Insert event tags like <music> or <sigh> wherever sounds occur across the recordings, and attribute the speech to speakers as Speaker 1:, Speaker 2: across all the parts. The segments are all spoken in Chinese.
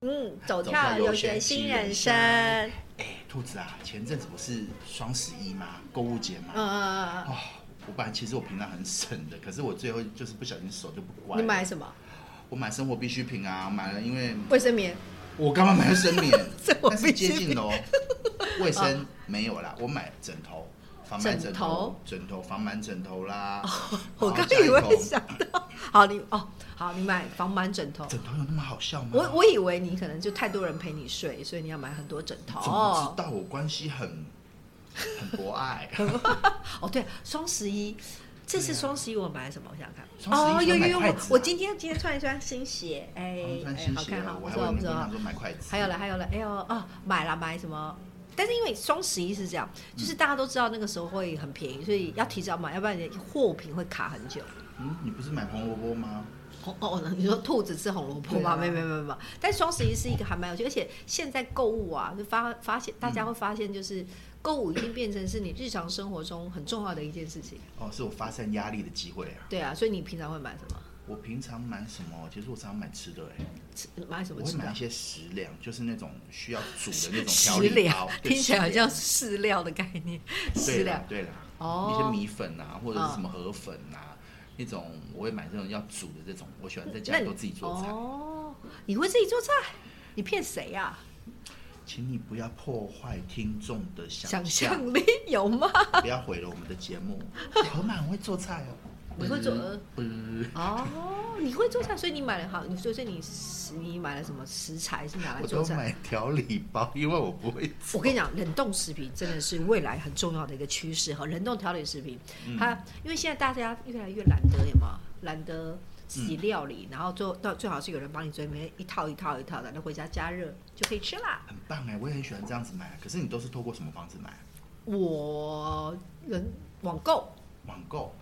Speaker 1: 嗯
Speaker 2: <laughs>
Speaker 1: 球鞋新人生。
Speaker 2: 哎，兔子啊，前阵子不是双十一嘛，购物节嘛，
Speaker 1: 嗯嗯嗯
Speaker 2: 哦，我本来其实我平常很省的，可是我最后就是不小心手就不
Speaker 1: 嗯，
Speaker 2: 乖。
Speaker 1: 你买？什么？
Speaker 2: 我买生活必需品啊，买了，因为
Speaker 1: 卫生棉。
Speaker 2: 我刚刚买了生棉
Speaker 1: <laughs> 生，活
Speaker 2: 但是
Speaker 1: 必需
Speaker 2: 接
Speaker 1: 品哦
Speaker 2: 近了哦。卫生没有啦，我买枕头。防螨枕头、枕头、防螨枕头啦。
Speaker 1: 哦我
Speaker 2: 然后
Speaker 1: 刚
Speaker 2: 加一
Speaker 1: 以为
Speaker 2: 桶
Speaker 1: 想到，好你哦，好你买防螨枕头。
Speaker 2: 枕头有那么好笑吗？
Speaker 1: 我我以为你可能就太多人陪你睡，所以你要买很多枕头。
Speaker 2: 怎么知道我关系很很博爱？
Speaker 1: 哦，对，双十一，这次双十一我买了什么？我想想看。
Speaker 2: 啊双
Speaker 1: 哦，
Speaker 2: 十一
Speaker 1: 有有
Speaker 2: 买
Speaker 1: 有，
Speaker 2: 筷
Speaker 1: 我
Speaker 2: 子啊
Speaker 1: 我今天今天穿一双新鞋，哎
Speaker 2: 然后穿
Speaker 1: 哎
Speaker 2: 新
Speaker 1: 好
Speaker 2: 鞋
Speaker 1: 看哈，
Speaker 2: 啊，我
Speaker 1: 不
Speaker 2: 还
Speaker 1: 错
Speaker 2: 问
Speaker 1: 不
Speaker 2: 你
Speaker 1: 错
Speaker 2: 跟
Speaker 1: 哈
Speaker 2: 他。说买筷子。
Speaker 1: 还有了，还有了，哎呦哦，买了买什么？但是因为双十一是这样，就是大家都知道那个时候会很便宜，所以要提早买，要不然你的货品会卡很久。
Speaker 2: 嗯，你不是买红萝卜吗？
Speaker 1: 哦哦，你说兔子吃红萝卜吗？
Speaker 2: 对
Speaker 1: 没
Speaker 2: 啊
Speaker 1: 没没没，但双十一是一个还蛮有趣，而且现在购物啊，就发发现大家会发现，就是购物已经变成是你日常生活中很重要的一件事情。
Speaker 2: 哦，是我发散压力的机会啊。
Speaker 1: 对啊，所以你平常会买什么？
Speaker 2: 我平常买什么？其实我常常买吃的哎、
Speaker 1: 吃买什么
Speaker 2: 我会
Speaker 1: 吃
Speaker 2: 买
Speaker 1: 的
Speaker 2: 一？些食粮，就是那种需要煮的那种调
Speaker 1: 啊食
Speaker 2: 理
Speaker 1: 粮
Speaker 2: 包，
Speaker 1: <laughs>
Speaker 2: 对
Speaker 1: 听起来好
Speaker 2: 食粮
Speaker 1: 像饲料的概念。
Speaker 2: 对啊
Speaker 1: 饲料
Speaker 2: 啦，对啦，
Speaker 1: 哦
Speaker 2: 一些米粉啊，或者
Speaker 1: 嗯
Speaker 2: 是什么河粉啊，那种我会买这种要煮的这种，我喜欢在家里都自己做菜。
Speaker 1: 哦，你会自己做菜？你骗谁啊呀？
Speaker 2: 请你不要破坏听众的
Speaker 1: 想
Speaker 2: 想象，
Speaker 1: 象力有
Speaker 2: <laughs>
Speaker 1: 吗？
Speaker 2: 不要毁了我们的节目。河马很会做菜哦，
Speaker 1: 你会做呃
Speaker 2: 不是？
Speaker 1: 哦，你会做菜，所以你买了好，你所以所以你食你买了什么食材是拿来
Speaker 2: 我
Speaker 1: 啊做
Speaker 2: 都
Speaker 1: 菜？
Speaker 2: 买调理包，因为我不会
Speaker 1: 我跟你讲，冷冻食品真的是未来很重要的一个趋势和冷冻调理食品，它
Speaker 2: 嗯
Speaker 1: 因为现在大家越来越懒得，有没有？懒得自己料理，然后最后到最好是有人帮你准备一套一套一套的，然后回家加热就可以吃啦。
Speaker 2: 很棒哎，我也很喜欢这样子买。可是你都是透过什么方式买？啊
Speaker 1: 我人网购，
Speaker 2: 网购，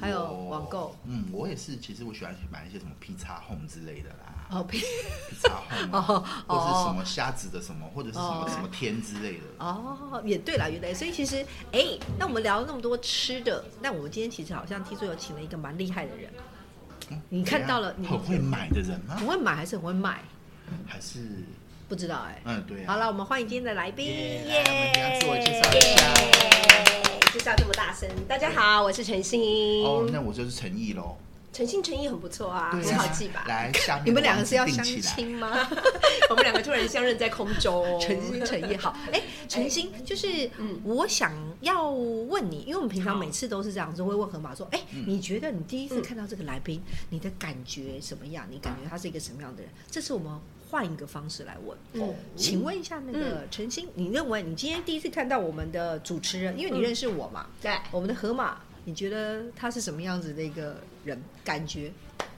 Speaker 1: 还有
Speaker 2: 我
Speaker 1: 网购。
Speaker 2: 嗯，我也是，其实我喜欢去买一些什么披萨 home 之类的
Speaker 1: <laughs>
Speaker 2: 啦，
Speaker 1: 哦，呸
Speaker 2: 披萨 home
Speaker 1: 哦
Speaker 2: 啊，或者是
Speaker 1: 哦
Speaker 2: 什么虾子的什么，或者是什么
Speaker 1: 哦
Speaker 2: 什么天之类的。
Speaker 1: 哦，也对啦，原来所以其实，哎、那我们聊了那么多吃的，那我们今天其实好像听说有请了一个蛮厉害的人，
Speaker 2: 嗯
Speaker 1: 你看到了
Speaker 2: 怎
Speaker 1: 你
Speaker 2: 样很会买的人吗
Speaker 1: 很？会买还是很会卖？
Speaker 2: 还是
Speaker 1: 不知道哎、
Speaker 2: 嗯，对啊。
Speaker 1: 好了，我们欢迎今天的来宾，
Speaker 2: 耶
Speaker 1: 耶、
Speaker 2: 来我们等一下自我介绍一下
Speaker 1: 耶介绍这么大声，
Speaker 3: 大家好，我是陈欣
Speaker 2: 哦，
Speaker 3: 怡。
Speaker 2: 那我就是诚意喽。
Speaker 3: 陈欣诚意很不错啊，
Speaker 2: 对
Speaker 3: 很
Speaker 2: 啊
Speaker 3: 好记吧？
Speaker 2: 来，下面
Speaker 1: 你们两个
Speaker 2: 网址
Speaker 1: 是要
Speaker 2: 定
Speaker 1: 相
Speaker 2: 起来
Speaker 1: 亲吗？
Speaker 3: 我们两个突然相认在空中。
Speaker 1: 陈心陈
Speaker 2: <laughs>
Speaker 1: 意好，哎、陈心就是，
Speaker 3: 嗯
Speaker 1: 我想要问你，因为我们平常
Speaker 3: 好
Speaker 1: 每次都是这样子，会问河马说，哎、
Speaker 2: 嗯
Speaker 1: 你觉得你第一次看到这个来宾，你的感觉怎么样？你感觉他是一个什么样的人？这次我们换一个方式来问。
Speaker 2: 哦
Speaker 3: 嗯
Speaker 1: 请问一下，那个陈星，你认为你今天第一次看到我们的主持人，因为你
Speaker 3: 嗯
Speaker 1: 认识我嘛，
Speaker 3: 对，
Speaker 1: 我们的河马，你觉得他是什么样子的一个人？感觉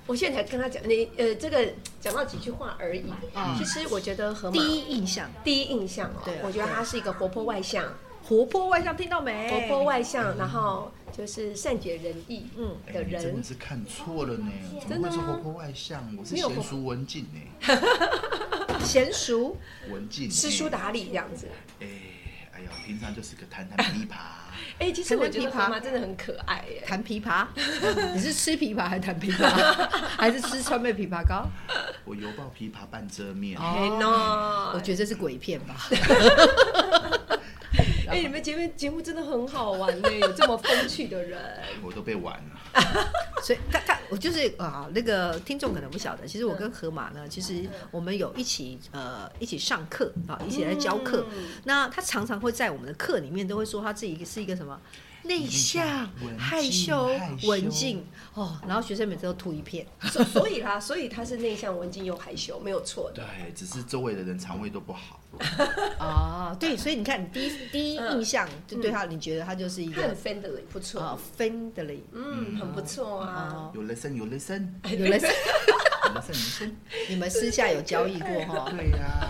Speaker 3: 我现在才跟他讲，你呃，这个讲到几句话而已。
Speaker 1: 啊
Speaker 3: 其实我觉得河马
Speaker 1: 第一印象，
Speaker 3: 第一印象哦
Speaker 1: 对啊，
Speaker 3: 我觉得他是一个活泼外向，
Speaker 1: 活泼外向，听到没？
Speaker 3: 活
Speaker 1: <laughs>
Speaker 3: 泼，外向，然后就是善解人意
Speaker 1: 嗯
Speaker 2: 哎
Speaker 3: 的
Speaker 2: 你真的
Speaker 3: 人。
Speaker 2: 是看错了呢，怎
Speaker 3: 真
Speaker 2: 么
Speaker 3: 的
Speaker 2: 会是活
Speaker 3: 吗
Speaker 2: 泼外向？我是
Speaker 3: 没有
Speaker 2: 娴
Speaker 3: 活
Speaker 2: 熟文静呢，
Speaker 1: 娴熟，
Speaker 2: 文静
Speaker 3: 知书
Speaker 2: 哎
Speaker 3: 达理这样子，
Speaker 2: 哎，哎呀，平常就是个摊摊琵琶。
Speaker 3: 哎，其实我觉得
Speaker 1: 可能
Speaker 3: 河
Speaker 1: 琵琶
Speaker 3: 马真的很可爱耶。
Speaker 1: 弹琵琶。
Speaker 3: <laughs>
Speaker 1: 你是吃琵琶还是弹琵琶？ <laughs> 还是吃川贝枇杷膏？
Speaker 2: 我犹抱琵琶半遮面，
Speaker 1: 哦
Speaker 3: 哎
Speaker 1: 我
Speaker 3: 喏，
Speaker 1: 觉得这是鬼片吧。
Speaker 3: 哎，你们节目节目真的很好玩呢，有这么风趣的人。
Speaker 2: 哎我都被玩了。
Speaker 1: 所以他他我就是啊，那个听众可能不晓得，其实我跟河马呢，其实我们有一起呃一起上课啊，一起来教课。
Speaker 2: 嗯
Speaker 1: 那他常常会在我们的课里面都会说他自己是一个什么内向
Speaker 2: 内、向
Speaker 1: 害
Speaker 2: 文静
Speaker 1: 羞
Speaker 2: 害、羞
Speaker 1: 文静哦，然后学生每次都吐一
Speaker 2: <laughs>
Speaker 1: 片。
Speaker 3: 所所以啊啦，所以他是内向、文静又害羞，没有错的。
Speaker 2: 对，只是周围的人肠胃都不好。
Speaker 1: 哦，对，所以你看，你第一第一
Speaker 2: 嗯
Speaker 1: 印象就对他，你觉得他就是一
Speaker 3: 他很
Speaker 1: 个
Speaker 3: friendly，不错，
Speaker 1: 呃 friendly，
Speaker 3: 嗯，很不错啊。
Speaker 1: 哦
Speaker 2: 有 listen，有 listen，
Speaker 1: 有人
Speaker 2: <laughs> 有 listen，有 listen。
Speaker 1: 你们私下有交
Speaker 2: <laughs>
Speaker 1: 易过哈？
Speaker 2: 对呀，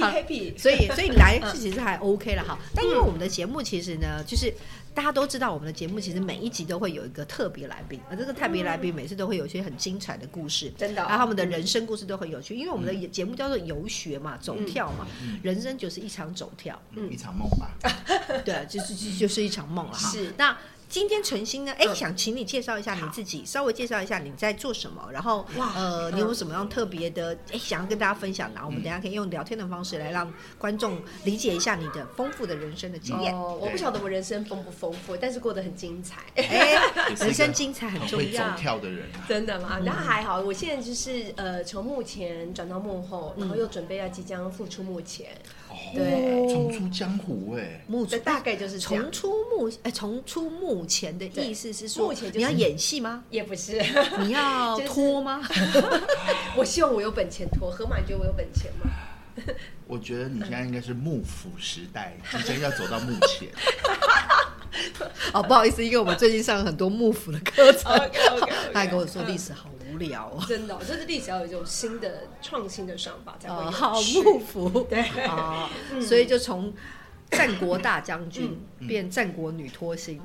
Speaker 1: <laughs>
Speaker 3: happy，
Speaker 1: 所以所以来是其实还 OK 了哈。但因为我们的节目其实呢，就是大家都知道，我们的节目其实每一集都会有一个特别来宾，而这个特别来宾每次都会有一些很精彩的故事，
Speaker 3: 真的哦
Speaker 1: 然后他们的人生故事都很有趣，因为我们的节目叫做游学嘛，走跳嘛，人生就是一场走跳，
Speaker 2: 嗯一场梦吧。
Speaker 1: 对，就是就就是一场梦了哈。
Speaker 3: 是
Speaker 1: 那。今天晨星呢，哎、
Speaker 3: 嗯
Speaker 1: 想请你介绍一下你自己，稍微介绍一下你在做什么，然后
Speaker 3: 哇
Speaker 1: 呃，
Speaker 3: 嗯
Speaker 1: 你有什么样特别的，哎、想要跟大家分享，然后我们等一下可以用聊天的方式来让观众理解一下你的丰富的人生的经验。
Speaker 3: 哦，我不
Speaker 2: 对
Speaker 3: 晓得我人生丰不丰富，但是过得很精彩。
Speaker 1: 哎、
Speaker 3: <laughs>
Speaker 2: 也是一个
Speaker 1: 人生精彩很
Speaker 2: 很
Speaker 1: 重
Speaker 2: 会
Speaker 1: 要
Speaker 2: 走。跳的人啊，
Speaker 3: 真的吗？那还好，我现在就是呃，从幕前转到幕后，然后又准备要即将复出幕前，对
Speaker 2: 哦，重出江湖哎，
Speaker 1: 幕出
Speaker 3: 这大概就是这样
Speaker 1: 重。出幕，哎，重出幕前的意思是说，
Speaker 3: 对幕前就是
Speaker 1: 你要演戏吗？
Speaker 3: 也不是， <laughs>
Speaker 1: 你要
Speaker 3: 就是
Speaker 1: 脱吗？ <laughs>
Speaker 3: 我希望我有本钱拖。河马，你觉得我有本钱吗？
Speaker 2: 我觉得你现在应该是幕府时代，即将要走到幕前。
Speaker 1: 哦，不好意思，因为我们最近上了很多幕府的课
Speaker 3: <laughs>
Speaker 1: 程，
Speaker 3: OK，
Speaker 1: 他还跟我
Speaker 3: 啊
Speaker 1: 说历史好无聊哦。
Speaker 3: 真的哦、就是历史要有一种新的创新的想法才会
Speaker 1: 呃，
Speaker 3: 有
Speaker 1: 好
Speaker 3: 趣。
Speaker 1: 幕
Speaker 3: <laughs>
Speaker 1: 府，对啊，所以就从战国大将军变战国女拖星，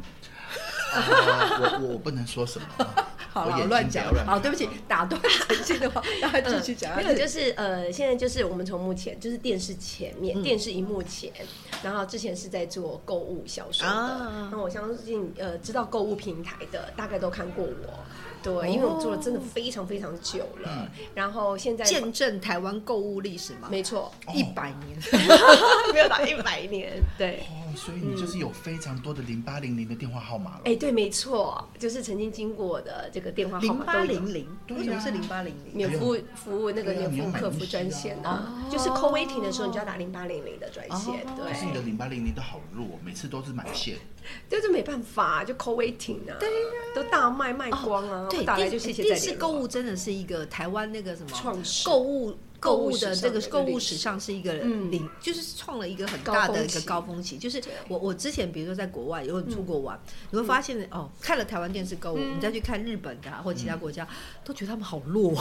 Speaker 2: 呃我 <laughs> 我我不能说什
Speaker 3: <laughs>
Speaker 2: 么，啊
Speaker 1: 好
Speaker 2: 我眼
Speaker 1: 了，
Speaker 2: 睛
Speaker 1: 乱
Speaker 2: 不
Speaker 1: 讲嗯
Speaker 2: 要乱，
Speaker 1: 好，对不起，打断陈信的话，让他继续讲
Speaker 3: 嗯没
Speaker 1: 下
Speaker 3: 有，
Speaker 1: 去。
Speaker 3: 就是呃，现在就是我们从幕前，就是电视前面、电视荧幕前，然后之前是在做购物销售的。
Speaker 1: 啊
Speaker 3: 那我相信呃，知道购物平台的大概都看过我，对，因为我做了真的非常非常久了。然后现在
Speaker 1: 见证台湾购物历史嘛，
Speaker 3: 没错，
Speaker 2: 哦
Speaker 1: 一百年，
Speaker 3: <laughs> 没有打一百年， <laughs> 对。
Speaker 2: 哦，所以你就是有非常多的零八零零的电话号码了。
Speaker 3: 哎、对，没错，就是曾经经过我的这个电话号
Speaker 1: 零
Speaker 3: 码
Speaker 1: 八
Speaker 3: 都有。
Speaker 1: 零哦啊零，
Speaker 2: 对啊
Speaker 1: 为什么是零八零零？
Speaker 3: 免
Speaker 2: 哎
Speaker 3: 服务服务那个免服务客服专线
Speaker 1: 哦
Speaker 3: 啊，就是 call waiting 的时候，你就要打零八零零的专线，
Speaker 2: 可哦是你的
Speaker 3: 对，
Speaker 2: 零八零零都好弱，每次都是满线。
Speaker 3: 就是没办法，就 call waiting 啊，对都大卖卖光啊，
Speaker 1: 哦对，
Speaker 3: 不打来就
Speaker 1: 电
Speaker 3: 谢谢
Speaker 1: 电
Speaker 3: 再
Speaker 1: 视
Speaker 3: 联
Speaker 1: 购
Speaker 3: 络
Speaker 1: 物真的是一个台湾那个什么
Speaker 3: 创始
Speaker 1: 购物。购
Speaker 3: 购物
Speaker 1: 物的
Speaker 3: 史
Speaker 1: 这个
Speaker 3: 上的一个
Speaker 1: 购物
Speaker 3: 历
Speaker 1: 史
Speaker 3: 史
Speaker 1: 上是一个
Speaker 3: 嗯
Speaker 1: 领，就是创了一个很大的
Speaker 3: 高峰
Speaker 1: 一个
Speaker 3: 期
Speaker 1: 高峰期。就是我我之前比如说在国外，如果你出国玩，你会发现哦，看了台湾电视购物，你再去看日本的啊或其他国家，都觉得他们好 <laughs> 弱，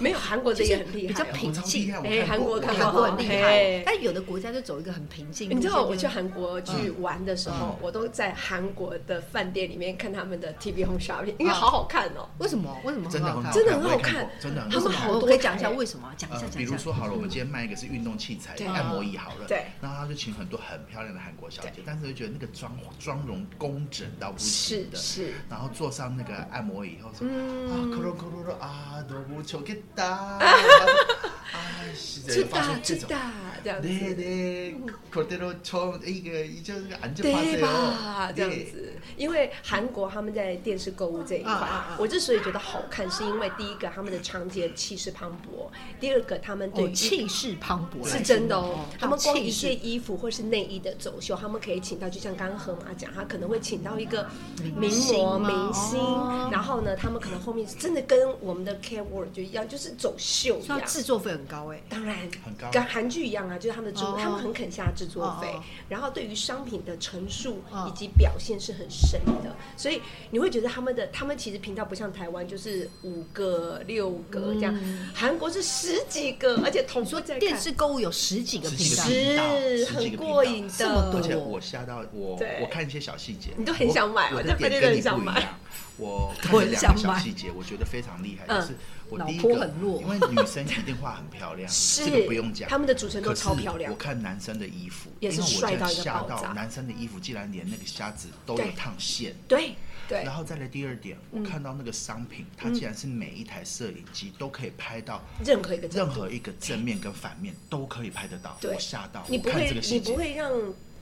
Speaker 3: 没有韩国的也很厉
Speaker 1: 比
Speaker 3: 害哦
Speaker 1: 较，平静
Speaker 2: 我超厉害我看
Speaker 3: 哎，韩
Speaker 2: 过
Speaker 3: 国
Speaker 2: 我
Speaker 3: 看
Speaker 1: 韩国
Speaker 3: 过
Speaker 1: 很厉害
Speaker 3: 哎，
Speaker 1: 但有的国家就走一个很平静路线。
Speaker 3: 你知道我
Speaker 1: 哎就
Speaker 3: 去韩国去玩的时
Speaker 1: 嗯
Speaker 3: 候，我都在韩国的饭店里面看他们的 TV home shopping，因为好好看哦，
Speaker 1: 为什么？为什么
Speaker 2: 真的
Speaker 1: 很
Speaker 2: 很
Speaker 1: 好
Speaker 2: 好，
Speaker 1: 看？
Speaker 3: 真的很
Speaker 2: 我也看过，真的很
Speaker 3: 好看他们好
Speaker 1: 我
Speaker 3: 多
Speaker 1: 可以讲一下
Speaker 3: 台
Speaker 1: 为什么？讲一下，
Speaker 2: 呃，
Speaker 1: 讲
Speaker 2: 比
Speaker 1: 一下
Speaker 2: 如。说好了，我们今天卖一个是运动器材、
Speaker 3: 对
Speaker 2: 按摩椅好了，
Speaker 3: 对
Speaker 2: 然后他就请很多很漂亮的韩国小姐
Speaker 3: 对，
Speaker 2: 但是就觉得那个妆妆容工整到不
Speaker 3: 是
Speaker 2: 行的，
Speaker 3: 是，
Speaker 2: 然后坐上那个按摩椅以后说、
Speaker 3: 嗯
Speaker 2: 啊，可罗可罗啊，都不求给
Speaker 3: <laughs>
Speaker 2: 打，哎，是的，
Speaker 3: 知道
Speaker 2: 发现这
Speaker 3: 知
Speaker 2: 种
Speaker 3: 道，这样子，
Speaker 2: 对对，可得了从一个一哎就是安全发
Speaker 3: 对
Speaker 2: 生
Speaker 3: 吧
Speaker 2: 哦？，
Speaker 3: 这样
Speaker 2: 对。
Speaker 3: 子，因为韩国他们在电视购物这一块，
Speaker 1: 啊啊啊
Speaker 3: 我之所以觉得好看，是因为第一个他们的场景气势磅礴，第二个他们对
Speaker 1: 对
Speaker 3: 于
Speaker 1: 哦气势磅礴，
Speaker 3: 是真的哦，他们光
Speaker 1: 气
Speaker 3: 一
Speaker 1: 势
Speaker 3: 件衣服或是内衣的走秀，他们可以请到，就像刚刚何妈讲，他可能会请到一个
Speaker 1: 明
Speaker 3: 名模
Speaker 1: 星吗
Speaker 3: 明星
Speaker 1: 哦，
Speaker 3: 然后呢，他们可能后面真的跟我们的 K word 就一样，就是走秀一
Speaker 1: 所以
Speaker 3: 样
Speaker 1: 它。制作费很高哎。
Speaker 3: 当然
Speaker 2: 很高
Speaker 3: 跟韩剧一样啊，就是他们的制，
Speaker 1: 哦
Speaker 3: 他们很肯下制作费，
Speaker 1: 哦哦
Speaker 3: 然后对于商品的陈述
Speaker 1: 哦
Speaker 3: 以及表现是很深的，所以你会觉得他们的他们其实频道不像台湾，就是五个六个
Speaker 2: 嗯
Speaker 3: 这样，韩国是十几个，而且同步在看
Speaker 1: 电视购物有十几个频
Speaker 2: 十
Speaker 1: 道，
Speaker 2: 几个频道
Speaker 3: 是
Speaker 2: 十几
Speaker 3: 很
Speaker 2: 个频道
Speaker 3: 过瘾的，
Speaker 1: 这么多
Speaker 2: 而且我吓到我
Speaker 3: 对，
Speaker 2: 我看一些小细节，
Speaker 3: 你都很想买
Speaker 2: 我我
Speaker 3: 我
Speaker 2: 的
Speaker 3: 在饭
Speaker 2: 点
Speaker 3: 店
Speaker 2: 跟
Speaker 3: 都
Speaker 2: 你
Speaker 3: 很想
Speaker 2: 不一
Speaker 3: 买
Speaker 2: 样。我看
Speaker 1: 都
Speaker 2: 了
Speaker 1: 很
Speaker 2: 两
Speaker 1: 想
Speaker 2: 个小
Speaker 1: 买
Speaker 2: 细
Speaker 3: <laughs>
Speaker 2: 节，我觉得非常厉害。
Speaker 3: 嗯
Speaker 2: 就是我
Speaker 1: 脑
Speaker 2: 第一
Speaker 1: 波
Speaker 2: 个
Speaker 1: 很弱
Speaker 2: 因为女生一定画很漂亮，
Speaker 3: <laughs> 是
Speaker 2: 这个不用讲。
Speaker 3: 他们的主持人都
Speaker 2: 可是
Speaker 3: 超漂亮
Speaker 2: 我看男生的衣服，
Speaker 3: 也是
Speaker 2: 因为我
Speaker 3: 帅
Speaker 2: 真的
Speaker 3: 到一个
Speaker 2: 吓
Speaker 3: 爆炸
Speaker 2: 到，男生的衣服竟然连那个虾子都有
Speaker 3: 对
Speaker 2: 烫线。
Speaker 3: 对对嗯
Speaker 2: 然后再来第二点，我看到那个商品，它竟然是每一台摄影机都可以拍到
Speaker 3: 任何一个角
Speaker 2: 任
Speaker 3: 度
Speaker 2: 何一个正面跟反面都可以拍得到，
Speaker 3: 对
Speaker 2: 我吓到。
Speaker 3: 你
Speaker 2: 我
Speaker 3: 不
Speaker 2: 看
Speaker 3: 会
Speaker 2: 这个，
Speaker 3: 你
Speaker 2: 细节
Speaker 3: 不，会让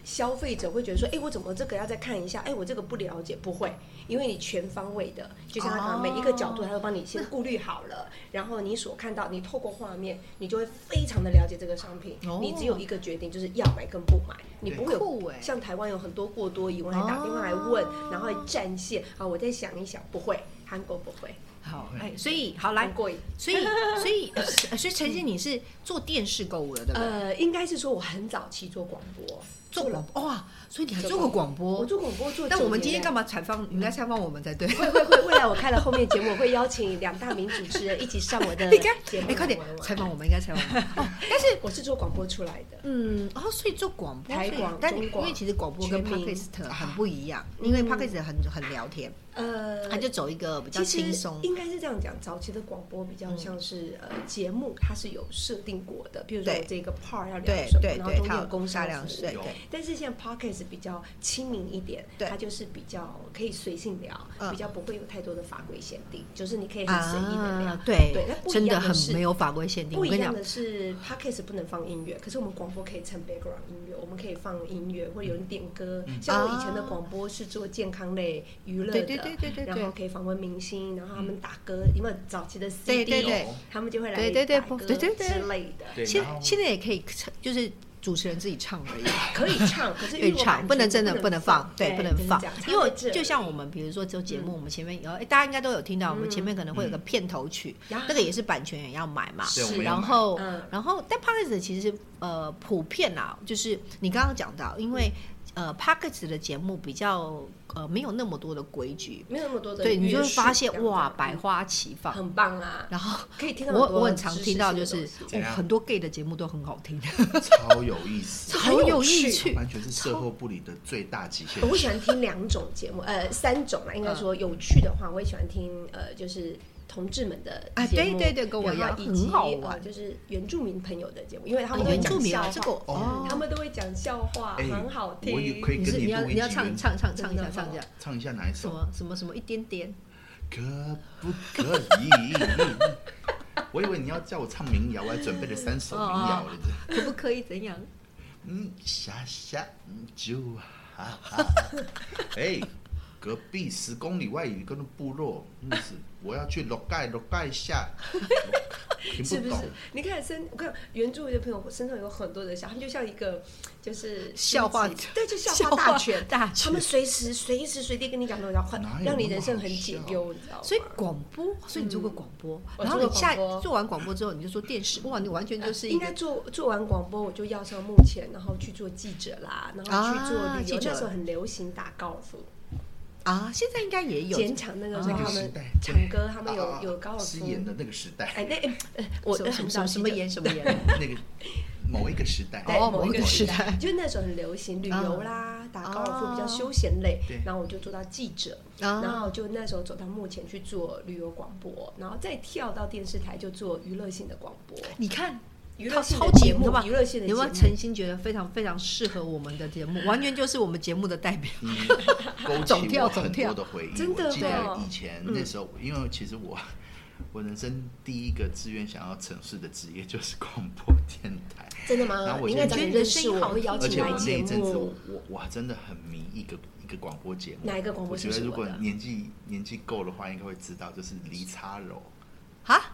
Speaker 3: 消费者会觉得说，哎、我怎么这个要再看一下？哎、我这个不了解，不会，因为你全方位的，就像他可能每一个角度，他都帮你先顾虑好了，然后你所看到，你透过画面，你就会非常的了解这个商品。
Speaker 1: 哦
Speaker 3: 你只有一个决定，就是要买跟不买，你不会
Speaker 1: 酷
Speaker 3: 有
Speaker 1: 欸哦
Speaker 3: 像台湾有很多过多疑问，还打电话来问，然后还占线啊，我再想一想，不会，韩国不会，
Speaker 1: 好哎，
Speaker 3: 嗯
Speaker 1: 所以好来
Speaker 3: 韩，国。
Speaker 1: 所
Speaker 3: <laughs>
Speaker 1: 以所以呃是所以陈信你是做电视购物的对不对？
Speaker 3: 呃，应该是说我很早期做广播，
Speaker 1: 做广播哇，所以你还做过
Speaker 3: 做
Speaker 1: 广
Speaker 3: 我
Speaker 1: 播。
Speaker 3: 做广播做。
Speaker 1: 但我们今天
Speaker 3: 嘛？
Speaker 1: 干嘛采访？你来采访我们才对。
Speaker 3: 会会会，未来我开了后面节目，我会邀请两大名主持人一起上我
Speaker 1: <laughs>
Speaker 3: 的
Speaker 1: 你看
Speaker 3: 节目。
Speaker 1: <laughs> 哎，快点采访我们，应该采访我
Speaker 3: <laughs>
Speaker 1: 们。哦，但是
Speaker 3: 我是做广播出来的，
Speaker 1: 嗯，哦，所以做广播，
Speaker 3: 台
Speaker 1: 所以
Speaker 3: 广
Speaker 1: 但你
Speaker 3: 中广
Speaker 1: 因为其实广播跟
Speaker 3: 全民
Speaker 1: podcast 很不一样，因为
Speaker 3: 嗯
Speaker 1: podcast 很很聊天，
Speaker 3: 呃，
Speaker 1: 它就走一个比较
Speaker 3: 其实
Speaker 1: 轻松。嗯
Speaker 3: 应该是这样讲，早期的广播比较像是、呃节目，它是有设定过的，比如说
Speaker 1: 对
Speaker 3: 这个 part 要聊
Speaker 1: 对
Speaker 3: 什么，
Speaker 1: 对
Speaker 3: 然后
Speaker 1: 对，
Speaker 3: 中
Speaker 1: 它
Speaker 3: 间有工
Speaker 1: 大
Speaker 3: 商
Speaker 1: 量
Speaker 3: 服务
Speaker 1: 对
Speaker 2: 有
Speaker 1: 对。
Speaker 3: 但是现在 p o c k e t case 比较亲民一点，
Speaker 1: 对
Speaker 3: 它就是比较可以随性聊，
Speaker 1: 嗯
Speaker 3: 比较不会有太多的法规限定，就是你可以很随意的聊。
Speaker 1: 啊，对
Speaker 3: 对那不一
Speaker 1: 真的
Speaker 3: 样的
Speaker 1: 很
Speaker 3: 是
Speaker 1: 没有法规限定。
Speaker 3: 不
Speaker 1: 我
Speaker 3: 一
Speaker 1: 跟你
Speaker 3: 样
Speaker 1: 讲，
Speaker 3: 的是 p o d c a s t 不能放音乐，可是我们广播可以唱 background 音乐，我们可以放音乐，或者有人点歌。
Speaker 2: 嗯
Speaker 3: 像我以前的
Speaker 1: 啊
Speaker 3: 广播是做健康类娱乐的，
Speaker 1: 对对对对对
Speaker 3: 然后
Speaker 1: 对。
Speaker 3: 可以访问明星，然后他们打歌，有没有早期的
Speaker 1: 对
Speaker 3: CD？
Speaker 1: 对对
Speaker 2: 有，
Speaker 3: 他们就会来
Speaker 1: 对对对
Speaker 3: 打歌
Speaker 1: 对对对
Speaker 3: 之类的，
Speaker 2: 对，
Speaker 1: 现
Speaker 2: 然后
Speaker 1: 现在也可以，就是主持人自己唱而已。
Speaker 3: 可以
Speaker 1: <laughs>
Speaker 3: 唱，可是
Speaker 1: 对，唱不能真的
Speaker 3: 不
Speaker 1: 不能放
Speaker 3: 放，，
Speaker 1: 对，不能放，因为我就像我
Speaker 3: 们
Speaker 1: 们比如说做节
Speaker 3: 嗯
Speaker 1: 目，我们前面有，哎，大家应该都有听到，我们前面可能会有个片头曲，那个也是版权也要买嘛
Speaker 2: 是我
Speaker 3: 是
Speaker 2: 们有
Speaker 1: 然
Speaker 2: 买
Speaker 1: 后
Speaker 3: 嗯，
Speaker 1: 然后但 p o c k e t 其实呃普遍啦，就是你刚刚讲到，因为呃 p o c k e t 的节目比较呃没有那么多的规矩，
Speaker 3: 没有那么多的
Speaker 1: 对
Speaker 3: 约束，
Speaker 1: 你就会发
Speaker 3: 这
Speaker 1: 现
Speaker 3: 样子啊
Speaker 1: 哇百花齐放，
Speaker 3: 很棒啊，
Speaker 1: 然后
Speaker 3: 可以听到
Speaker 1: 我
Speaker 3: 很多
Speaker 1: 我很常
Speaker 3: 知识
Speaker 1: 听到
Speaker 3: 性
Speaker 1: 就
Speaker 3: 的
Speaker 1: 是
Speaker 3: 东西
Speaker 2: 怎
Speaker 1: 哦
Speaker 2: 样
Speaker 1: 很多 gay 的节目都很好听，
Speaker 2: 超有意思，
Speaker 1: <laughs> 好有
Speaker 3: 哦
Speaker 1: 意趣，
Speaker 2: 完全是售后部里的最大极限。
Speaker 3: <laughs> 我喜欢听两种节目，呃，三种啦，应该说有趣的话，我也喜欢听呃，就是同志们的
Speaker 1: 啊
Speaker 3: 节目，
Speaker 1: 对对对跟我一样
Speaker 3: 然后以及
Speaker 1: 很好
Speaker 3: 呃，
Speaker 1: 玩
Speaker 3: 就是原住民朋友的节目，因为他
Speaker 1: 啊
Speaker 3: 们都会
Speaker 1: 原
Speaker 3: 讲
Speaker 1: 住民
Speaker 3: 笑
Speaker 1: 啊
Speaker 3: 话，
Speaker 1: 这个哦，
Speaker 3: 他们都会讲笑话，
Speaker 2: 哎
Speaker 3: 很好听。
Speaker 2: 我也可以
Speaker 1: 你
Speaker 2: 跟
Speaker 1: 是你要
Speaker 2: 录一
Speaker 1: 你要
Speaker 2: 集
Speaker 1: 唱
Speaker 2: 原
Speaker 1: 唱唱唱一下
Speaker 3: 真的
Speaker 1: 唱一下
Speaker 3: 哦
Speaker 2: 唱一下哪一
Speaker 1: 什
Speaker 2: 首？
Speaker 1: 么什么什么一点点。
Speaker 2: 可不可以？ <laughs> 我以为你要叫我唱民谣，我还准备了三首民谣了。
Speaker 1: 可不可以怎样？
Speaker 2: 嗯，下下嗯就哈哈。
Speaker 3: <laughs>
Speaker 2: 哎，隔壁十公里外有一个部落，嗯是我要去落盖落盖下，听
Speaker 3: 是不
Speaker 2: 懂
Speaker 3: 是。？你看身，我看原住民的朋友身上有很多的笑，他们就像一个就是
Speaker 1: 笑话
Speaker 3: 惊奇对，就笑话大全，
Speaker 1: 大
Speaker 3: 他
Speaker 1: 全
Speaker 3: 们。随时随时随地跟你讲都要换
Speaker 2: 哪，有
Speaker 3: 让你
Speaker 2: 那么
Speaker 3: 人生
Speaker 2: 好
Speaker 3: 很解
Speaker 2: 笑
Speaker 3: 忧，你知道吗？
Speaker 1: <laughs> 所以广播，所以你做过广播，
Speaker 3: 嗯我
Speaker 1: 然后
Speaker 3: 做
Speaker 1: 你
Speaker 3: 过
Speaker 1: 下
Speaker 3: 广播
Speaker 1: 做完广播之后，你就做电视，哇，你完全就是一
Speaker 3: 应
Speaker 1: 个
Speaker 3: 该做做完广播，我就要上幕前，然后去做记者啦，然后去做
Speaker 1: 啊
Speaker 3: 旅游。
Speaker 1: 记者
Speaker 3: 那时候很流行打高尔夫，
Speaker 1: 啊，现在应该也有啊
Speaker 3: 剪场那个时候
Speaker 2: 那
Speaker 3: 他
Speaker 2: 个时
Speaker 3: 们
Speaker 2: 代，
Speaker 3: 强哥他们有
Speaker 2: 啊
Speaker 3: 有高尔
Speaker 2: 失
Speaker 3: 夫
Speaker 2: 言的那个时代，
Speaker 3: 哎，那呃我
Speaker 1: 什么什
Speaker 3: 很
Speaker 1: 么
Speaker 3: 早
Speaker 1: 什么
Speaker 3: 演
Speaker 1: 演什么演，
Speaker 2: 那个某一个时
Speaker 3: <laughs>
Speaker 2: 代，
Speaker 1: 哦某一个时代
Speaker 3: 就那时候很流行
Speaker 1: 啊
Speaker 3: 旅游啦，打高尔夫比较
Speaker 1: 哦
Speaker 3: 休闲类
Speaker 2: 对，
Speaker 3: 然后我就做到记者， <laughs> 然
Speaker 1: 啊
Speaker 3: 后就那时候走到幕前去做旅游广播，然后再跳到电视台就做娱乐性的广播，
Speaker 1: 你看。
Speaker 3: 娱
Speaker 1: 他
Speaker 3: 乐性
Speaker 1: 哎超
Speaker 3: 的
Speaker 1: 级你
Speaker 3: 节
Speaker 1: 知
Speaker 3: 目
Speaker 1: 道吧，
Speaker 3: 娱乐性的节
Speaker 1: 有没
Speaker 3: 目
Speaker 1: 有。诚心觉得非常非常适合我们的节目，完全就是我们节目的代表。
Speaker 2: 你嗯
Speaker 3: <laughs>
Speaker 2: 勾
Speaker 1: 总
Speaker 2: 起
Speaker 1: 跳
Speaker 2: 我
Speaker 1: 总
Speaker 2: 很
Speaker 1: 跳
Speaker 2: 多的回忆。
Speaker 3: 真的
Speaker 2: 我记
Speaker 3: 哦
Speaker 2: 得以前那时候，因为其实我我人生第一个志愿想要从事的职业就是广播电台，
Speaker 3: 真的吗
Speaker 2: 然后？我
Speaker 3: 你应该
Speaker 2: 就
Speaker 3: 找
Speaker 1: 觉
Speaker 3: 人
Speaker 1: 得
Speaker 3: 认
Speaker 1: 声
Speaker 3: 识
Speaker 1: 音
Speaker 3: 我，
Speaker 1: 好
Speaker 3: 我会邀
Speaker 2: 哦而
Speaker 3: 请
Speaker 2: 且
Speaker 3: 来
Speaker 2: 我那
Speaker 3: 节
Speaker 2: 一阵子
Speaker 3: 目
Speaker 2: 我。我我还真的很迷一个一个广播节目。
Speaker 3: 哪一个广播
Speaker 2: 我觉
Speaker 3: 是
Speaker 2: 得
Speaker 3: 什么
Speaker 2: 如果
Speaker 3: 的
Speaker 2: 年纪年纪够的话，应该会知道，就是离差楼
Speaker 1: 啊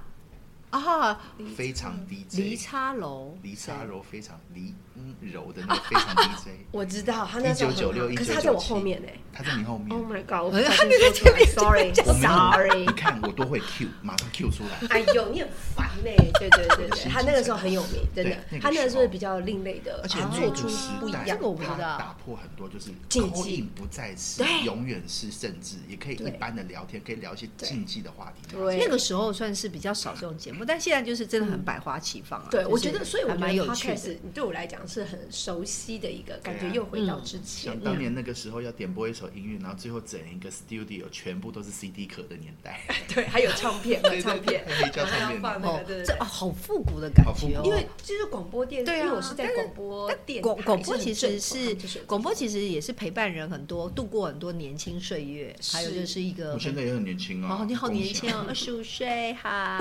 Speaker 1: 啊，
Speaker 2: 非常
Speaker 3: 嗯
Speaker 2: DJ，
Speaker 1: 离差楼，
Speaker 2: 离差
Speaker 1: 谁
Speaker 2: 柔非常离嗯柔的那
Speaker 3: <laughs>
Speaker 2: 个非常 DJ，
Speaker 3: 我知道他啊那时候很好
Speaker 2: 1996
Speaker 3: 可是他在我后面呢、
Speaker 2: 他在你后面
Speaker 3: Oh。my god！我
Speaker 1: 哎
Speaker 3: 不
Speaker 1: 呀
Speaker 3: 小心说出来，sorry
Speaker 1: <laughs>
Speaker 2: 我没有，
Speaker 3: sorry
Speaker 2: 你。看我都会 Q，马上 Q 出来。
Speaker 3: <laughs> 哎呦，你很烦呢、对对对对，他那个时候很有名，真的。
Speaker 2: 对那个时候
Speaker 3: 他那个时候比较另类的，
Speaker 2: 而且
Speaker 3: 啊做
Speaker 2: 那
Speaker 3: 出
Speaker 2: 个时
Speaker 3: 不一
Speaker 2: 代，
Speaker 3: 样
Speaker 1: 这。个我不知
Speaker 2: 它
Speaker 1: 道
Speaker 2: 打破很多就是
Speaker 3: 禁忌
Speaker 2: 口音不再是
Speaker 3: 对，
Speaker 2: 永远是政治，也可以
Speaker 3: 对
Speaker 2: 一般的聊天，可以聊一些禁忌的话题。
Speaker 3: 对
Speaker 1: 那个时候算是比较少这种节目，但现在就是真的很百花齐放啊。
Speaker 3: 对，
Speaker 1: 就是
Speaker 3: 我觉得，所以我
Speaker 1: 还
Speaker 3: 觉得
Speaker 1: 蛮有趣
Speaker 3: podcast
Speaker 1: 的。哦
Speaker 3: 对我来讲是很熟悉的一个感觉，
Speaker 2: 对啊
Speaker 3: 又回到之前
Speaker 2: 想。当年那个时候要点播一首音乐，然后最后整一个 studio 全部都是 CD 壳的年代，
Speaker 3: <laughs> 对，还有唱片，还有唱片，
Speaker 2: <laughs> 对对对黑胶
Speaker 3: 然
Speaker 2: 唱
Speaker 3: 后要
Speaker 2: 片
Speaker 3: 放那
Speaker 1: 哦
Speaker 3: 个，对，对
Speaker 1: 这
Speaker 3: 对
Speaker 1: 哦，好复古的感
Speaker 2: 好复
Speaker 1: 觉哦。
Speaker 2: 古
Speaker 3: 因为就是广播电，
Speaker 1: 对啊
Speaker 3: 因为我是在
Speaker 1: 但是
Speaker 3: 广播电
Speaker 1: 广
Speaker 3: 台
Speaker 1: 广播
Speaker 3: 是很
Speaker 1: 其实
Speaker 3: 正统
Speaker 1: 是
Speaker 3: 就是有
Speaker 1: 广播，其实也是陪伴人很多度过很多年轻岁月，还有就是一个
Speaker 2: 我现在也很年轻啊。
Speaker 1: 哦，你好
Speaker 2: 恭喜
Speaker 1: 年轻
Speaker 2: <laughs>
Speaker 1: 哦，二十五岁哈。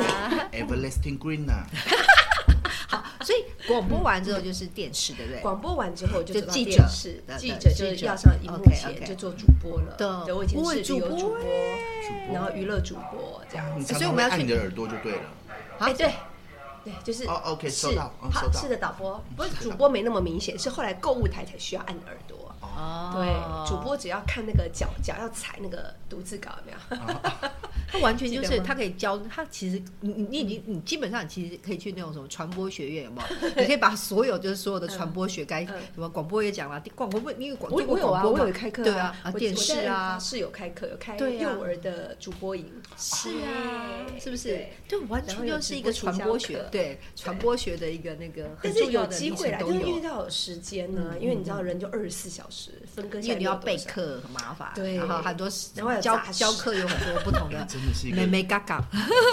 Speaker 2: ，Everlasting Green 啊，
Speaker 1: 嗯所以广播完之后就是电视，对不对？
Speaker 3: 广播完之后就
Speaker 1: 就
Speaker 3: 走到
Speaker 1: 记
Speaker 3: 电
Speaker 1: 者
Speaker 3: 视
Speaker 1: 对，对
Speaker 3: 记者
Speaker 1: 记
Speaker 3: 就是
Speaker 1: 者
Speaker 3: 要上荧幕
Speaker 1: OK，
Speaker 3: 前
Speaker 1: OK
Speaker 3: 就做主播了。
Speaker 1: 对
Speaker 3: 对，我以前
Speaker 1: 我
Speaker 3: 是
Speaker 1: 也
Speaker 3: 旅
Speaker 1: 主
Speaker 3: 游主
Speaker 1: 播
Speaker 3: 播，
Speaker 2: 主
Speaker 3: 然后
Speaker 2: 播，
Speaker 3: 娱乐主播这样
Speaker 2: 你
Speaker 3: 子。
Speaker 2: 常
Speaker 1: 所以我们
Speaker 2: 常会
Speaker 1: 要
Speaker 2: 按
Speaker 1: 去
Speaker 2: 你的耳朵就对了。
Speaker 1: 啊
Speaker 3: 哎，对，对，就是
Speaker 2: 哦，OK，
Speaker 3: 是
Speaker 2: 收到嗯
Speaker 3: 好
Speaker 2: 收到
Speaker 3: 是的，导播不是
Speaker 2: 是的
Speaker 3: 主播没那么明显，是后来购物台才需要按耳朵。
Speaker 1: 哦
Speaker 3: 对，主播只要看那个脚脚要踩那个逐字稿有没有？
Speaker 1: 他完全就
Speaker 3: 记得
Speaker 1: 是
Speaker 3: 吗嗯
Speaker 1: 他可以教他，其实你你你已经你基本上其实可以去那种什么传播学院有没
Speaker 3: <laughs>
Speaker 1: 有？你可以把所有就是所有的传播学该什
Speaker 3: 嗯
Speaker 1: 么广播也讲了，广广播你有广
Speaker 3: 我
Speaker 1: 做过
Speaker 3: 我有
Speaker 1: 广
Speaker 3: 啊，
Speaker 1: 播
Speaker 3: 我
Speaker 1: 嘛
Speaker 3: 有开课
Speaker 1: 对啊，啊
Speaker 3: 我
Speaker 1: 电视啊
Speaker 3: 我在是有开课，有开
Speaker 1: 对啊
Speaker 3: 幼儿的主播营，
Speaker 1: 是啊，
Speaker 3: 对
Speaker 1: 是不是
Speaker 3: 对？
Speaker 1: 对，完
Speaker 3: 然
Speaker 1: 全
Speaker 3: 后有
Speaker 1: 就是
Speaker 3: 直
Speaker 1: 一
Speaker 3: 播
Speaker 1: 个
Speaker 3: 营
Speaker 1: 传
Speaker 3: 销
Speaker 1: 播
Speaker 3: 课
Speaker 1: 学，对传播学的一个那个
Speaker 3: 但
Speaker 1: 很
Speaker 3: 是
Speaker 1: 重要
Speaker 3: 有
Speaker 1: 的
Speaker 3: 机
Speaker 1: 历
Speaker 3: 会
Speaker 1: 程
Speaker 3: 啦，
Speaker 1: 都
Speaker 3: 因为因为
Speaker 1: 有，
Speaker 3: 要有时间呢，
Speaker 1: 嗯
Speaker 3: 因为你知道人就二十四小时分割
Speaker 1: 因
Speaker 3: 下
Speaker 1: 为
Speaker 3: 来，
Speaker 1: 你要备，课很麻烦，
Speaker 3: 对
Speaker 1: 然后很多
Speaker 3: 然后还有
Speaker 1: 教
Speaker 3: 杂事啊
Speaker 1: 教课有很多不同的
Speaker 2: 哎 <laughs> 真真的是一个
Speaker 1: 美美嘎嘎，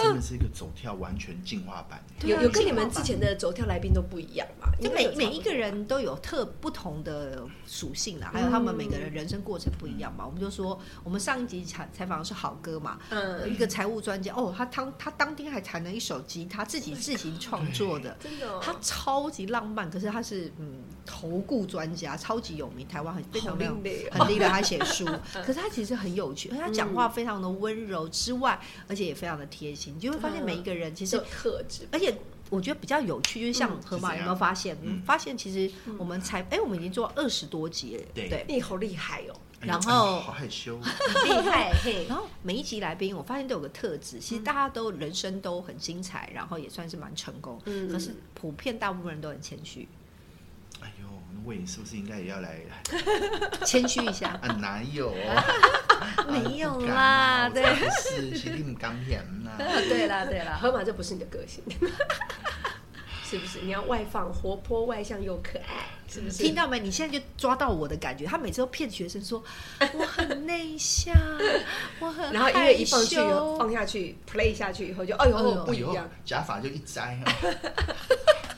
Speaker 2: 真的是一个走跳完全进化版。
Speaker 1: 对
Speaker 3: 有
Speaker 1: 啊
Speaker 3: 有跟你
Speaker 1: 进化
Speaker 3: 们
Speaker 1: 版
Speaker 3: 之前的走跳来宾都不一样嘛？
Speaker 1: 就
Speaker 3: 应该
Speaker 1: 每
Speaker 3: 有差
Speaker 1: 每
Speaker 3: 不
Speaker 1: 一
Speaker 3: 多
Speaker 1: 个人都有特不同的属性啦，还有他们每个
Speaker 3: 嗯
Speaker 1: 人人生过程不一样嘛。我们就说，我们上一集采采访的是好哥嘛，
Speaker 3: 嗯，
Speaker 1: 一个财务专家哦，他当他当天还弹了一首吉他，自己自行创作的，
Speaker 3: 真的、哦，
Speaker 1: 他超级浪漫，可是他是嗯投顾专家，超级有名，台湾很非
Speaker 3: 好嗯
Speaker 1: 常非常
Speaker 3: 另类哦。
Speaker 1: 很厉
Speaker 3: <laughs>
Speaker 1: 害，他写书，可是他其实很有趣，而且他讲话非常的温柔之外，而且也非常的贴心，你就会发现每一个人其实
Speaker 3: 其实特质
Speaker 1: 而且我觉得比较有趣，就是像河马
Speaker 2: 是怎样
Speaker 1: 有没有发现？
Speaker 2: 嗯
Speaker 1: 发现其实我们才哎、我们已经做二十多集了，
Speaker 2: 对
Speaker 3: 哎你好厉害 <laughs> 哦，
Speaker 2: 哎
Speaker 1: 然后
Speaker 2: 呦哎好害羞，
Speaker 3: 厉害嘿，
Speaker 1: 然后每一集来宾，我发现都有个特质，其实大家都人生都很精彩，然后也算是蛮成功，
Speaker 3: <laughs> 嗯
Speaker 1: 可是普遍大部分人都很谦虚， <laughs>
Speaker 2: 哎呦，那魏颖是不是应该也要来？
Speaker 1: 谦虚一
Speaker 2: <laughs>
Speaker 1: 下。
Speaker 2: 啊，
Speaker 1: <laughs>
Speaker 2: 哪有？
Speaker 1: 没有
Speaker 2: 啊不
Speaker 1: 啦
Speaker 2: 敢啊我
Speaker 1: 对
Speaker 2: 才不是是你唔敢演呐。
Speaker 1: 对啦，对 <laughs> 啦，
Speaker 3: 河马这不是你的个 <laughs> 性，是不是？你要外放、活泼、外向又可爱，是不是？
Speaker 1: 听到没？你现在就抓到我的感觉。他每次都骗学生说我很内向，我很
Speaker 3: 然后音
Speaker 1: 害
Speaker 3: 乐一放去
Speaker 1: 羞
Speaker 3: 放下去，play 下去以后就，哎
Speaker 1: 哎呦
Speaker 3: 呦，不
Speaker 2: 哎
Speaker 3: 一
Speaker 2: 呦
Speaker 3: 样。，
Speaker 2: 假发就一摘啊，
Speaker 3: <laughs>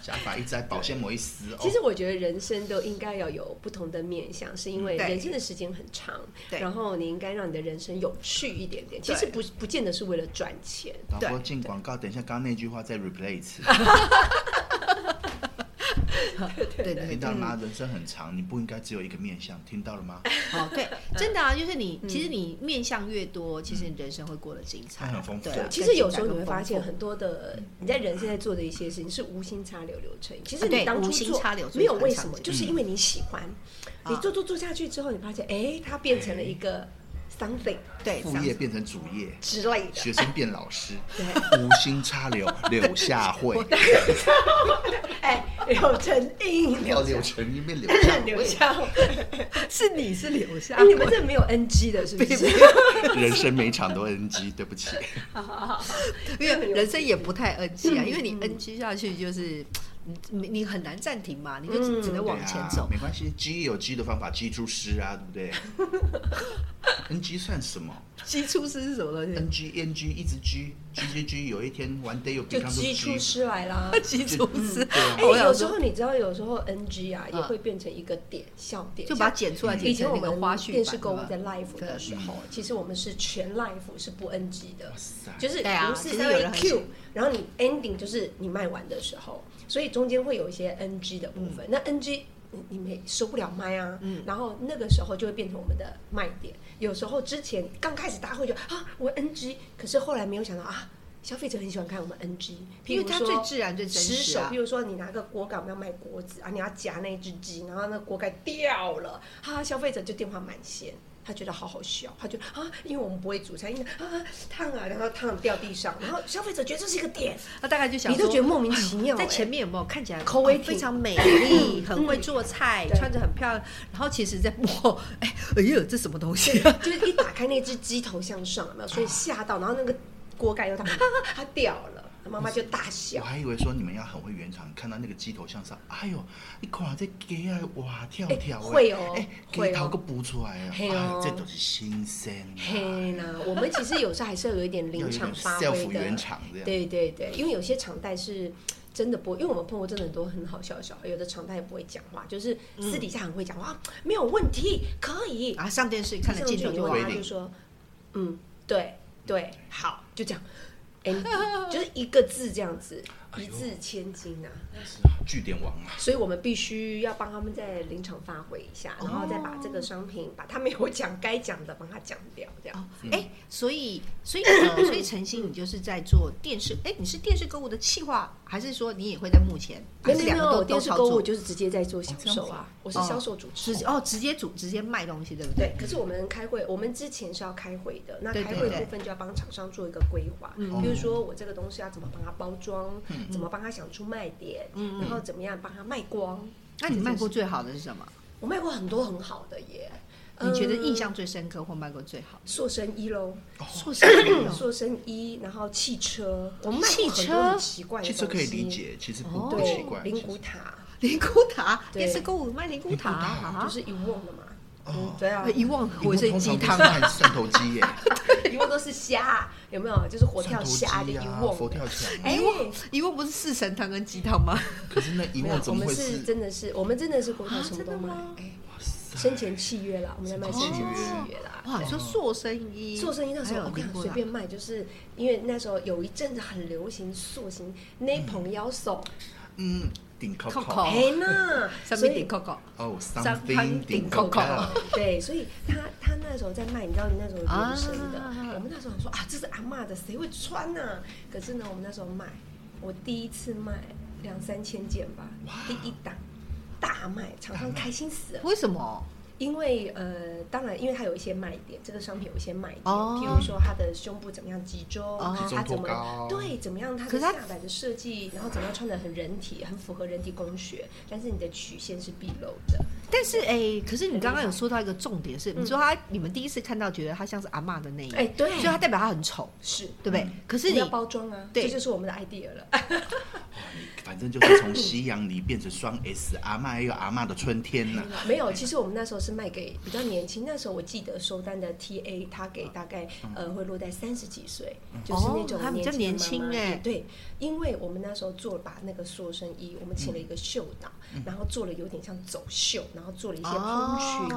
Speaker 2: 假发一摘，保鲜膜一撕。哦
Speaker 3: 其实我觉得人生都应该要有不同的面向，是因为
Speaker 1: 嗯对
Speaker 3: 人生的时间很长，
Speaker 1: 对
Speaker 3: 然后你应该让你的人生有趣一点点。其实不不见得是为了赚钱，
Speaker 2: 导播
Speaker 1: 对
Speaker 2: 进广告，等一下，刚刚那句话再 replay 一次。
Speaker 1: 对对
Speaker 2: 听到了吗？人生很长，你不应该只有一个面相，听到了
Speaker 3: <laughs>
Speaker 2: 吗？
Speaker 1: 哦，对，
Speaker 2: 嗯
Speaker 1: 真的啊，就是你，其实你面向越多，其实你人生会过得精彩，
Speaker 2: 它很丰富
Speaker 1: 对啊
Speaker 3: 其实有时候
Speaker 1: 更
Speaker 3: 你会
Speaker 1: 精彩
Speaker 3: 发现，
Speaker 1: 更丰
Speaker 3: 很多的你在人生在做的一些事情是无心插柳柳成荫。其实
Speaker 1: 啊对
Speaker 3: 你当初
Speaker 1: 无心
Speaker 3: 做
Speaker 1: 插柳最
Speaker 3: 没有
Speaker 1: 常
Speaker 3: 为
Speaker 1: 常
Speaker 3: 什么，
Speaker 1: 见
Speaker 3: 就是因为你喜欢，
Speaker 1: 嗯
Speaker 3: 你做做做下去之后，你发现哎，它变成了一个 something
Speaker 1: 富对
Speaker 2: 副
Speaker 3: <laughs>
Speaker 2: 业变成主业，
Speaker 3: 之类
Speaker 1: <laughs>
Speaker 3: 的。
Speaker 2: 学生变老师，
Speaker 3: 对，
Speaker 2: 无心插柳，柳
Speaker 3: <laughs>
Speaker 2: 下惠，
Speaker 3: 哎，柳成荫，
Speaker 2: 柳哦柳成荫变柳下
Speaker 3: <laughs>
Speaker 2: 惠，
Speaker 3: 柳下惠，
Speaker 1: 是你是留 <laughs> 下
Speaker 3: <laughs> 哎你们这没有 NG 的，
Speaker 1: <laughs>
Speaker 3: 是不是？
Speaker 2: 人生每场都 NG，对不起。
Speaker 1: 因为人生也不太 NG
Speaker 3: 嗯
Speaker 1: 啊，因为你 NG 下去就是你你很难暂停嘛，你就
Speaker 3: 嗯
Speaker 1: 只只能往前
Speaker 2: 对啊
Speaker 1: 走。
Speaker 2: 没关系，G 有 G 的方法，G 出师啊，对不对
Speaker 3: <laughs>
Speaker 2: ？NG 算什么
Speaker 1: 基础师是什么 <laughs> 东
Speaker 2: ？NG NG 一直 G G G G，有一天 one day 又
Speaker 3: <laughs> 就
Speaker 2: become
Speaker 3: G 出师来啦。
Speaker 1: 西？基础
Speaker 2: 嗯
Speaker 1: 师，
Speaker 2: 啊
Speaker 3: 哎、
Speaker 1: 我
Speaker 3: 有
Speaker 1: 想
Speaker 3: 时
Speaker 1: 说
Speaker 3: 候你知道，有时候 NG 啊，
Speaker 1: 嗯
Speaker 3: 也会变成一个点笑点，
Speaker 1: 就把它剪出来，
Speaker 3: 像
Speaker 1: 剪
Speaker 3: 以前
Speaker 1: 成
Speaker 3: 我
Speaker 1: 那个
Speaker 3: 们
Speaker 1: 花絮版
Speaker 3: 电视购物
Speaker 1: 对吧嗯
Speaker 3: 在 live 的时候，其实我们是全 live 是不 NG 的
Speaker 2: 哇，塞
Speaker 3: 就是
Speaker 1: 对啊
Speaker 3: 不
Speaker 1: 其
Speaker 3: 是
Speaker 1: 实
Speaker 3: 稍
Speaker 1: 有
Speaker 3: 微
Speaker 1: 人很
Speaker 3: Q，然后你 ending 就是你卖完的时候，所以中间会有一些 NG 的部
Speaker 1: 嗯
Speaker 3: 分。那 NG 你你们也收不了麦啊，然后那个时候就会变成我们的卖点。有时候之前刚开始大家会觉得啊我 NG，可是后来没有想到啊。消费者很喜欢看我们 NG，
Speaker 1: 因为它
Speaker 3: 譬如说
Speaker 1: 最自然最真
Speaker 3: 失
Speaker 1: 实
Speaker 3: 手
Speaker 1: 啊，
Speaker 3: 比。如说你拿个锅盖，我们要卖锅子啊，你要夹那只鸡，然后那锅盖掉了，哈、消费者就电话满线。他觉得好好笑，他觉得啊，因为我们不会煮菜，因为啊烫啊，然后烫掉地上，然后消费者觉得这是一个点，
Speaker 1: 他大概就想
Speaker 3: 你
Speaker 1: 说，
Speaker 3: 都觉得莫名其妙、
Speaker 1: 在
Speaker 3: 欸。
Speaker 1: 前面有没有看起来
Speaker 3: 口味
Speaker 1: 哦
Speaker 3: 挺
Speaker 1: 非常美丽，很会做菜，
Speaker 3: 嗯对
Speaker 1: 穿着很漂亮，然后其实在幕后，哎，哎呦，这什么东西啊？
Speaker 3: 就是一打开那只鸡头向上，有没有？所以吓到，然后那个锅盖又烫，哈哈它掉了，妈妈就大
Speaker 2: 我
Speaker 3: 笑。
Speaker 2: 还以为说你们要很会圆场，看到那个鸡头向上，哎呦，你看这鸡啊，哇跳跳、
Speaker 3: 哎
Speaker 2: 欸，
Speaker 3: 会哦
Speaker 2: 哎、
Speaker 3: 会
Speaker 2: 鸡
Speaker 3: 哦
Speaker 2: 头个补出来啊，
Speaker 3: 嘿
Speaker 2: 哎，
Speaker 3: 哦
Speaker 2: 这都是新鲜、啊，
Speaker 3: 嘿呐，我们其实有时候还是要有一点
Speaker 2: <laughs> 要有
Speaker 3: 临
Speaker 2: 一
Speaker 3: 场
Speaker 2: 点
Speaker 3: 发
Speaker 2: self
Speaker 3: 挥
Speaker 2: 圆
Speaker 3: 的。
Speaker 2: 场这样。
Speaker 3: 对对对，因为有些场带是真的不，因为我们碰过真的很多很好笑的小孩，有的场带也不会讲话，就是私底下很会讲话，啊没有问题，可以。
Speaker 1: 啊，上电视看了
Speaker 3: 上
Speaker 1: 镜
Speaker 3: 去
Speaker 1: 头
Speaker 3: 以
Speaker 1: 就
Speaker 3: 后
Speaker 1: 会
Speaker 2: 会
Speaker 3: 他就
Speaker 2: 领
Speaker 3: 说，嗯，对对，好，就 <laughs> 这样。哎，就是一个字这样子，一字千金啊！
Speaker 2: 据点王啊，
Speaker 3: 所以我们必须要帮他们在临场发挥一下，然后再把这个商品，把他没有讲该讲的，帮他讲掉，这样。
Speaker 1: 哦，哎、
Speaker 3: 嗯
Speaker 1: 所以所以呃， <coughs> 所以晨曦，你就是在做电视，哎、你是电视购物的企划，还是说你也会在幕前？还
Speaker 3: 没有
Speaker 1: 是
Speaker 3: 没有
Speaker 1: 两个
Speaker 3: 没
Speaker 1: 都
Speaker 3: 有，
Speaker 1: 都
Speaker 3: 电视
Speaker 1: 操
Speaker 3: 购物
Speaker 1: 作？
Speaker 3: 就是直接在做销
Speaker 2: 这样
Speaker 3: 售
Speaker 2: 子
Speaker 3: 啊，我是
Speaker 1: 哦
Speaker 3: 销售主持
Speaker 1: 直
Speaker 3: 人
Speaker 1: 接。哦，直接主直接卖东西，对不对？
Speaker 3: 对，可是我们开会，我们之前是要开会的，那
Speaker 1: 对
Speaker 3: 开
Speaker 1: 对
Speaker 3: 会
Speaker 1: 对嗯
Speaker 3: 的部分就要帮厂商做一个规划，比如说我这个东西要怎么帮它包装，怎么帮它想出卖点，
Speaker 1: 嗯
Speaker 3: 然后怎么样帮它卖光。
Speaker 1: 那你卖过最好的是什么？
Speaker 3: 我卖过很多很好的耶，
Speaker 1: 你觉得
Speaker 3: 嗯
Speaker 1: 印象最深刻或卖过最好？
Speaker 3: 塑身衣喽，
Speaker 2: 哦
Speaker 1: 硕士没有
Speaker 3: 塑身衣，然后汽车，我卖
Speaker 1: 汽
Speaker 3: 过很多
Speaker 1: 车
Speaker 3: 很奇怪的
Speaker 2: 其
Speaker 3: 东西，
Speaker 2: 实可以理，解，其实不、不
Speaker 1: 哦
Speaker 2: 奇
Speaker 3: 对
Speaker 2: 怪。，
Speaker 3: 灵
Speaker 2: 其
Speaker 3: 骨
Speaker 2: 实
Speaker 3: 塔
Speaker 1: 灵骨塔，
Speaker 3: 对
Speaker 1: 电视购物卖灵骨塔
Speaker 2: 灵骨塔
Speaker 1: 啊
Speaker 3: 就？是一瓮的嘛，
Speaker 2: 哦
Speaker 3: 嗯，对啊，
Speaker 1: 一忘
Speaker 2: 你
Speaker 1: 我
Speaker 2: 们
Speaker 1: 是
Speaker 2: 通
Speaker 1: 鸡
Speaker 2: 常不
Speaker 1: 汤
Speaker 2: 是。卖蒜头鸡
Speaker 3: <laughs>
Speaker 2: 耶，
Speaker 3: 一瓮都是虾，有没有？就是活
Speaker 2: 蒜
Speaker 3: 跳
Speaker 2: 头
Speaker 3: 虾的
Speaker 2: 鸡
Speaker 3: 一
Speaker 2: 啊，
Speaker 3: 瓮
Speaker 2: 佛
Speaker 3: 的。
Speaker 2: 跳墙啊。
Speaker 3: 哎，
Speaker 1: 一忘不是四神汤跟鸡汤
Speaker 3: <laughs>
Speaker 1: 吗？
Speaker 2: 可是那一
Speaker 3: 没有
Speaker 2: 瓮，怎
Speaker 3: 啊
Speaker 2: 么
Speaker 3: 我们
Speaker 2: 会
Speaker 3: 是
Speaker 2: 是？
Speaker 3: 真的是，我们真的是活跳
Speaker 1: 啊
Speaker 3: 什么
Speaker 1: 真
Speaker 3: 都
Speaker 1: 的
Speaker 3: 卖
Speaker 1: 吗，
Speaker 3: 哎，生前契约啦，我们在卖
Speaker 2: 生
Speaker 3: 生
Speaker 2: 前
Speaker 3: 前
Speaker 2: 契约
Speaker 3: 契约啦。
Speaker 1: 哇，你说塑身衣，
Speaker 3: 啊塑身衣那
Speaker 1: 哦
Speaker 3: 时
Speaker 1: 还
Speaker 3: 候
Speaker 1: 有啊
Speaker 3: 我跟你
Speaker 1: 灵骨
Speaker 3: 讲随
Speaker 1: 塔
Speaker 3: 便卖，就是因为那时候有一阵子很流行塑形内蓬腰手，
Speaker 2: 嗯，顶扣
Speaker 1: 扣
Speaker 2: 扣
Speaker 1: 扣
Speaker 3: 哎那，
Speaker 1: 上
Speaker 3: 所
Speaker 1: 面
Speaker 3: 以
Speaker 1: 顶扣扣，
Speaker 2: 哦
Speaker 1: 三
Speaker 2: ，something 顶
Speaker 1: 顶
Speaker 2: 扣
Speaker 1: 扣
Speaker 2: 扣
Speaker 1: 扣。
Speaker 3: <laughs> 对，所以他他那时候在卖，你知道那时候原生的，
Speaker 1: 啊
Speaker 3: 我们那时候想说啊，这是阿嬷的，谁会穿呢、可是呢，我们那时候卖，我第一次卖两三千件吧，第一档大卖，厂商开心死了。
Speaker 1: 为什么？
Speaker 3: 因为呃，当然，因为它有一些卖点，这个商品有一些卖点，
Speaker 1: 哦
Speaker 3: 譬如说它的胸部怎么样集中，
Speaker 1: 哦
Speaker 3: 它
Speaker 2: 集中
Speaker 3: 怎
Speaker 2: 度高
Speaker 3: 么对怎么样它
Speaker 1: 可
Speaker 3: 的
Speaker 1: 是它
Speaker 3: 下摆的设计，然后怎么样穿的很人体，很符合人体工学，但是你的曲线是毕露的，
Speaker 1: 但是哎、可是你刚刚有说到一个重点是，
Speaker 3: 嗯
Speaker 1: 你说他你们第一次看到觉得他像是阿嬷的内衣，
Speaker 3: 哎对
Speaker 1: 所以他代表他很丑，
Speaker 3: 是
Speaker 1: 对不对？可是
Speaker 3: 我们
Speaker 1: 你
Speaker 3: 要包装啊，
Speaker 1: 对
Speaker 3: 这就是我们的 idea 了。
Speaker 2: 反正就是从西洋梨变成双 S，阿嬷也有阿嬷的春天呐。
Speaker 3: <laughs> 没有，其实我们那时候是卖给比较年轻，那时候我记得收单的 TA 他给大概呃会落在三十几岁，就是那
Speaker 1: 哦他
Speaker 3: 种
Speaker 1: 比较
Speaker 3: 年
Speaker 1: 年轻
Speaker 3: 轻的妈妈
Speaker 1: 哎
Speaker 3: 对，因为我们那时候做把那个塑身衣，我们请了一个绣脑，然后做了有点像走绣，然后做了一些蓬裙，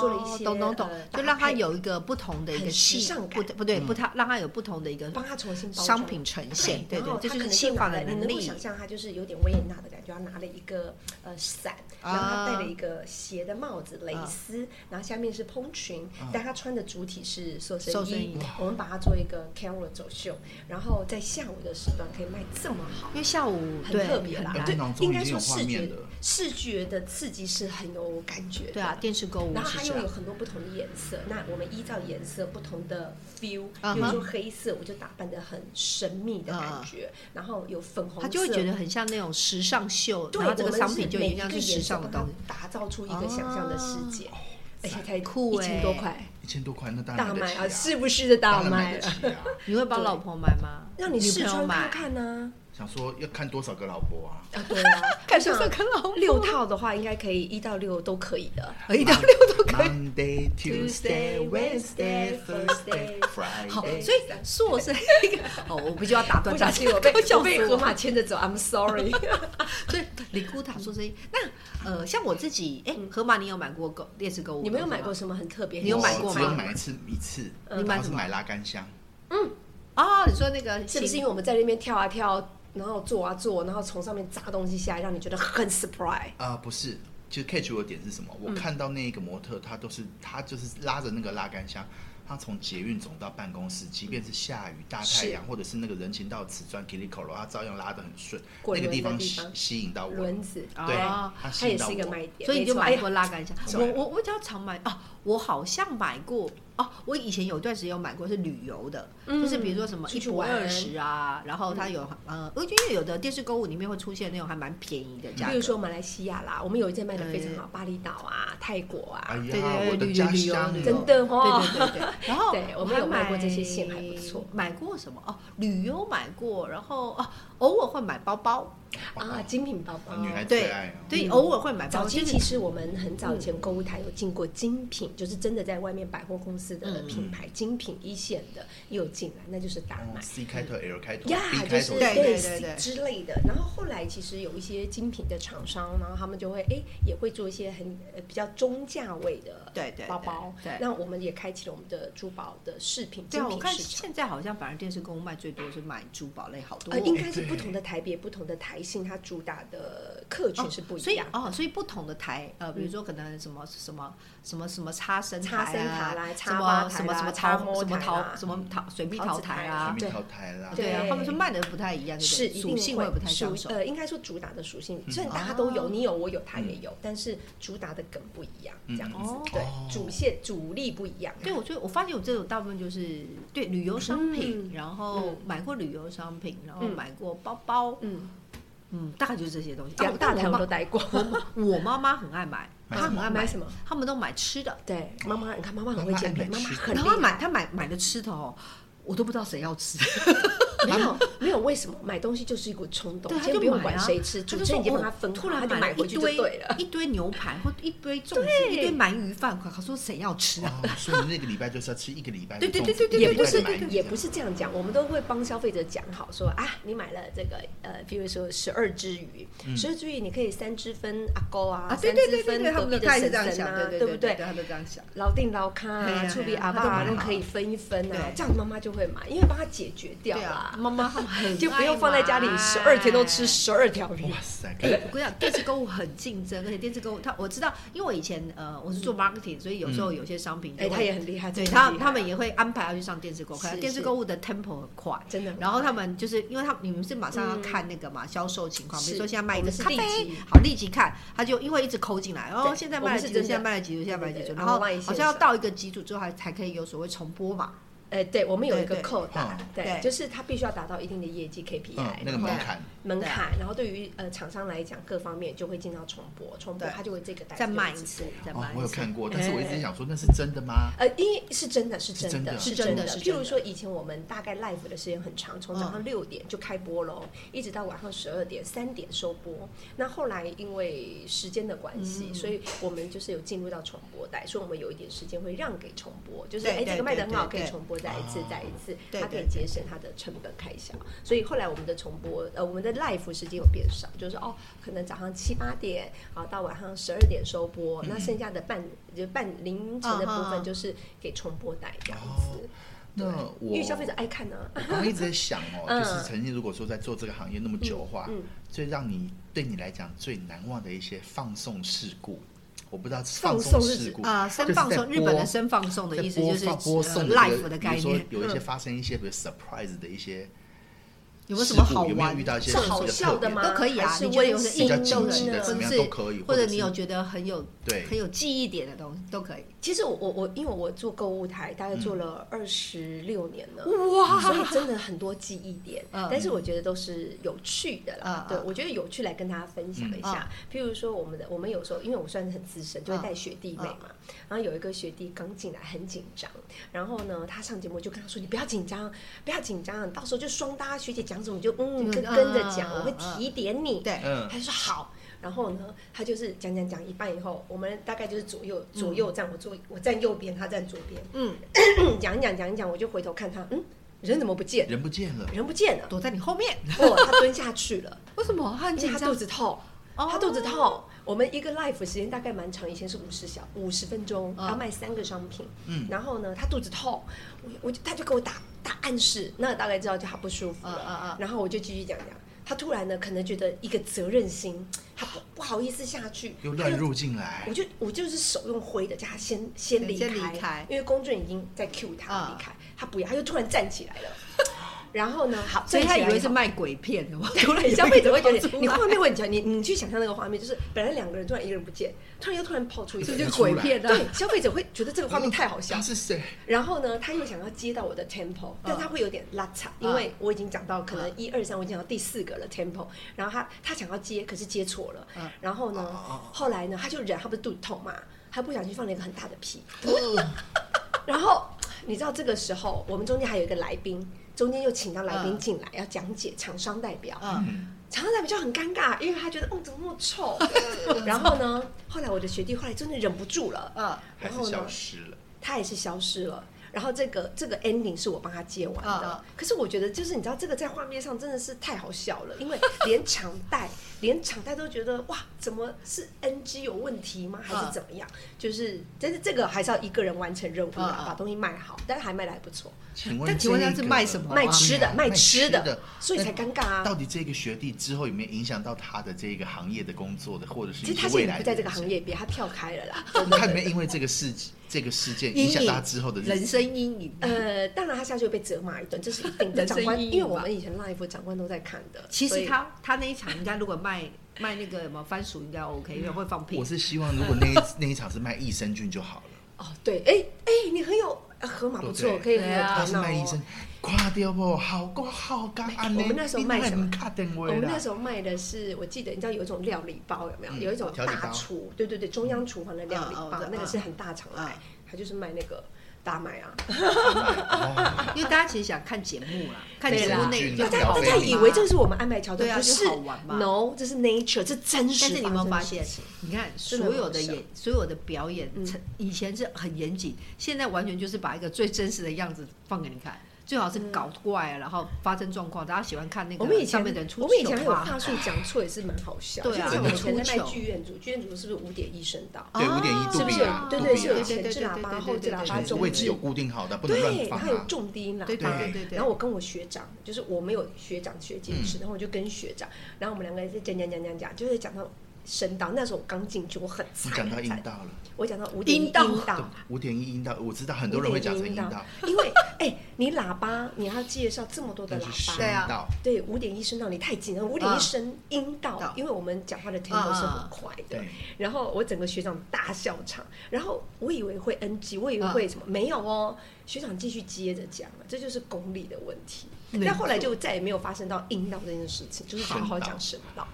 Speaker 3: 做了一
Speaker 1: 哦
Speaker 3: 些
Speaker 1: 懂懂懂
Speaker 3: 呃，
Speaker 1: 就让他
Speaker 3: 搭配
Speaker 1: 有一个不同的一个
Speaker 3: 很时
Speaker 1: 气
Speaker 3: 尚感
Speaker 1: 不对不对，不他让他有不同的一个
Speaker 3: 帮他重新包装
Speaker 1: 商品呈现，对
Speaker 3: 然
Speaker 1: 对
Speaker 3: 后，
Speaker 1: 这
Speaker 3: 他可
Speaker 1: 是
Speaker 3: 能
Speaker 1: 宪法
Speaker 3: 拿
Speaker 1: 的
Speaker 3: 了，你
Speaker 1: 能
Speaker 3: 能够
Speaker 1: 力
Speaker 3: 想。象他就是有点维也纳的感觉，他拿了一个呃伞，
Speaker 1: 啊
Speaker 3: 然后他戴了一个斜的帽子、蕾丝，然后下面是蓬裙，但他穿的主体是塑身
Speaker 1: 塑啊身衣
Speaker 3: 衣。我们把它做一个 carol 走秀，然后在下午的时段可以卖这么好
Speaker 1: 因。为下午
Speaker 3: 很
Speaker 1: 对
Speaker 3: 特别啦
Speaker 1: 很，难
Speaker 3: 对
Speaker 2: 我脑，中
Speaker 3: 应
Speaker 2: 已
Speaker 3: 该
Speaker 2: 经
Speaker 3: 说
Speaker 2: 有画
Speaker 3: 视
Speaker 2: 面
Speaker 3: 觉
Speaker 2: 了
Speaker 3: 视觉的刺激是很有感觉的。
Speaker 1: 对啊，电视购物
Speaker 3: 然后它
Speaker 1: 是
Speaker 3: 又
Speaker 1: 这
Speaker 3: 有
Speaker 1: 样。
Speaker 3: 很多不同的颜色，那我们依照颜色不同的 feel，
Speaker 1: 嗯哼
Speaker 3: 比如说黑色，我就打扮的很神秘的感觉，然后有粉红色，
Speaker 1: 啊他就会觉得很像那种时尚秀，
Speaker 3: 对，
Speaker 1: 然后这
Speaker 3: 我
Speaker 1: 个
Speaker 3: 们
Speaker 1: 商品就
Speaker 3: 每
Speaker 1: 一
Speaker 3: 一
Speaker 1: 样
Speaker 3: 个
Speaker 1: 是时
Speaker 3: 颜色
Speaker 1: 尚的
Speaker 3: 帮
Speaker 1: 东
Speaker 3: 它
Speaker 1: 西。哦
Speaker 3: 打造出一个想象的世界，而且才
Speaker 1: 酷
Speaker 3: 一千
Speaker 1: 欸
Speaker 3: 多块
Speaker 2: 一千多块，那当
Speaker 3: 大
Speaker 2: 然买
Speaker 3: 卖啊，
Speaker 2: 得起
Speaker 3: 是不是的
Speaker 2: 啊，
Speaker 3: 大
Speaker 2: 当然买
Speaker 3: 卖
Speaker 2: 得
Speaker 3: 啊？
Speaker 2: 起啊。
Speaker 1: 你会帮
Speaker 3: 对
Speaker 1: 老婆买吗？
Speaker 3: 让你
Speaker 1: 女
Speaker 3: 试
Speaker 1: 朋友
Speaker 3: 穿
Speaker 1: 买
Speaker 3: 看。看呢？
Speaker 2: 想说要看多少个老婆啊？
Speaker 3: 啊，对啊，
Speaker 1: <laughs> 看
Speaker 3: 我
Speaker 1: 多啊
Speaker 3: 想
Speaker 1: 少个老婆
Speaker 3: 六套的话，应该可以一到六都可以的。
Speaker 1: 一到六都
Speaker 2: Monday, Tuesday, Wednesday, Thursday,
Speaker 1: 好，
Speaker 2: Friday。
Speaker 1: 所以硕是一 <laughs> 个哦，我必须要打断
Speaker 3: 不
Speaker 1: 大家
Speaker 3: 小心，
Speaker 1: <laughs>
Speaker 3: 我被
Speaker 1: 我笑
Speaker 3: 我被
Speaker 1: 死
Speaker 3: 河
Speaker 1: 我。
Speaker 3: 马牵着走
Speaker 1: <laughs>
Speaker 3: ，I'm sorry。
Speaker 1: 所以李姑塔说这些，那呃，像我自己，哎，河马你有买过购电视购物？
Speaker 3: 你没有买过？什么很特别？
Speaker 1: 你有买过
Speaker 2: 我
Speaker 1: 吗
Speaker 2: 只有买一次一次，
Speaker 1: 你买
Speaker 2: 我
Speaker 1: 什
Speaker 2: 是
Speaker 1: 么
Speaker 2: 买拉杆箱，
Speaker 1: 哦，你说那个
Speaker 3: 是不是因
Speaker 1: 新
Speaker 3: 为我们在那边跳啊跳，然后做啊做，然后从上面砸东西下来，让你觉得很 surprise？
Speaker 2: 啊，不是，其实 catch 我的点是什么？
Speaker 3: 嗯
Speaker 2: 我看到那一个模特，他都是他就是拉着那个拉杆箱，他从捷运总到办公室，即便是下雨、大太阳，或者是那个人行道瓷砖 k i l i k o 他照样拉得很顺。
Speaker 3: 滚
Speaker 2: 那个
Speaker 3: 轮的
Speaker 2: 地方
Speaker 3: 地
Speaker 2: 吸
Speaker 3: 方
Speaker 2: 吸引到我，
Speaker 3: 轮子，
Speaker 1: 哦
Speaker 2: 对，它
Speaker 3: 它
Speaker 2: 吸
Speaker 3: 也
Speaker 2: 引到
Speaker 3: 是一个
Speaker 2: 我。
Speaker 3: 卖点，
Speaker 1: 所以你就
Speaker 3: 没错
Speaker 1: 买过
Speaker 3: 哎
Speaker 1: 拉杆箱。
Speaker 2: 对
Speaker 1: 我我我比较常买哦，我好像买过哦，我以前有段时间有买过是旅游的，
Speaker 3: 嗯
Speaker 1: 就是比如说什么
Speaker 3: 出
Speaker 1: 一
Speaker 3: 去
Speaker 1: 博
Speaker 3: 玩嗯
Speaker 1: 二十啊，然后它有、呃，我觉得有的电视购物里面会出现那种还蛮便宜的价
Speaker 3: 比
Speaker 1: 格
Speaker 3: 如。说马来西亚啦，我们有一件卖的非常
Speaker 1: 哎
Speaker 3: 好，巴厘岛啊、泰国
Speaker 2: 哎
Speaker 3: 啊，
Speaker 1: 对对
Speaker 2: 呀，
Speaker 1: 对
Speaker 2: 我
Speaker 1: 旅
Speaker 2: 的家
Speaker 1: 旅游
Speaker 2: 乡
Speaker 1: 旅游
Speaker 3: 真的哦。
Speaker 1: 对对对对，然后
Speaker 3: 对我们
Speaker 1: 还
Speaker 3: 有卖过
Speaker 1: 买
Speaker 3: 这些线还不错
Speaker 1: 买过什么？哦，旅游买过，然后哦，偶尔会买包包，
Speaker 3: 啊，精品包包。
Speaker 2: 女孩最
Speaker 1: 对
Speaker 2: 爱啊。
Speaker 1: 对，
Speaker 3: 嗯
Speaker 1: 偶尔会买包
Speaker 3: 早
Speaker 1: 包。
Speaker 3: 期
Speaker 1: 就是
Speaker 3: 其实我们很早以前购物台有进过精品，就是真的在外面百货公司的
Speaker 1: 嗯
Speaker 3: 品牌精品一线的也有进来，那就是大卖
Speaker 2: 哦。，C 开头、L 开头、
Speaker 3: 呀
Speaker 2: B
Speaker 3: 就
Speaker 2: 开
Speaker 3: 是
Speaker 2: 头，
Speaker 1: 对对对
Speaker 3: 是
Speaker 1: 对
Speaker 3: 之类的。然后后来其实有一些精品的厂商，然后他们就会哎也会做一些很呃比较中价位的
Speaker 1: 对对对
Speaker 3: 包包。
Speaker 1: 对
Speaker 3: 那我们也开启了我们的珠宝的饰品
Speaker 1: 对
Speaker 3: 精
Speaker 1: 啊，我
Speaker 3: 品
Speaker 1: 看
Speaker 3: 市场。
Speaker 1: 现在好像反而电视购物卖最多是买珠宝类，好多
Speaker 3: 呃，
Speaker 1: 哦。
Speaker 3: 应该是
Speaker 2: 对
Speaker 3: 不同的台别、不同的台性，它主打的客群是不一
Speaker 1: 所以
Speaker 3: 样。
Speaker 1: 哦，所以不同的台，呃，比如说可能什么什么什么什么叉身
Speaker 3: 叉
Speaker 1: 台
Speaker 3: 身
Speaker 1: 啊
Speaker 3: 塔啦
Speaker 1: 什
Speaker 3: 叉花
Speaker 1: 么
Speaker 3: 台
Speaker 1: 什么
Speaker 3: 啦
Speaker 1: 什么
Speaker 3: 叉
Speaker 1: 桃
Speaker 3: 摸
Speaker 1: 什么
Speaker 3: 台
Speaker 1: 桃
Speaker 3: 啦嗯
Speaker 1: 什么桃水蜜
Speaker 3: 桃
Speaker 1: 桃
Speaker 3: 子
Speaker 1: 台
Speaker 3: 台
Speaker 1: 啊
Speaker 2: 还
Speaker 3: 啦
Speaker 2: 没
Speaker 3: 对
Speaker 2: 淘汰啦。
Speaker 1: 对啊，
Speaker 3: 对
Speaker 1: 他们说卖的不太一样，
Speaker 3: 是
Speaker 1: 对不
Speaker 3: 一
Speaker 1: 对属
Speaker 3: 定
Speaker 1: 性会不太
Speaker 3: 属
Speaker 1: 相手。
Speaker 3: 呃，应该说主打的属性，
Speaker 2: 嗯
Speaker 3: 虽然大家都有，你有我有，他也有，但是主打的梗不一样，这样子
Speaker 1: 哦，
Speaker 3: 对
Speaker 2: 嗯哦，
Speaker 3: 主线主力不一样。啊
Speaker 1: 对，我就我发现我这种大部分就是对旅游商品，
Speaker 3: 嗯
Speaker 1: 然后
Speaker 3: 嗯
Speaker 1: 买过旅游商品，然后
Speaker 3: 嗯
Speaker 1: 买过包包，
Speaker 3: 嗯，
Speaker 1: 嗯，大概就是这些东西。
Speaker 3: 两大台
Speaker 1: 我
Speaker 3: 我
Speaker 1: 妈
Speaker 3: 都待过。
Speaker 1: 我妈妈很爱买，
Speaker 2: <laughs> 买
Speaker 1: 她
Speaker 2: 什
Speaker 1: 很
Speaker 2: 么
Speaker 1: 爱
Speaker 3: 啊买
Speaker 1: 啊买
Speaker 3: 什么？
Speaker 1: 他们都买吃的，
Speaker 3: 对，妈妈，你看妈妈很会减肥，
Speaker 2: 妈
Speaker 3: 妈
Speaker 1: 啊
Speaker 2: 妈爱
Speaker 3: 妈
Speaker 2: 买吃
Speaker 3: 很
Speaker 1: 然
Speaker 3: 厉
Speaker 1: 后她 <laughs>
Speaker 3: 害。
Speaker 1: 买她买买的吃的哦，我都不知道谁要吃。
Speaker 3: 没有没有为什么买东西就是一股冲动，
Speaker 1: 对，他
Speaker 3: 先
Speaker 1: 就
Speaker 3: 不用
Speaker 1: 买
Speaker 3: 管
Speaker 1: 啊
Speaker 3: 谁吃，
Speaker 1: 他
Speaker 3: 主
Speaker 1: 就
Speaker 3: 持
Speaker 1: 说
Speaker 3: 人已经帮他
Speaker 1: 我
Speaker 3: 分好，
Speaker 1: 突然
Speaker 3: 他就
Speaker 1: 买
Speaker 3: 买
Speaker 1: 了
Speaker 3: 回
Speaker 1: 一
Speaker 3: 去就对
Speaker 1: 堆
Speaker 3: 了。
Speaker 1: 一堆牛排或一堆粽子、
Speaker 3: 对
Speaker 1: 一堆鳗鱼饭，他说谁要吃啊？
Speaker 2: 哦，所以你那个礼拜就是要吃一个礼拜的粽子，
Speaker 1: 对对对对
Speaker 2: 一
Speaker 3: 也
Speaker 2: 个礼
Speaker 3: 不
Speaker 2: 拜的
Speaker 3: 是
Speaker 2: 鳗鱼
Speaker 3: 也不是这样讲，我们都会帮消费者讲好说啊，你买了这个呃，比如说十二只鱼，
Speaker 2: 嗯
Speaker 3: 十二只鱼你可以三只分阿公啊，
Speaker 1: 对
Speaker 3: 三
Speaker 1: 对
Speaker 3: 只
Speaker 1: 对对
Speaker 3: 分
Speaker 1: 对，他
Speaker 3: 隔
Speaker 1: 们的
Speaker 3: 壁的
Speaker 1: 他也是
Speaker 3: 婶
Speaker 1: 这样
Speaker 3: 婶
Speaker 1: 想，
Speaker 3: 啊，
Speaker 1: 对
Speaker 3: 对不
Speaker 1: 对？他都这样想。
Speaker 3: 老定老咖
Speaker 1: 嘿呀
Speaker 3: 啊，出
Speaker 1: 嘿
Speaker 3: 比
Speaker 1: 呀
Speaker 3: 阿爸
Speaker 1: 他
Speaker 3: 啊
Speaker 1: 都买
Speaker 3: 都
Speaker 1: 好
Speaker 3: 可以分一分啊
Speaker 1: 对，
Speaker 3: 这样妈妈就会买，因为帮他解决掉
Speaker 1: 对啊，
Speaker 3: 啦，
Speaker 1: 妈妈他们很
Speaker 3: 就不用放在家里
Speaker 1: 爱买
Speaker 3: 十二天都吃十二条鱼
Speaker 2: 哇。塞，
Speaker 1: 哎、我跟你讲，电视购物很竞争，而且电视购物，他我知道，因为我以前呃我是做 marketing，所以有时候有些商品就
Speaker 3: 哎，
Speaker 1: 会，啊
Speaker 3: 他也很厉害，
Speaker 1: 对嗯
Speaker 3: 真的
Speaker 1: 他
Speaker 3: 很厉害
Speaker 1: 他们也会安排要去上电视购物，
Speaker 3: 是
Speaker 1: 电视
Speaker 3: 是
Speaker 1: 购物的 tempo 很快。
Speaker 3: 真的很厉害，
Speaker 1: 然后他们就是因为他你们是马上要看那个嘛销售情况，比如
Speaker 3: 是
Speaker 1: 说现在卖一个
Speaker 3: 我们是
Speaker 1: 咖
Speaker 3: 立
Speaker 1: 啡
Speaker 3: 即，
Speaker 1: 好立即看，他就因为一直抠进来，哦
Speaker 3: 对
Speaker 1: 现在
Speaker 3: 我
Speaker 1: 卖
Speaker 3: 们
Speaker 1: 了
Speaker 3: 是
Speaker 1: 几组，
Speaker 3: 真
Speaker 1: 现在
Speaker 3: 的
Speaker 1: 卖了几组，现在卖了
Speaker 3: 对
Speaker 1: 几
Speaker 3: 对
Speaker 1: 组，
Speaker 3: 对
Speaker 1: 然
Speaker 3: 我们
Speaker 1: 后
Speaker 3: 万一
Speaker 1: 好
Speaker 3: 线
Speaker 1: 像要
Speaker 3: 上
Speaker 1: 到一个几组之后还才可以有所谓重播嘛，
Speaker 3: 哎，对我们有一个
Speaker 1: 对对
Speaker 3: 扣打
Speaker 2: 嗯，
Speaker 1: 对
Speaker 3: 对，就是他必须要达到一定的业绩 KPI，
Speaker 2: 嗯，那个
Speaker 3: 然后
Speaker 2: 门槛，
Speaker 3: 门
Speaker 1: 对啊
Speaker 3: 槛，然后对于呃厂商来讲，各方面就会进到重播，重播
Speaker 1: 对
Speaker 3: 它就会这个单
Speaker 1: 再
Speaker 3: 子
Speaker 1: 卖一
Speaker 3: 就
Speaker 1: 次
Speaker 3: 直播。，
Speaker 1: 再
Speaker 2: 哦
Speaker 1: 卖，
Speaker 2: 我
Speaker 1: 一
Speaker 2: 有
Speaker 1: 次。
Speaker 2: 看过，但是我一直
Speaker 3: 哎
Speaker 2: 想说那是真的吗？
Speaker 3: 呃，因为是真的，是
Speaker 2: 是
Speaker 3: 真
Speaker 2: 真的
Speaker 3: 是
Speaker 1: 是真
Speaker 3: 真
Speaker 1: 的嗯
Speaker 3: 的。
Speaker 1: 是
Speaker 3: 譬如
Speaker 1: 真的
Speaker 3: 说，以前我们大概 live 的时间很长，从早上六点就开播喽，一直到晚上十二点、三点收播。那后来因为时间的关
Speaker 1: 嗯
Speaker 3: 系，所以我们就是有进入到重播带，所以我们有一点时间会让给重播，就是
Speaker 1: 对
Speaker 3: 哎，
Speaker 1: 对
Speaker 3: 这个卖
Speaker 1: 对
Speaker 3: 的很好，
Speaker 1: 对
Speaker 3: 可以
Speaker 1: 对
Speaker 3: 重播再一次
Speaker 2: 哦，
Speaker 3: 再一次，
Speaker 1: 对
Speaker 3: 它可
Speaker 1: 对
Speaker 3: 以
Speaker 1: 对
Speaker 3: 节省它的成本开销。所以后来我们的重播，呃，我们的 live 时间有变少，就是哦，可能早上七八点，好到晚上十二点收播，那剩下的半就半凌晨的部
Speaker 1: 嗯嗯嗯嗯
Speaker 3: 分就是给重播带这样
Speaker 1: 哦
Speaker 3: 子，
Speaker 2: 那
Speaker 3: 因
Speaker 2: 我
Speaker 3: 为消费者爱看啊呢。
Speaker 2: 我刚刚一直在想哦，
Speaker 3: 嗯
Speaker 2: 就是曾经如果说在做这个行业那么久的话，
Speaker 3: 嗯嗯
Speaker 2: 最让你对你来讲最难忘的一些放送事故，我不知道是
Speaker 3: 放
Speaker 2: 送
Speaker 3: 送是
Speaker 2: 事
Speaker 3: 指
Speaker 2: 故
Speaker 1: 啊，
Speaker 2: 就
Speaker 1: 生
Speaker 2: 是
Speaker 1: 放
Speaker 2: 在
Speaker 1: 送，日
Speaker 2: 播
Speaker 1: 本的生放送的
Speaker 2: 在
Speaker 1: 意思
Speaker 2: 播
Speaker 1: 就是
Speaker 2: 放播
Speaker 1: 呃
Speaker 2: 送的
Speaker 1: live 的概
Speaker 2: 比如说
Speaker 1: 念，
Speaker 2: 有一些
Speaker 3: 嗯
Speaker 2: 发生一些比如 surprise 的一些
Speaker 1: 有没有什么
Speaker 2: 事故
Speaker 1: 好
Speaker 2: 有没有
Speaker 1: 玩？
Speaker 2: 遇到一些
Speaker 3: 是
Speaker 2: 什么
Speaker 3: 好
Speaker 2: 比较
Speaker 3: 笑
Speaker 2: 特别
Speaker 3: 的吗
Speaker 1: 都可以啊，
Speaker 3: 还是
Speaker 1: 你觉得有
Speaker 3: 温
Speaker 1: 些
Speaker 3: 馨
Speaker 1: 应
Speaker 2: 比较
Speaker 1: 用
Speaker 2: 惊喜
Speaker 1: 的，
Speaker 2: 的，
Speaker 1: 或
Speaker 2: 怎么
Speaker 1: 者是
Speaker 2: 样都可以，
Speaker 1: 或
Speaker 2: 者
Speaker 1: 者
Speaker 2: 是
Speaker 1: 你有觉得很有
Speaker 2: 对
Speaker 1: 很有记忆点的东西都可以。
Speaker 3: 其实我我我，因为我做购物台大概做了二十六年了。
Speaker 1: 嗯哇
Speaker 3: 所以真的很多记忆点，
Speaker 1: 嗯
Speaker 3: 但是我觉得都是有趣的啦。
Speaker 1: 嗯
Speaker 3: 对，我觉得有趣来跟大家分享一下。譬如说，我们的我们有时候因为我算是很资
Speaker 1: 嗯
Speaker 3: 深，就会带学弟妹嘛。然后有一个学弟刚进来很紧张，然后呢，他上节目就跟他说：“你不要紧张，不要紧张，到时候就双搭学姐讲什么你就嗯
Speaker 1: 嗯
Speaker 3: 跟
Speaker 1: 嗯
Speaker 3: 跟着讲，
Speaker 1: 嗯
Speaker 3: 我会
Speaker 1: 嗯
Speaker 3: 提点你。”
Speaker 1: 对
Speaker 2: 嗯
Speaker 3: 他就说好，然后呢，他就是讲讲讲一半以后，我们大概就是左右左右站，我坐我站右边，他站左边，
Speaker 1: 嗯，
Speaker 3: 嗯， <coughs> 讲一讲讲一讲，我就回头看他，嗯，人怎么不见？
Speaker 2: 人不见了，
Speaker 3: 人不见了，
Speaker 1: 躲在你后面，
Speaker 3: 哦，他蹲下去了，
Speaker 1: 为什么？他很
Speaker 3: 因为
Speaker 1: 紧
Speaker 3: 他
Speaker 1: 张
Speaker 3: 肚，子痛。
Speaker 1: 哦
Speaker 3: 他肚子痛，我们一个 life 时间大概蛮长，以前是五十小五十分钟，
Speaker 1: 嗯
Speaker 3: 他卖三个商品，
Speaker 2: 嗯
Speaker 3: 然后呢，他肚子痛，我我就他就给我打打暗示，那大概知道就他不舒服了，
Speaker 1: 嗯嗯嗯
Speaker 3: 然后我就继续讲讲，他突然呢可能觉得一个责任心，他不不好意思下去，
Speaker 2: 又乱
Speaker 3: 他就
Speaker 2: 入进来
Speaker 3: 我，就我就是手用挥的，叫他先先离
Speaker 1: 先
Speaker 3: 开，
Speaker 1: 离开
Speaker 3: 因为工作人员已经在 cue 他
Speaker 1: 嗯
Speaker 3: 离开，他不要，他又突然站起来
Speaker 1: <laughs>
Speaker 3: 了。然后呢，好，
Speaker 1: 所以
Speaker 3: 站
Speaker 1: 他
Speaker 3: 起
Speaker 1: 以
Speaker 3: 来
Speaker 1: 为
Speaker 3: 后
Speaker 1: 是卖鬼片的嘛，
Speaker 3: 突
Speaker 1: 突然 <laughs>
Speaker 3: 然消费者会觉
Speaker 1: 跑出
Speaker 3: 得
Speaker 1: 来
Speaker 3: 你画面会很强，你你去想象那个画面，就是本来两个人突然一个人不见，突然又突然跑出一个
Speaker 1: 这
Speaker 3: 人，
Speaker 1: 就是鬼片啊，
Speaker 3: 对，消费者会觉得这个画面太好笑
Speaker 2: 嗯他。是谁？
Speaker 3: 然后呢，他又想要接到我的 tempo，但他会有点拉差，因为我已经讲到可能
Speaker 1: 嗯
Speaker 3: 一二三，我已经讲到第四个了 tempo，然后他他想要接，可是接错了
Speaker 1: 嗯，
Speaker 3: 然后呢
Speaker 2: 哦哦哦，
Speaker 3: 后来呢，他就忍，他不是肚子痛嘛，他不小心放了一个很大的屁， <laughs> 然后你知道这个时候，我们中间还有一个来宾，中间又请到来宾
Speaker 1: 嗯
Speaker 3: 进来要讲解厂商代表，
Speaker 1: 嗯，
Speaker 3: 常常代表就很尴尬，因为他觉得哦怎么那么臭，然后呢，后来我的学弟后来真的忍不住了，
Speaker 1: 嗯
Speaker 2: 还
Speaker 3: 然
Speaker 2: 是
Speaker 3: 后呢
Speaker 2: 消，失了？
Speaker 3: 他也是消失了。然后这个这个 ending 是我帮他接完的，
Speaker 1: 嗯嗯
Speaker 3: 可是我觉得就是你知道这个在画面上真的是太好笑了，因为连场带 <laughs> 连场带都觉得哇，怎么是 NG 有问题吗？还是怎么样？就是但是这个还是要一个人完成任务啦，
Speaker 1: 嗯嗯
Speaker 3: 把东西卖好，但还卖的还不错，
Speaker 2: 请问，
Speaker 1: 但请问他是卖什么
Speaker 3: 卖吃
Speaker 2: 对啊
Speaker 3: 的卖
Speaker 2: 卖
Speaker 3: 吃
Speaker 2: 吃的
Speaker 3: 的，所以才尴尬啊
Speaker 2: 到。底这个学弟之后有没有影响到他的这个行业的工作的，或者是
Speaker 3: 其
Speaker 2: 一
Speaker 3: 实
Speaker 2: 些
Speaker 3: 他现
Speaker 2: 未
Speaker 3: 在
Speaker 2: 来的
Speaker 3: 不在这个
Speaker 2: 人
Speaker 3: 行
Speaker 2: 生？
Speaker 3: 业别，他跳开了啦。
Speaker 2: 他有没有因为这个事这个事件影
Speaker 1: 阴
Speaker 2: 响到他
Speaker 1: 影
Speaker 2: 之后的日
Speaker 1: 人
Speaker 2: 子？
Speaker 1: 生阴影。
Speaker 3: 呃，当然他下去会被责骂一顿，这是一定
Speaker 1: <laughs>
Speaker 3: 的。
Speaker 1: 人生
Speaker 3: 长官，
Speaker 1: 阴影
Speaker 3: 因为我
Speaker 1: 吧
Speaker 3: 们以前 live 长官都在看的，
Speaker 1: 其
Speaker 3: 所
Speaker 1: 实
Speaker 3: 以
Speaker 1: 他他那一场应该如果卖卖那个什么番薯应该 OK，因为
Speaker 3: 嗯
Speaker 1: 会放屁
Speaker 2: 我。是希望如果那一那一场是卖益生菌就好了，
Speaker 3: 哦，对，哎哎，你很有呃河马不
Speaker 2: 对
Speaker 3: 错，
Speaker 2: 不
Speaker 3: 可以
Speaker 1: 对
Speaker 3: 很有
Speaker 1: 对啊
Speaker 3: 头
Speaker 2: 他是
Speaker 3: 脑
Speaker 2: 卖益
Speaker 3: 哦
Speaker 2: 生，看到无？效果好干安尼，
Speaker 3: 我们那时候
Speaker 2: 你
Speaker 3: 卖什么
Speaker 2: 哪会不打电话
Speaker 3: 我们那
Speaker 2: 啦。
Speaker 3: 时候卖的是，我记得你知道有一种料理包有没有？
Speaker 2: 嗯
Speaker 3: 有一种
Speaker 2: 调理包
Speaker 3: 大厨，对对对，中央厨房的料理
Speaker 1: 嗯哦
Speaker 3: 包，
Speaker 1: 对
Speaker 3: 那个
Speaker 1: 嗯
Speaker 3: 是很大厂牌，他就是卖那个大麦啊。
Speaker 2: 哦
Speaker 1: 因为大家其实想看节目啦，看
Speaker 3: 对
Speaker 1: 节
Speaker 3: 啦
Speaker 1: 目内
Speaker 2: 大家
Speaker 3: 大家
Speaker 2: 调
Speaker 3: 大
Speaker 2: 味
Speaker 3: 家
Speaker 2: 品
Speaker 3: 以为这
Speaker 1: 是，
Speaker 3: 是我们安排桥段，
Speaker 1: 对啊
Speaker 3: 不
Speaker 1: 就是好玩嘛
Speaker 3: No，这是 nature，这真实。
Speaker 1: 但是你有没有发现
Speaker 3: 发生的事情？
Speaker 1: 你看
Speaker 3: 真的
Speaker 1: 所有的
Speaker 3: 很少
Speaker 1: 演，所有的表演
Speaker 3: 嗯，
Speaker 1: 以前是很严谨，现在完全就是把一个最真实的样子放给你看，最好是搞怪啊，然后发生状况，大家喜欢看那
Speaker 3: 嗯我们
Speaker 1: 个
Speaker 3: 以前
Speaker 1: 上面的人出
Speaker 3: 我们以前还有
Speaker 1: 糗啊
Speaker 3: 话术讲错也是蛮好笑。
Speaker 1: 对啊
Speaker 3: 就像我们以前在
Speaker 1: 真的
Speaker 3: 卖
Speaker 1: 出糗
Speaker 3: 剧院组，剧院组是不是五点一声道？
Speaker 2: 对，
Speaker 1: 哦
Speaker 2: 五点一
Speaker 3: 是
Speaker 2: 度
Speaker 3: 不
Speaker 2: 比
Speaker 3: 是
Speaker 2: 啊，？
Speaker 3: 对
Speaker 2: 杜
Speaker 3: 对，
Speaker 2: 比
Speaker 3: 是有
Speaker 2: 啊，
Speaker 3: 前置喇叭、
Speaker 1: 对对对对对
Speaker 3: 后置喇
Speaker 1: 对
Speaker 3: 叭、
Speaker 1: 对
Speaker 2: 对
Speaker 3: 中
Speaker 2: 位置
Speaker 3: 置
Speaker 2: 有固定好的，不能
Speaker 3: 对，
Speaker 2: 乱放
Speaker 3: 它有
Speaker 2: 啊。
Speaker 3: 重低音喇
Speaker 1: 对
Speaker 3: 叭。
Speaker 1: 对对对，
Speaker 3: 然后我跟我学长，就是我们有学长学姐
Speaker 2: 嗯
Speaker 3: 是，然后我就跟学长，然后我们两个人在讲讲讲讲讲，就是讲到声道。那时候我刚进去，我很
Speaker 2: 你
Speaker 3: 菜，
Speaker 2: 讲到
Speaker 3: 很
Speaker 2: 阴
Speaker 3: 菜
Speaker 2: 道了，
Speaker 3: 我讲到五点一
Speaker 1: 阴道
Speaker 3: 阴
Speaker 2: 对
Speaker 3: 道。，
Speaker 2: 五点一阴道，我知道很多人会讲成阴道，，
Speaker 3: 因为哎、你喇叭你要介绍这么多的
Speaker 2: 但是
Speaker 3: 喇
Speaker 2: 声
Speaker 3: 叭，
Speaker 1: 对啊
Speaker 2: 道，
Speaker 3: 对五点一声道你太紧了，五点一声音道，
Speaker 1: 道
Speaker 3: 因为我们讲话的 tempo 是
Speaker 1: 嗯嗯
Speaker 3: 很快的。
Speaker 2: 对，
Speaker 3: 然后我整个学长大笑场，然后我以为会
Speaker 1: 啊
Speaker 3: NG，我以为会什么，没有哦，学长继续接着讲了，这就是功力的问题。
Speaker 1: 没
Speaker 3: 但后来
Speaker 1: 错
Speaker 3: 就再也没有发生到阴道这件事情，就是好好讲声道。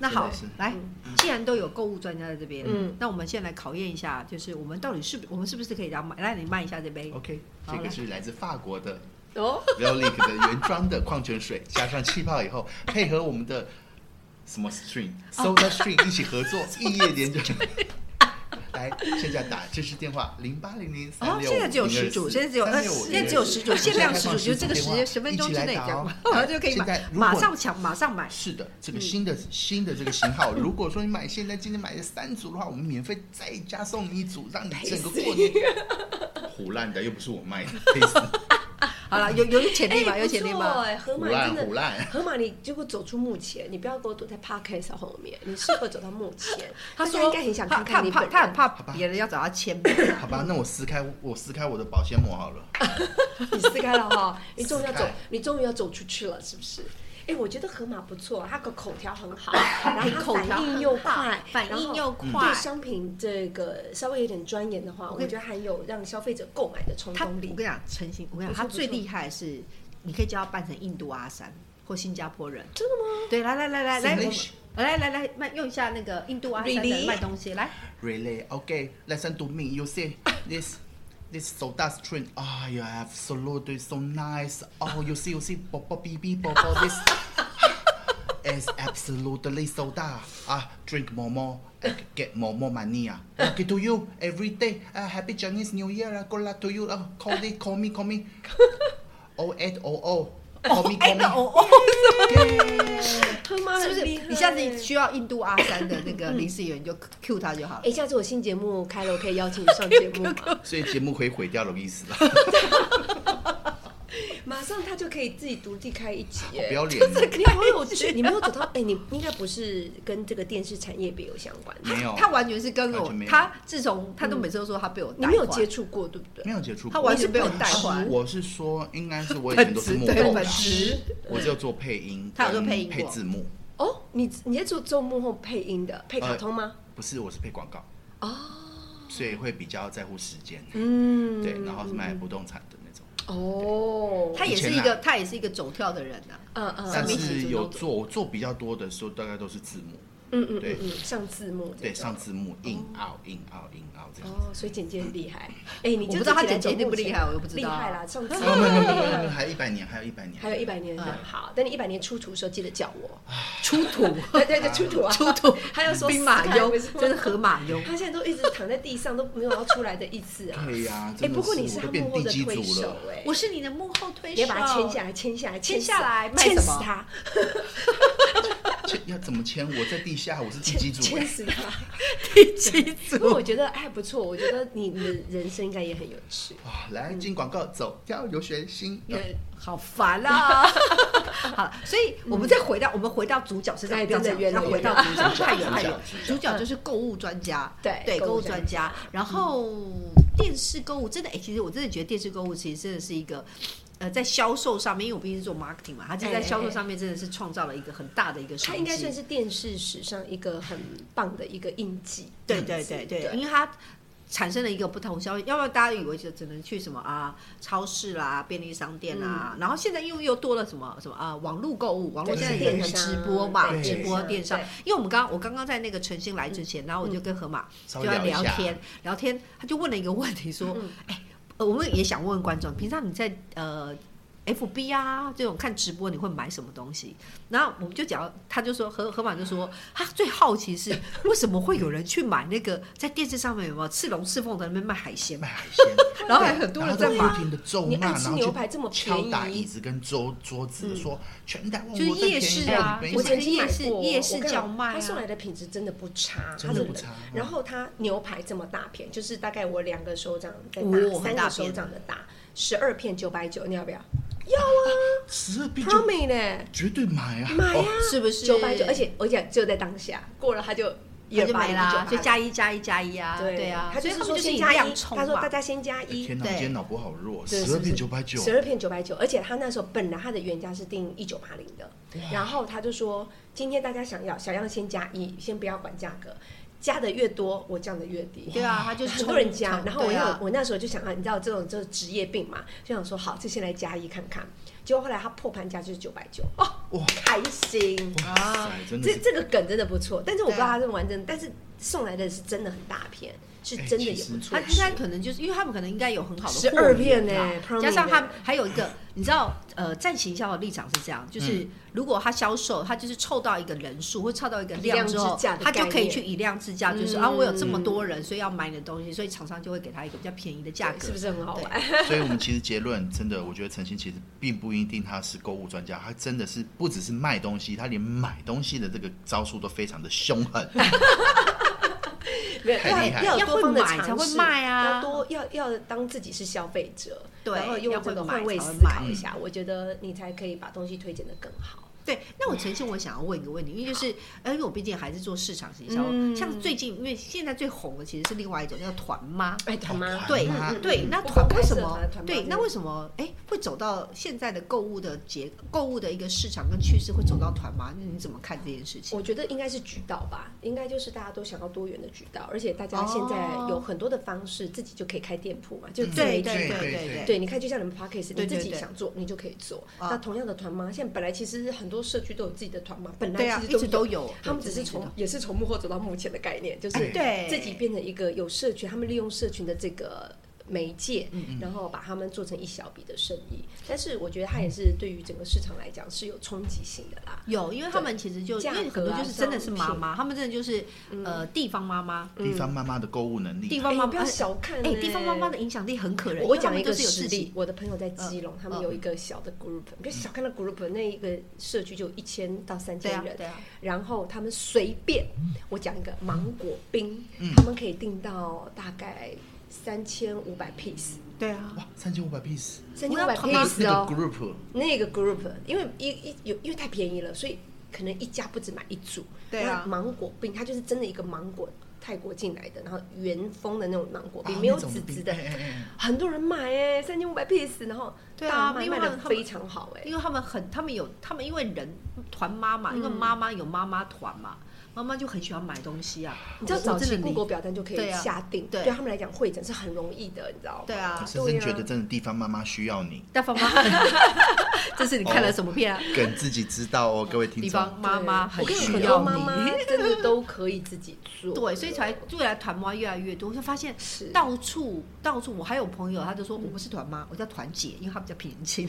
Speaker 1: 那好
Speaker 2: 真的是，
Speaker 1: 来，
Speaker 2: 嗯
Speaker 1: 既然都有购物专家在这边，
Speaker 3: 嗯
Speaker 1: 那我们先来考验一下，就是我们到底是不，我们是不是可以这样卖？来，你卖一下这杯。哦
Speaker 2: OK，
Speaker 1: 好
Speaker 2: 这个
Speaker 1: 来
Speaker 2: 是来自法国的
Speaker 3: 哦，
Speaker 2: v e l i c 的原装的矿泉水，加上气泡以后，配合我们的什么 Stream、Soda
Speaker 1: 哦
Speaker 2: Stream 一起合
Speaker 1: <laughs>
Speaker 2: 作，异业联整。 <laughs> 来，现在打这是电话零八零零三
Speaker 1: 哦，
Speaker 2: 六
Speaker 1: 现在只有十组，现在只有，呃现在只有十组，限量十组，就这个时
Speaker 2: 啊
Speaker 1: 间十分钟之内
Speaker 2: 哦
Speaker 1: <laughs> 讲完，我就可以买，马上抢，马上买。
Speaker 2: 是的，这个新的、新的这个型号， <laughs> 如果说你买现在今天买了三组的话，我们免费再加送你一组，让你整个过年。 <laughs> 胡烂的又不是我卖的，黑死
Speaker 1: 好了，有有潜力吧？有潜力
Speaker 3: 哎不错
Speaker 1: 吧？
Speaker 3: 哎，河
Speaker 2: 胡
Speaker 3: 马
Speaker 2: 烂
Speaker 3: 真
Speaker 2: 胡
Speaker 3: 的。
Speaker 2: 烂。
Speaker 3: 河马，你就会走出幕前，你不要给我躲在 podcast 后面，你适合走到幕前。
Speaker 1: <laughs> 他
Speaker 3: 大家
Speaker 1: 说
Speaker 3: 应该很想看看你
Speaker 1: 他
Speaker 3: 本
Speaker 1: 很
Speaker 3: 人。
Speaker 1: 怕，他很怕别人要找他签名。
Speaker 2: 好吧，那我撕开我撕开我的保鲜膜好了。
Speaker 3: 你撕开
Speaker 1: <laughs>
Speaker 3: 了哈，你终于要走
Speaker 2: 撕开，
Speaker 3: 你终于要走出去了，是不是？哎，我觉得河马不错，它个口条很
Speaker 1: <laughs>
Speaker 3: 好，然后它
Speaker 1: 口条
Speaker 3: 反应又快，
Speaker 1: 反应又
Speaker 3: 然后
Speaker 1: 快
Speaker 3: 对商品这个稍微有点钻研的话，我
Speaker 1: 跟
Speaker 3: 觉得还有让消费者购买的冲
Speaker 1: 他，
Speaker 3: 动
Speaker 1: 我
Speaker 3: 力
Speaker 1: 跟你。讲，陈行，我跟你
Speaker 3: 不
Speaker 1: 讲，他
Speaker 3: 错不错嗯
Speaker 1: 最厉害的是，你可以叫他扮成印度阿三或新加坡人。
Speaker 3: 真的吗？
Speaker 1: 对，来来来来来，我们
Speaker 2: Singlish
Speaker 1: 来来来卖用一下那个印度阿三的
Speaker 3: Really？
Speaker 1: 卖东西来。
Speaker 2: Really? Okay, listen to me. You see this this soda stream. Oh, you absolutely so nice. Oh, you see, you see, bobo bb bobo this is absolutely soda. Ah, drink more more. and Get more more money. Ah, lucky to you every day. Ah, happy Chinese New Year. Ah, good luck to you. Ah, call me, call me, call me. Oh eight oh oh. Call me,
Speaker 1: 哎
Speaker 2: call，me.
Speaker 1: 那哦哦，
Speaker 3: 河马
Speaker 1: 是不
Speaker 3: 很
Speaker 1: 是？
Speaker 3: 啊厉害嗯
Speaker 1: 你下次需要印度阿三的那个临时演员，你就 Q 他就好了。
Speaker 3: 哎，下次我新节目开了，我可以邀请你上节目
Speaker 1: <laughs>
Speaker 3: 吗？
Speaker 2: 所以节目可以毁掉了，意思啦，
Speaker 3: 马上他就可以自己独立开一集耶
Speaker 2: 不。
Speaker 3: <laughs>
Speaker 2: 要脸哦。
Speaker 3: 你好
Speaker 1: <laughs>
Speaker 3: 有趣，你没有走到哎，你应该不是跟这个电视产业别有相
Speaker 1: <laughs>
Speaker 3: 关，
Speaker 2: 没有，
Speaker 1: 他完全是跟
Speaker 2: 完
Speaker 1: 我
Speaker 2: 全没，有
Speaker 1: 他自从他都每次都说他被我
Speaker 3: 你
Speaker 1: 带
Speaker 3: 没有
Speaker 1: 坏
Speaker 3: 接触过，对不对
Speaker 2: 没？有接触过，
Speaker 1: 他完全被我带坏
Speaker 2: 啊我是说，应该是我以前都是幕
Speaker 1: 本职
Speaker 2: 后
Speaker 1: 对
Speaker 2: 的
Speaker 1: 本职，
Speaker 2: 我只有做配音，
Speaker 1: 他有做配音过
Speaker 2: 配字幕，
Speaker 3: 哦，你你在做做幕后配音的，配
Speaker 2: 呃
Speaker 3: 卡通吗？
Speaker 2: 不是我是配广告，
Speaker 3: 哦，
Speaker 2: 所以会比较在乎时间，
Speaker 3: 嗯，
Speaker 2: 对，然后是卖不动产的那种，
Speaker 3: 哦，
Speaker 1: 他也是一
Speaker 2: 以前啊
Speaker 1: 个，他也是一个走跳的人啊呐、
Speaker 3: 嗯嗯
Speaker 2: 但
Speaker 1: 上面一
Speaker 3: 嗯
Speaker 1: 起
Speaker 2: 是
Speaker 1: 做
Speaker 2: 有
Speaker 1: 都做
Speaker 2: 做我做比较多的时候，大概都是字幕，
Speaker 3: 嗯嗯
Speaker 2: 对
Speaker 3: 嗯，上字幕
Speaker 2: 对，上
Speaker 3: 字
Speaker 2: 字幕，in out in out in out 这样子。
Speaker 3: 嗯哦，所以简介很厉害。哎，
Speaker 1: 我
Speaker 3: 你
Speaker 1: 不
Speaker 3: 就
Speaker 1: 知道他
Speaker 3: 自己来
Speaker 1: 剪接厉不
Speaker 3: 走幕前
Speaker 1: 厉害我又不知
Speaker 3: 厉
Speaker 1: 道
Speaker 3: 害啦，上字
Speaker 2: 没
Speaker 1: <laughs>
Speaker 2: 有没有没有
Speaker 3: 幕
Speaker 2: 没有没有，还有一百年，还有一百年，
Speaker 3: 还有一百年
Speaker 1: 嗯
Speaker 3: 好，等你一百年出土的时候记得叫我。 <laughs>
Speaker 1: 出土
Speaker 3: 对对对，出土
Speaker 1: <laughs>
Speaker 3: 啊，
Speaker 1: 出
Speaker 3: <laughs>
Speaker 1: 土，
Speaker 3: 还有说
Speaker 1: 兵马
Speaker 3: 撕开
Speaker 1: 俑
Speaker 3: 不是，吗
Speaker 1: 这是河马俑。
Speaker 3: 他现在都一直躺在地上都没有要出来的意思啊。
Speaker 2: 对呀，
Speaker 3: 哎，
Speaker 2: 真的
Speaker 3: 不过你
Speaker 2: 是
Speaker 3: 是
Speaker 2: 我都
Speaker 3: 他幕
Speaker 2: 变
Speaker 3: 后
Speaker 2: 地
Speaker 3: 的
Speaker 2: 基
Speaker 3: 推
Speaker 2: 主
Speaker 3: 手
Speaker 2: 了。
Speaker 3: 哎，
Speaker 1: 我是你的幕后推手，
Speaker 3: 你要把它签下来，签下来，
Speaker 1: 签
Speaker 3: 死
Speaker 1: 下来卖
Speaker 3: 签
Speaker 1: 什
Speaker 3: 死
Speaker 1: 么
Speaker 3: 他，
Speaker 2: 签要怎么签？我在地下，我是地
Speaker 3: 签
Speaker 2: 基主。欸
Speaker 3: 签死他。
Speaker 1: 第七
Speaker 3: 因为
Speaker 1: 组。
Speaker 3: 我觉得哎还不错，我觉得你你的人生应该也很有趣。
Speaker 2: 哇，来进广告，走跳游学呃星。
Speaker 3: 嗯
Speaker 1: 对好烦
Speaker 3: <laughs>
Speaker 1: 啊！好，所以我们再回到、我们回到主角身上，
Speaker 3: 嗯哎
Speaker 1: 不要这样
Speaker 3: 真的
Speaker 1: 要
Speaker 3: 原来
Speaker 1: 回到主角，
Speaker 3: <laughs>
Speaker 1: 太远太远。
Speaker 2: 主
Speaker 1: <laughs> 主角就是购物专家，
Speaker 3: 对
Speaker 1: 对，
Speaker 3: 购
Speaker 1: 购
Speaker 3: 物
Speaker 1: 物
Speaker 3: 专嗯
Speaker 1: 专家。然后电视购物真的，哎，其实我真的觉得电视购物其实真的是一个。呃，在销售上面，因为我毕竟是做 marketing 嘛，他就
Speaker 3: 哎哎
Speaker 1: 在
Speaker 3: 哎
Speaker 1: 销售上面真的是创造了一个很大的一个商
Speaker 3: 它
Speaker 1: 机。
Speaker 3: 应该算是电视史上一个很棒的一个印记。
Speaker 1: 对对对对，
Speaker 3: 嗯对
Speaker 1: 因为他产生了一个不同消费，要不然大家以为就只能去什么啊超市啦、便利商店啦，然后现在又又多了什么什么啊网络购物，网络
Speaker 3: 嗯对
Speaker 1: 现在
Speaker 3: 是
Speaker 1: 也
Speaker 3: 电
Speaker 1: 能直
Speaker 3: 商
Speaker 1: 播嘛，
Speaker 3: 对
Speaker 1: 直播
Speaker 3: 是
Speaker 1: 电商
Speaker 3: 对。嗯
Speaker 1: 因为我们刚刚我刚刚在那个晨星来之前，然后我就跟河马
Speaker 2: 稍
Speaker 1: 就
Speaker 2: 微
Speaker 1: 在
Speaker 2: 聊
Speaker 1: 聊
Speaker 2: 一下，
Speaker 1: 天，聊天他就问了一个问题说，
Speaker 3: 嗯
Speaker 1: 呃，我们也想问问观众，平常你在呃 FB 啊这种看直播，你会买什么东西？然后我们就讲，他就说何何满就说，他最好奇是为什么会有人去买那个在电视上面有没有刺龙刺凤的那边卖海鲜，
Speaker 2: 卖海鲜，
Speaker 1: 然后还很多
Speaker 2: 然后
Speaker 1: 人
Speaker 2: 在
Speaker 1: 在
Speaker 2: 不
Speaker 1: 买，
Speaker 2: 停的咒
Speaker 3: 你
Speaker 2: 骂，
Speaker 3: 爱
Speaker 2: 然
Speaker 3: 吃
Speaker 2: 后
Speaker 3: 牛
Speaker 2: 去
Speaker 3: 排这么
Speaker 2: 敲打
Speaker 3: 便
Speaker 2: 椅
Speaker 3: 宜，
Speaker 2: 子跟桌桌子，说全台湾
Speaker 1: 就是
Speaker 2: 我最
Speaker 1: 夜
Speaker 2: 便宜
Speaker 1: 市
Speaker 2: 的
Speaker 1: 啊
Speaker 2: 你
Speaker 1: 我
Speaker 2: 们
Speaker 3: 我
Speaker 2: 也
Speaker 1: 曾经
Speaker 2: 买
Speaker 3: 曾经
Speaker 1: 夜
Speaker 3: 买
Speaker 1: 市
Speaker 3: 过，
Speaker 1: 夜市
Speaker 3: 我跟你
Speaker 1: 叫
Speaker 3: 讲
Speaker 1: 卖啊
Speaker 3: 它送来的品质真的不差，
Speaker 2: 真
Speaker 3: 它
Speaker 2: 的
Speaker 3: 是
Speaker 2: 不差嗯
Speaker 3: 然后它牛排这么大片，就是大概我两个手掌再
Speaker 1: 哦
Speaker 3: 大，
Speaker 1: 很
Speaker 3: 三
Speaker 1: 大片
Speaker 3: 个
Speaker 1: 哎
Speaker 3: 手掌的大，十二片九百九，你要不要
Speaker 2: 十二币就
Speaker 3: ？Tommy
Speaker 1: <laughs>
Speaker 3: 呢？
Speaker 2: 绝对买啊，
Speaker 3: 买
Speaker 2: 哦
Speaker 3: 呀，
Speaker 1: 是不是？
Speaker 3: 九百九，而且而且就在当下，过了它就
Speaker 1: 也
Speaker 3: 也
Speaker 1: 就没啦，就
Speaker 3: 就
Speaker 1: 加一加一加一啊，
Speaker 3: 对
Speaker 1: 对啊，
Speaker 3: 他
Speaker 1: 所
Speaker 3: 就
Speaker 1: 以
Speaker 3: 是
Speaker 1: 他们
Speaker 3: 说
Speaker 1: 就是
Speaker 3: 先
Speaker 1: 以
Speaker 3: 加
Speaker 1: 量
Speaker 3: 一，
Speaker 1: 冲
Speaker 3: 他说
Speaker 1: 嘛
Speaker 3: 大。家先加一，
Speaker 2: 天哪，我
Speaker 1: 对
Speaker 2: 今天脑波好弱，
Speaker 3: 对
Speaker 2: 十
Speaker 3: 是
Speaker 2: 二
Speaker 3: 不
Speaker 2: 币
Speaker 3: 是
Speaker 2: 九百九，
Speaker 3: 十二片九百九，而且他那时候本来他的原价是定一九八零的，然后他就说今天大家想要想要先加一，先不要管价格，加的越多我降的越低。
Speaker 1: 对
Speaker 3: <laughs>
Speaker 1: 啊，他就是
Speaker 3: 很多人
Speaker 1: 冲
Speaker 3: 加，
Speaker 1: 冲
Speaker 3: 然后我
Speaker 1: 对
Speaker 3: 要、
Speaker 1: 啊
Speaker 3: 我那时候就想啊，你知道这种就是职业病嘛，就想说好，就先来加一看看。结果后来他破盘价就是九百九，哦，
Speaker 2: 哇
Speaker 3: 开心。
Speaker 2: 哇
Speaker 1: 啊
Speaker 2: 塞，真的
Speaker 3: 这
Speaker 2: 是
Speaker 3: 这个梗真的不错，但是我不知
Speaker 1: 对
Speaker 3: 道
Speaker 1: 啊
Speaker 3: 他是玩真的，但是送来的是真的很大片，是
Speaker 2: 哎
Speaker 3: 真
Speaker 2: 其
Speaker 3: 的也
Speaker 2: 实
Speaker 3: 不错。
Speaker 1: 他应该可能就是因为他们可能应该有很好的
Speaker 3: 12
Speaker 1: 货源
Speaker 3: 片
Speaker 1: 吧
Speaker 3: 欸，Promi
Speaker 1: 加上
Speaker 3: 欸
Speaker 1: 他还有一个，你知道，呃，站行销的立场是这样，
Speaker 3: 嗯
Speaker 1: 就是如果他销售，他就是凑到一个人数或凑到一个量之
Speaker 3: 以量
Speaker 1: 后
Speaker 3: 制价，的
Speaker 1: 他就
Speaker 3: 概
Speaker 1: 可以
Speaker 3: 念
Speaker 1: 去以量制价，就是
Speaker 3: 嗯
Speaker 1: 啊，我有这么多人，所以要买你的东西，所以厂商就会给他一个比较便宜的价
Speaker 3: 对
Speaker 1: 格
Speaker 3: 是不。是很好玩？
Speaker 2: <laughs> 所以我们其实结论真的，我觉得陈星其实并不一定他是购物专家，他真的是不只是卖东西，他连买东西的这个招数都非常的凶狠。
Speaker 3: 没有，
Speaker 2: 太厉害
Speaker 3: 要
Speaker 1: 要
Speaker 3: 要有
Speaker 1: 会
Speaker 3: 多方的
Speaker 1: 买
Speaker 3: 尝试
Speaker 1: 才会卖啊
Speaker 3: 要多要要当自己是消费者，
Speaker 1: 对
Speaker 3: 然后用这个换位思
Speaker 1: 要会买才
Speaker 3: 考
Speaker 1: 会
Speaker 2: 买
Speaker 3: 一下，我觉得你才可以把东西推荐的更好。
Speaker 1: 对，那我诚心我想要问一个问题，因为就是，呃，因为我毕竟还是做市场行销，
Speaker 3: 嗯
Speaker 1: 像最近因为现在最红的其实是另外一种叫团妈，
Speaker 3: 哎，他妈，
Speaker 1: 对
Speaker 2: 团妈
Speaker 1: 对
Speaker 3: 嗯，
Speaker 1: 那
Speaker 3: 不
Speaker 1: 团
Speaker 3: 管
Speaker 1: 为
Speaker 3: 拍
Speaker 1: 什
Speaker 3: 摄
Speaker 1: 么
Speaker 3: 团团？
Speaker 1: 对
Speaker 3: 妈，
Speaker 1: 那
Speaker 3: 这
Speaker 1: 为什么哎会走到现在的购物的结购物的一个市场跟趋势会走到团吗？那你怎么看这件事情？
Speaker 3: 我觉得应该是渠道吧，应该就是大家都想要多元的渠道，而且大家现在
Speaker 1: 哦
Speaker 3: 有很多的方式，自己就可以开店铺嘛，
Speaker 2: 嗯
Speaker 3: 就自
Speaker 1: 对
Speaker 3: 媒体
Speaker 1: 对
Speaker 3: 嘛
Speaker 1: 对。对
Speaker 2: 对
Speaker 1: 对，
Speaker 3: 对，你看，就像你们 podcast，
Speaker 1: 哎对
Speaker 3: 你
Speaker 1: 对
Speaker 3: 自己
Speaker 1: 对
Speaker 3: 想做，你就可以做。
Speaker 1: 啊
Speaker 3: 那同样的团妈，现在本来其实很多社区都有自己的团妈，本
Speaker 1: 对啊
Speaker 3: 来，
Speaker 1: 一
Speaker 3: 其
Speaker 1: 直
Speaker 3: 实都
Speaker 1: 都
Speaker 3: 有。
Speaker 1: 有，
Speaker 3: 他们只
Speaker 1: 对
Speaker 3: 是
Speaker 1: 一
Speaker 3: 从
Speaker 1: 直
Speaker 3: 也是从幕后走到幕前的概念，就是
Speaker 1: 都对
Speaker 3: 自己变成一个有社群，他们利用社群的这个媒介，
Speaker 1: 嗯
Speaker 3: 然后把他们做成一小笔的生意。但是我觉得它也是对于整个市场来讲是有冲击性的啦。
Speaker 1: 有，因为他们其实就因
Speaker 3: 价
Speaker 1: 为很
Speaker 3: 格
Speaker 1: 多
Speaker 3: 啊
Speaker 1: 就是真的是
Speaker 3: 商
Speaker 1: 妈
Speaker 3: 品
Speaker 1: 妈，他们真的就是呃地方妈妈，
Speaker 2: 地方妈妈的购物能
Speaker 1: 嗯地
Speaker 2: 力，
Speaker 1: 方
Speaker 3: 哎
Speaker 1: 妈
Speaker 3: 你不
Speaker 1: 妈
Speaker 3: 要。小看、
Speaker 1: 哎，地方妈妈的。影响力很可人，因
Speaker 3: 我
Speaker 1: 为他
Speaker 3: 讲
Speaker 1: 们
Speaker 3: 一
Speaker 1: 都
Speaker 3: 个
Speaker 1: 是有
Speaker 3: 实
Speaker 1: 自
Speaker 3: 例
Speaker 1: 己，
Speaker 3: 我的朋友在基隆，他们
Speaker 1: 嗯
Speaker 3: 有一个小的 group，你不要小看那 group，那一个社区就一千到三
Speaker 1: 对
Speaker 3: 千
Speaker 1: 啊
Speaker 3: 人，
Speaker 1: 对啊，
Speaker 3: 然后他们随便，我讲一个芒果冰，他们可以订到大概三千五百 piece，
Speaker 1: 对啊，
Speaker 2: 哇，三千五百 piece，
Speaker 3: 三
Speaker 1: 我
Speaker 3: 千
Speaker 1: 要
Speaker 3: 五百
Speaker 1: 团妈
Speaker 3: piece
Speaker 2: 那
Speaker 3: 哦
Speaker 2: 个，group
Speaker 3: 那个 group，因为一一有因为太便宜了，所以可能一家不止买一组。
Speaker 1: 对啊
Speaker 3: 那芒果冰它就是真的一个芒果泰国进来的，然后原封的那种芒果
Speaker 2: 啊
Speaker 3: 冰，没有
Speaker 2: 那种
Speaker 3: 籽
Speaker 2: 比
Speaker 3: 籽
Speaker 2: <laughs>
Speaker 3: 的
Speaker 2: 哎，哎哎
Speaker 3: 很多人买哎、三千五百 piece，然后
Speaker 1: 对啊
Speaker 3: 大卖
Speaker 1: 因为
Speaker 3: 卖
Speaker 1: 他们
Speaker 3: 的非常好哎、
Speaker 1: 因为他们很，他们有，他们因为人团妈妈，因
Speaker 3: 嗯
Speaker 1: 为妈妈有妈妈团嘛，妈妈就很喜欢买东西啊，
Speaker 3: 你知道
Speaker 1: 我
Speaker 3: 早
Speaker 1: 我真
Speaker 3: 期
Speaker 1: 的理
Speaker 3: Google 表单就可
Speaker 1: 对
Speaker 3: 以
Speaker 1: 啊
Speaker 3: 下定，
Speaker 1: 对
Speaker 3: 对他们来讲会诊是很容易的，你知道吗？
Speaker 1: 对啊
Speaker 2: 我，深深
Speaker 3: 对啊
Speaker 2: 觉得真的地方妈妈需要你，
Speaker 1: 大方妈，这是你看了什么片啊？
Speaker 2: 梗自己知道哦，各位听
Speaker 1: 地
Speaker 2: 众
Speaker 1: 方。妈妈很
Speaker 3: 我跟你
Speaker 1: 需
Speaker 3: 很
Speaker 1: 要
Speaker 3: 多妈妈
Speaker 1: 你，
Speaker 3: 真的都可以自己做，
Speaker 1: 对，所以才未来团妈越来越多，就发现
Speaker 3: 是
Speaker 1: 到处到处，我还有朋友，他就说我不是团妈，我叫团姐，因为她比较年轻。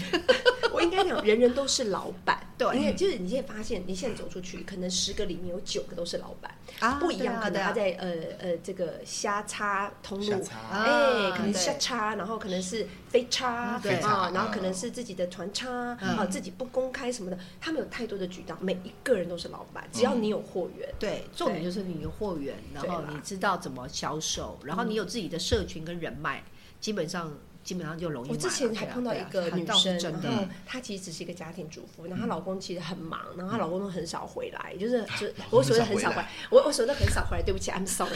Speaker 3: 我应该讲，人人都是老板，
Speaker 1: 对
Speaker 3: 因为就是你现在发现，你现在走出去，可能十个里面有九个都是老板，
Speaker 1: 啊
Speaker 3: 不一样，可
Speaker 1: 对
Speaker 3: 能
Speaker 1: 啊
Speaker 3: 他
Speaker 1: 对
Speaker 3: 在呃呃这个瞎插通
Speaker 2: 瞎
Speaker 3: 路
Speaker 2: 插，
Speaker 1: 啊
Speaker 3: 哎，可
Speaker 1: 对
Speaker 3: 能
Speaker 1: 嗯
Speaker 3: 瞎插，然后可能是飞插，
Speaker 1: 对
Speaker 3: 啊
Speaker 2: 飞插，
Speaker 3: 然后可能是自己的团插，
Speaker 1: 嗯
Speaker 3: 啊，自己不公开什么的，他们有太多的渠道，每一个人都是老板，
Speaker 1: 嗯
Speaker 3: 只要你有货源，
Speaker 1: 对，重点就是你有货源，然
Speaker 3: 对
Speaker 1: 后
Speaker 3: 啦
Speaker 1: 你知道怎么销售，然后你有自己的社群跟人脉，基本上基本上就容易买了。
Speaker 3: 我之前还
Speaker 1: 对啊
Speaker 3: 碰到
Speaker 1: 对
Speaker 3: 一
Speaker 1: 啊
Speaker 3: 个
Speaker 1: 反
Speaker 3: 女
Speaker 1: 倒是
Speaker 3: 生，
Speaker 1: 真
Speaker 3: 然
Speaker 1: 的嗯
Speaker 3: 后她其实只是一个家庭主妇，然后她老公其实很忙，然后她老公都很少回来，就是
Speaker 1: <laughs>
Speaker 3: 就是
Speaker 2: 老公
Speaker 3: 我所谓的很
Speaker 2: 很少
Speaker 3: 少
Speaker 2: 回
Speaker 3: 回
Speaker 2: 来
Speaker 3: 来，我我所谓的很少回来，对不起，I'm sorry，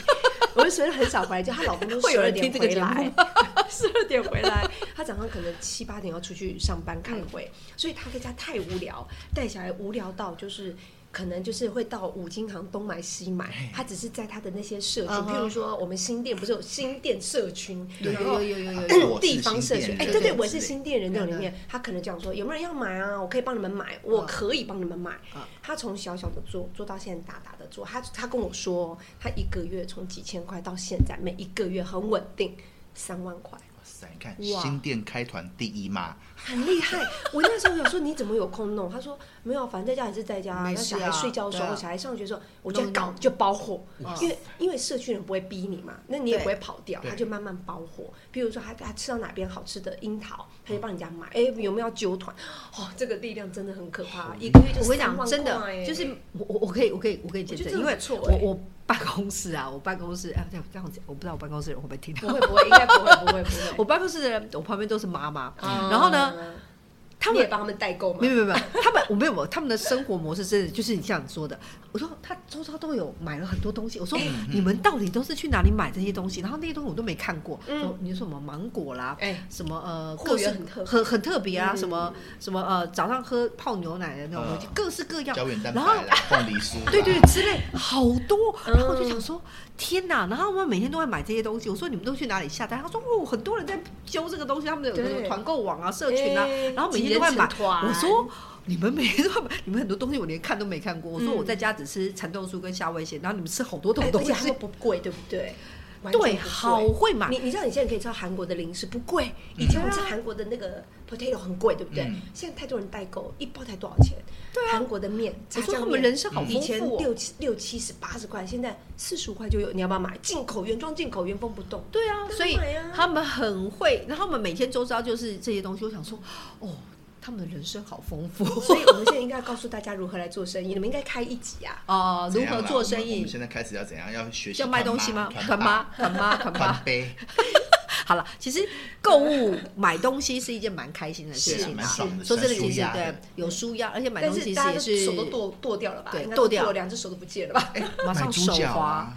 Speaker 3: 我 <laughs> 所谓的很少回来，就她老公都
Speaker 1: <laughs> 会
Speaker 3: 十
Speaker 1: 有
Speaker 3: 二
Speaker 1: 人听
Speaker 3: 点
Speaker 1: 这个
Speaker 3: 回
Speaker 1: 节目
Speaker 3: 来， <laughs> 十二点回来，她早上可能七
Speaker 1: 嗯
Speaker 3: 八点要出去上班开会，所以她在家太无聊，带小孩无聊到就是。可能就是会到五金行东买西买
Speaker 2: 哎，
Speaker 3: 他只是在他的那些社群，
Speaker 1: 嗯哼
Speaker 3: 譬如说我们新店不是有新店社群，
Speaker 2: 对
Speaker 3: 然后
Speaker 1: 有有有有有
Speaker 2: 啊我是
Speaker 3: 地方社
Speaker 2: 新
Speaker 3: 群，
Speaker 2: 店
Speaker 3: 哎，
Speaker 2: 人
Speaker 3: 对
Speaker 1: 对
Speaker 3: 对，我是
Speaker 2: 之类
Speaker 3: 新店人那种里面
Speaker 1: 嗯，
Speaker 3: 他可能讲说有没有人要买啊？我可以帮你们买，我可以帮你们买
Speaker 1: 嗯。
Speaker 3: 他从小小的做做到现在大大的做，他他跟我说，他一个月从几千块到现在，每一个月很稳定三万块。
Speaker 2: 哇塞，你看
Speaker 1: 哇
Speaker 2: 新店开团第一嘛，
Speaker 3: 很厉害。 <laughs> 我那时候想说你怎么有空弄？他说没有，啊反正在家也是在家、
Speaker 1: 没
Speaker 3: 那
Speaker 1: 事
Speaker 3: 小
Speaker 1: 啊
Speaker 3: 孩睡觉的时候，
Speaker 1: 对啊
Speaker 3: 小孩上学的时候，我就
Speaker 1: 弄一
Speaker 3: 搞
Speaker 1: 弄
Speaker 3: 就包货，
Speaker 1: 哇
Speaker 3: 因为因为社区人不会逼你嘛，那你也
Speaker 1: 对
Speaker 3: 不会跑掉，
Speaker 2: 对
Speaker 3: 他就慢慢包货。比如说他他吃到哪边好吃的樱桃，他就帮人家买。
Speaker 1: 嗯
Speaker 3: 哎、有没有要揪团？哦，这个力量真的很可怕，一个月就
Speaker 1: 我跟你
Speaker 3: 3
Speaker 1: 讲，
Speaker 3: 万
Speaker 1: 真
Speaker 3: 块
Speaker 1: 的
Speaker 3: 哎
Speaker 1: 就是我我我可以我可以我可以见
Speaker 3: 我觉得
Speaker 1: 证，
Speaker 3: 这
Speaker 1: 因
Speaker 3: 很
Speaker 1: 为
Speaker 3: 不错
Speaker 1: 我
Speaker 3: 哎
Speaker 1: 我办公室啊，我办公室哎这样这样讲，我不知道我办公室的人会不会听
Speaker 3: 不
Speaker 1: 到。
Speaker 3: 会不会，应该不会不会不会。
Speaker 1: <laughs> 我办公室的人，我旁边都是妈妈，
Speaker 3: 啊
Speaker 1: 然后呢，他
Speaker 3: 你也
Speaker 1: 们
Speaker 3: 帮他们代购嘛
Speaker 1: 没有？没有没有，他们我没有没有，他们的生活模式真的就是你像你说的。我说他周遭都有买了很多东西，我说
Speaker 3: 嗯
Speaker 1: 你们到底都是去哪里买这些东西？然后那些东西我都没看过。
Speaker 3: 嗯
Speaker 1: 说你说什么芒果啦，
Speaker 3: 哎、
Speaker 1: 什么呃，
Speaker 3: 货
Speaker 1: 各式
Speaker 3: 源很特别
Speaker 1: 很很特别啊，
Speaker 3: 嗯
Speaker 1: 什么什么呃，早上喝泡牛奶的那种东西
Speaker 2: 嗯，
Speaker 1: 各式各样。
Speaker 2: 胶原蛋白
Speaker 1: 然后
Speaker 2: 啦，凤梨酥啦，
Speaker 1: 对对之类好多，
Speaker 3: 嗯
Speaker 1: 然后我就想说，天哪！然后我们每天都在买这些东西。我说你们都去哪里下单？他说哦，很多人在揪这个东西，他们有那
Speaker 3: 对
Speaker 1: 个团购网啊、社群啊
Speaker 3: 哎，
Speaker 1: 然后每天都在买
Speaker 3: 几人成。团
Speaker 1: 我说你们每天都在买，你们很多东西我连看都没看过。我说
Speaker 3: 嗯
Speaker 1: 我在家只吃蚕豆酥跟夏威夷，然后你们吃好多种
Speaker 3: 哎
Speaker 1: 东
Speaker 3: 而且他
Speaker 1: 西
Speaker 3: 们，不贵，对不对？完
Speaker 1: 对，
Speaker 3: 全不贵
Speaker 1: 好会买。
Speaker 3: 你你知道你现在可以吃到韩国的零食不贵，
Speaker 2: 嗯
Speaker 3: 以前我们吃韩国的那个 potato 很贵，对不对？
Speaker 2: 嗯
Speaker 3: 现在太多人代购，一包才多少钱？
Speaker 1: 对啊
Speaker 3: 韩国的面，炸
Speaker 1: 我说
Speaker 3: 酱
Speaker 1: 他
Speaker 3: 面
Speaker 1: 们人生好
Speaker 3: 以
Speaker 1: 丰
Speaker 3: 前
Speaker 1: 富哦。
Speaker 3: 六七六七十八十块，现在四十五块就有，你要不要买？进口原装，进口原封不
Speaker 1: <laughs>
Speaker 3: 动。
Speaker 1: 对啊，
Speaker 3: 当然
Speaker 1: 所以
Speaker 3: 买啊
Speaker 1: 他们很会，然后他们每天周遭就是这些东西。我想说，哦，他们的人生好丰
Speaker 3: <laughs>
Speaker 1: 富。
Speaker 3: 所以我们现在应该要告诉大家如何来做生意，你们应该开一集啊。
Speaker 1: 哦，
Speaker 2: 怎
Speaker 1: 如
Speaker 2: 样啦
Speaker 1: 何做生
Speaker 2: 我们我
Speaker 1: 意
Speaker 2: 们？现在开始要怎样？要学习
Speaker 1: 要卖东西吗？团妈，团妈，团妈
Speaker 2: 团。杯，
Speaker 1: 好了，其实购物买东西是一件蛮开心的事
Speaker 2: 是
Speaker 1: 情
Speaker 2: 蛮
Speaker 1: 啊。
Speaker 2: 爽的，
Speaker 1: 说真的，
Speaker 2: 算
Speaker 1: 其
Speaker 2: 舒
Speaker 1: 实
Speaker 2: 压
Speaker 1: 对
Speaker 2: 的
Speaker 1: 有舒压，而且买
Speaker 3: 但
Speaker 1: 东西
Speaker 3: 是
Speaker 1: 其
Speaker 3: 大
Speaker 1: 实
Speaker 3: 家
Speaker 1: 也是
Speaker 3: 都手都剁剁掉了吧？
Speaker 1: 对
Speaker 3: 应该
Speaker 1: 剁掉
Speaker 3: 两只手都不见
Speaker 1: <laughs>
Speaker 3: 了吧？
Speaker 1: 马
Speaker 2: 买
Speaker 1: 上
Speaker 2: 猪
Speaker 1: 手
Speaker 2: 脚
Speaker 1: 滑
Speaker 2: 啊，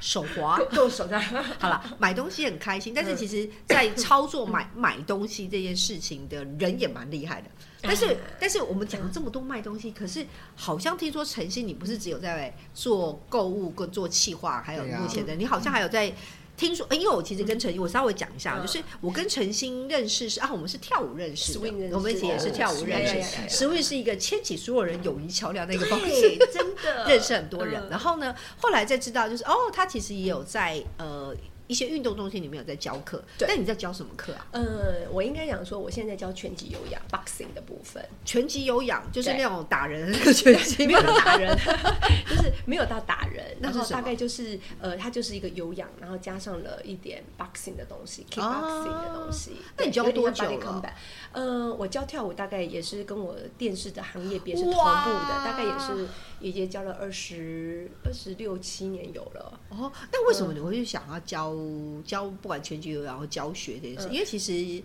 Speaker 1: 手滑
Speaker 3: 剁。剁手在。
Speaker 1: 好了，买东西很开心，但是
Speaker 3: 嗯
Speaker 1: 其实，在操作买买东西这件事情的人也蛮厉害的。但
Speaker 3: 哎
Speaker 1: 是，但是我们讲了这么多卖东西，可是好像听说晨曦，你不是只有在做购物跟做企划，还有
Speaker 2: 对啊
Speaker 1: 目前的，你好像还有在听说，呃因为我其实跟晨曦，我稍微讲一下，
Speaker 3: 嗯
Speaker 1: 就是我跟晨曦认识是啊，我们是跳舞认识的
Speaker 3: Swing 认识，
Speaker 1: 我们一起也是跳舞认
Speaker 3: 哦
Speaker 1: 识
Speaker 3: ，Swing 认识
Speaker 1: ，Swing 是一个牵起所有人友谊桥梁的一个方式。
Speaker 3: 对，真的
Speaker 1: 认识很多人，
Speaker 3: 嗯
Speaker 1: 然后呢，后来再知道就是哦，他其实也有在呃一些运动中心里面有在教课，
Speaker 3: 对
Speaker 1: 但你在教什么课啊？
Speaker 3: 呃，我应该讲说，我现在在教拳击有氧 boxing 的部分，
Speaker 1: 拳击有氧，就是
Speaker 3: 对
Speaker 1: 那种打人的那个拳击
Speaker 3: <laughs> 没
Speaker 1: 吗
Speaker 3: 有？打人， <laughs> 就是没有到打人，
Speaker 1: 那
Speaker 3: 然
Speaker 1: 是
Speaker 3: 后
Speaker 1: 什么
Speaker 3: 大概就是呃，它就是一个有氧，然后加上了一点 boxing 的东西
Speaker 1: 哦
Speaker 3: ，kickboxing 的东西。
Speaker 1: 那你
Speaker 3: 对
Speaker 1: 教
Speaker 3: 有点像
Speaker 1: 多久
Speaker 3: body
Speaker 1: 了
Speaker 3: combat 呃，我教跳舞大概也是跟我电视的行业别是同步的，
Speaker 1: 哇
Speaker 3: 大概也是已经教了二十二十六七年有了。
Speaker 1: 哦，那为什
Speaker 3: 嗯
Speaker 1: 么你会去想要教教不管拳击有氧或教学这件事？
Speaker 3: 嗯
Speaker 1: 因为其实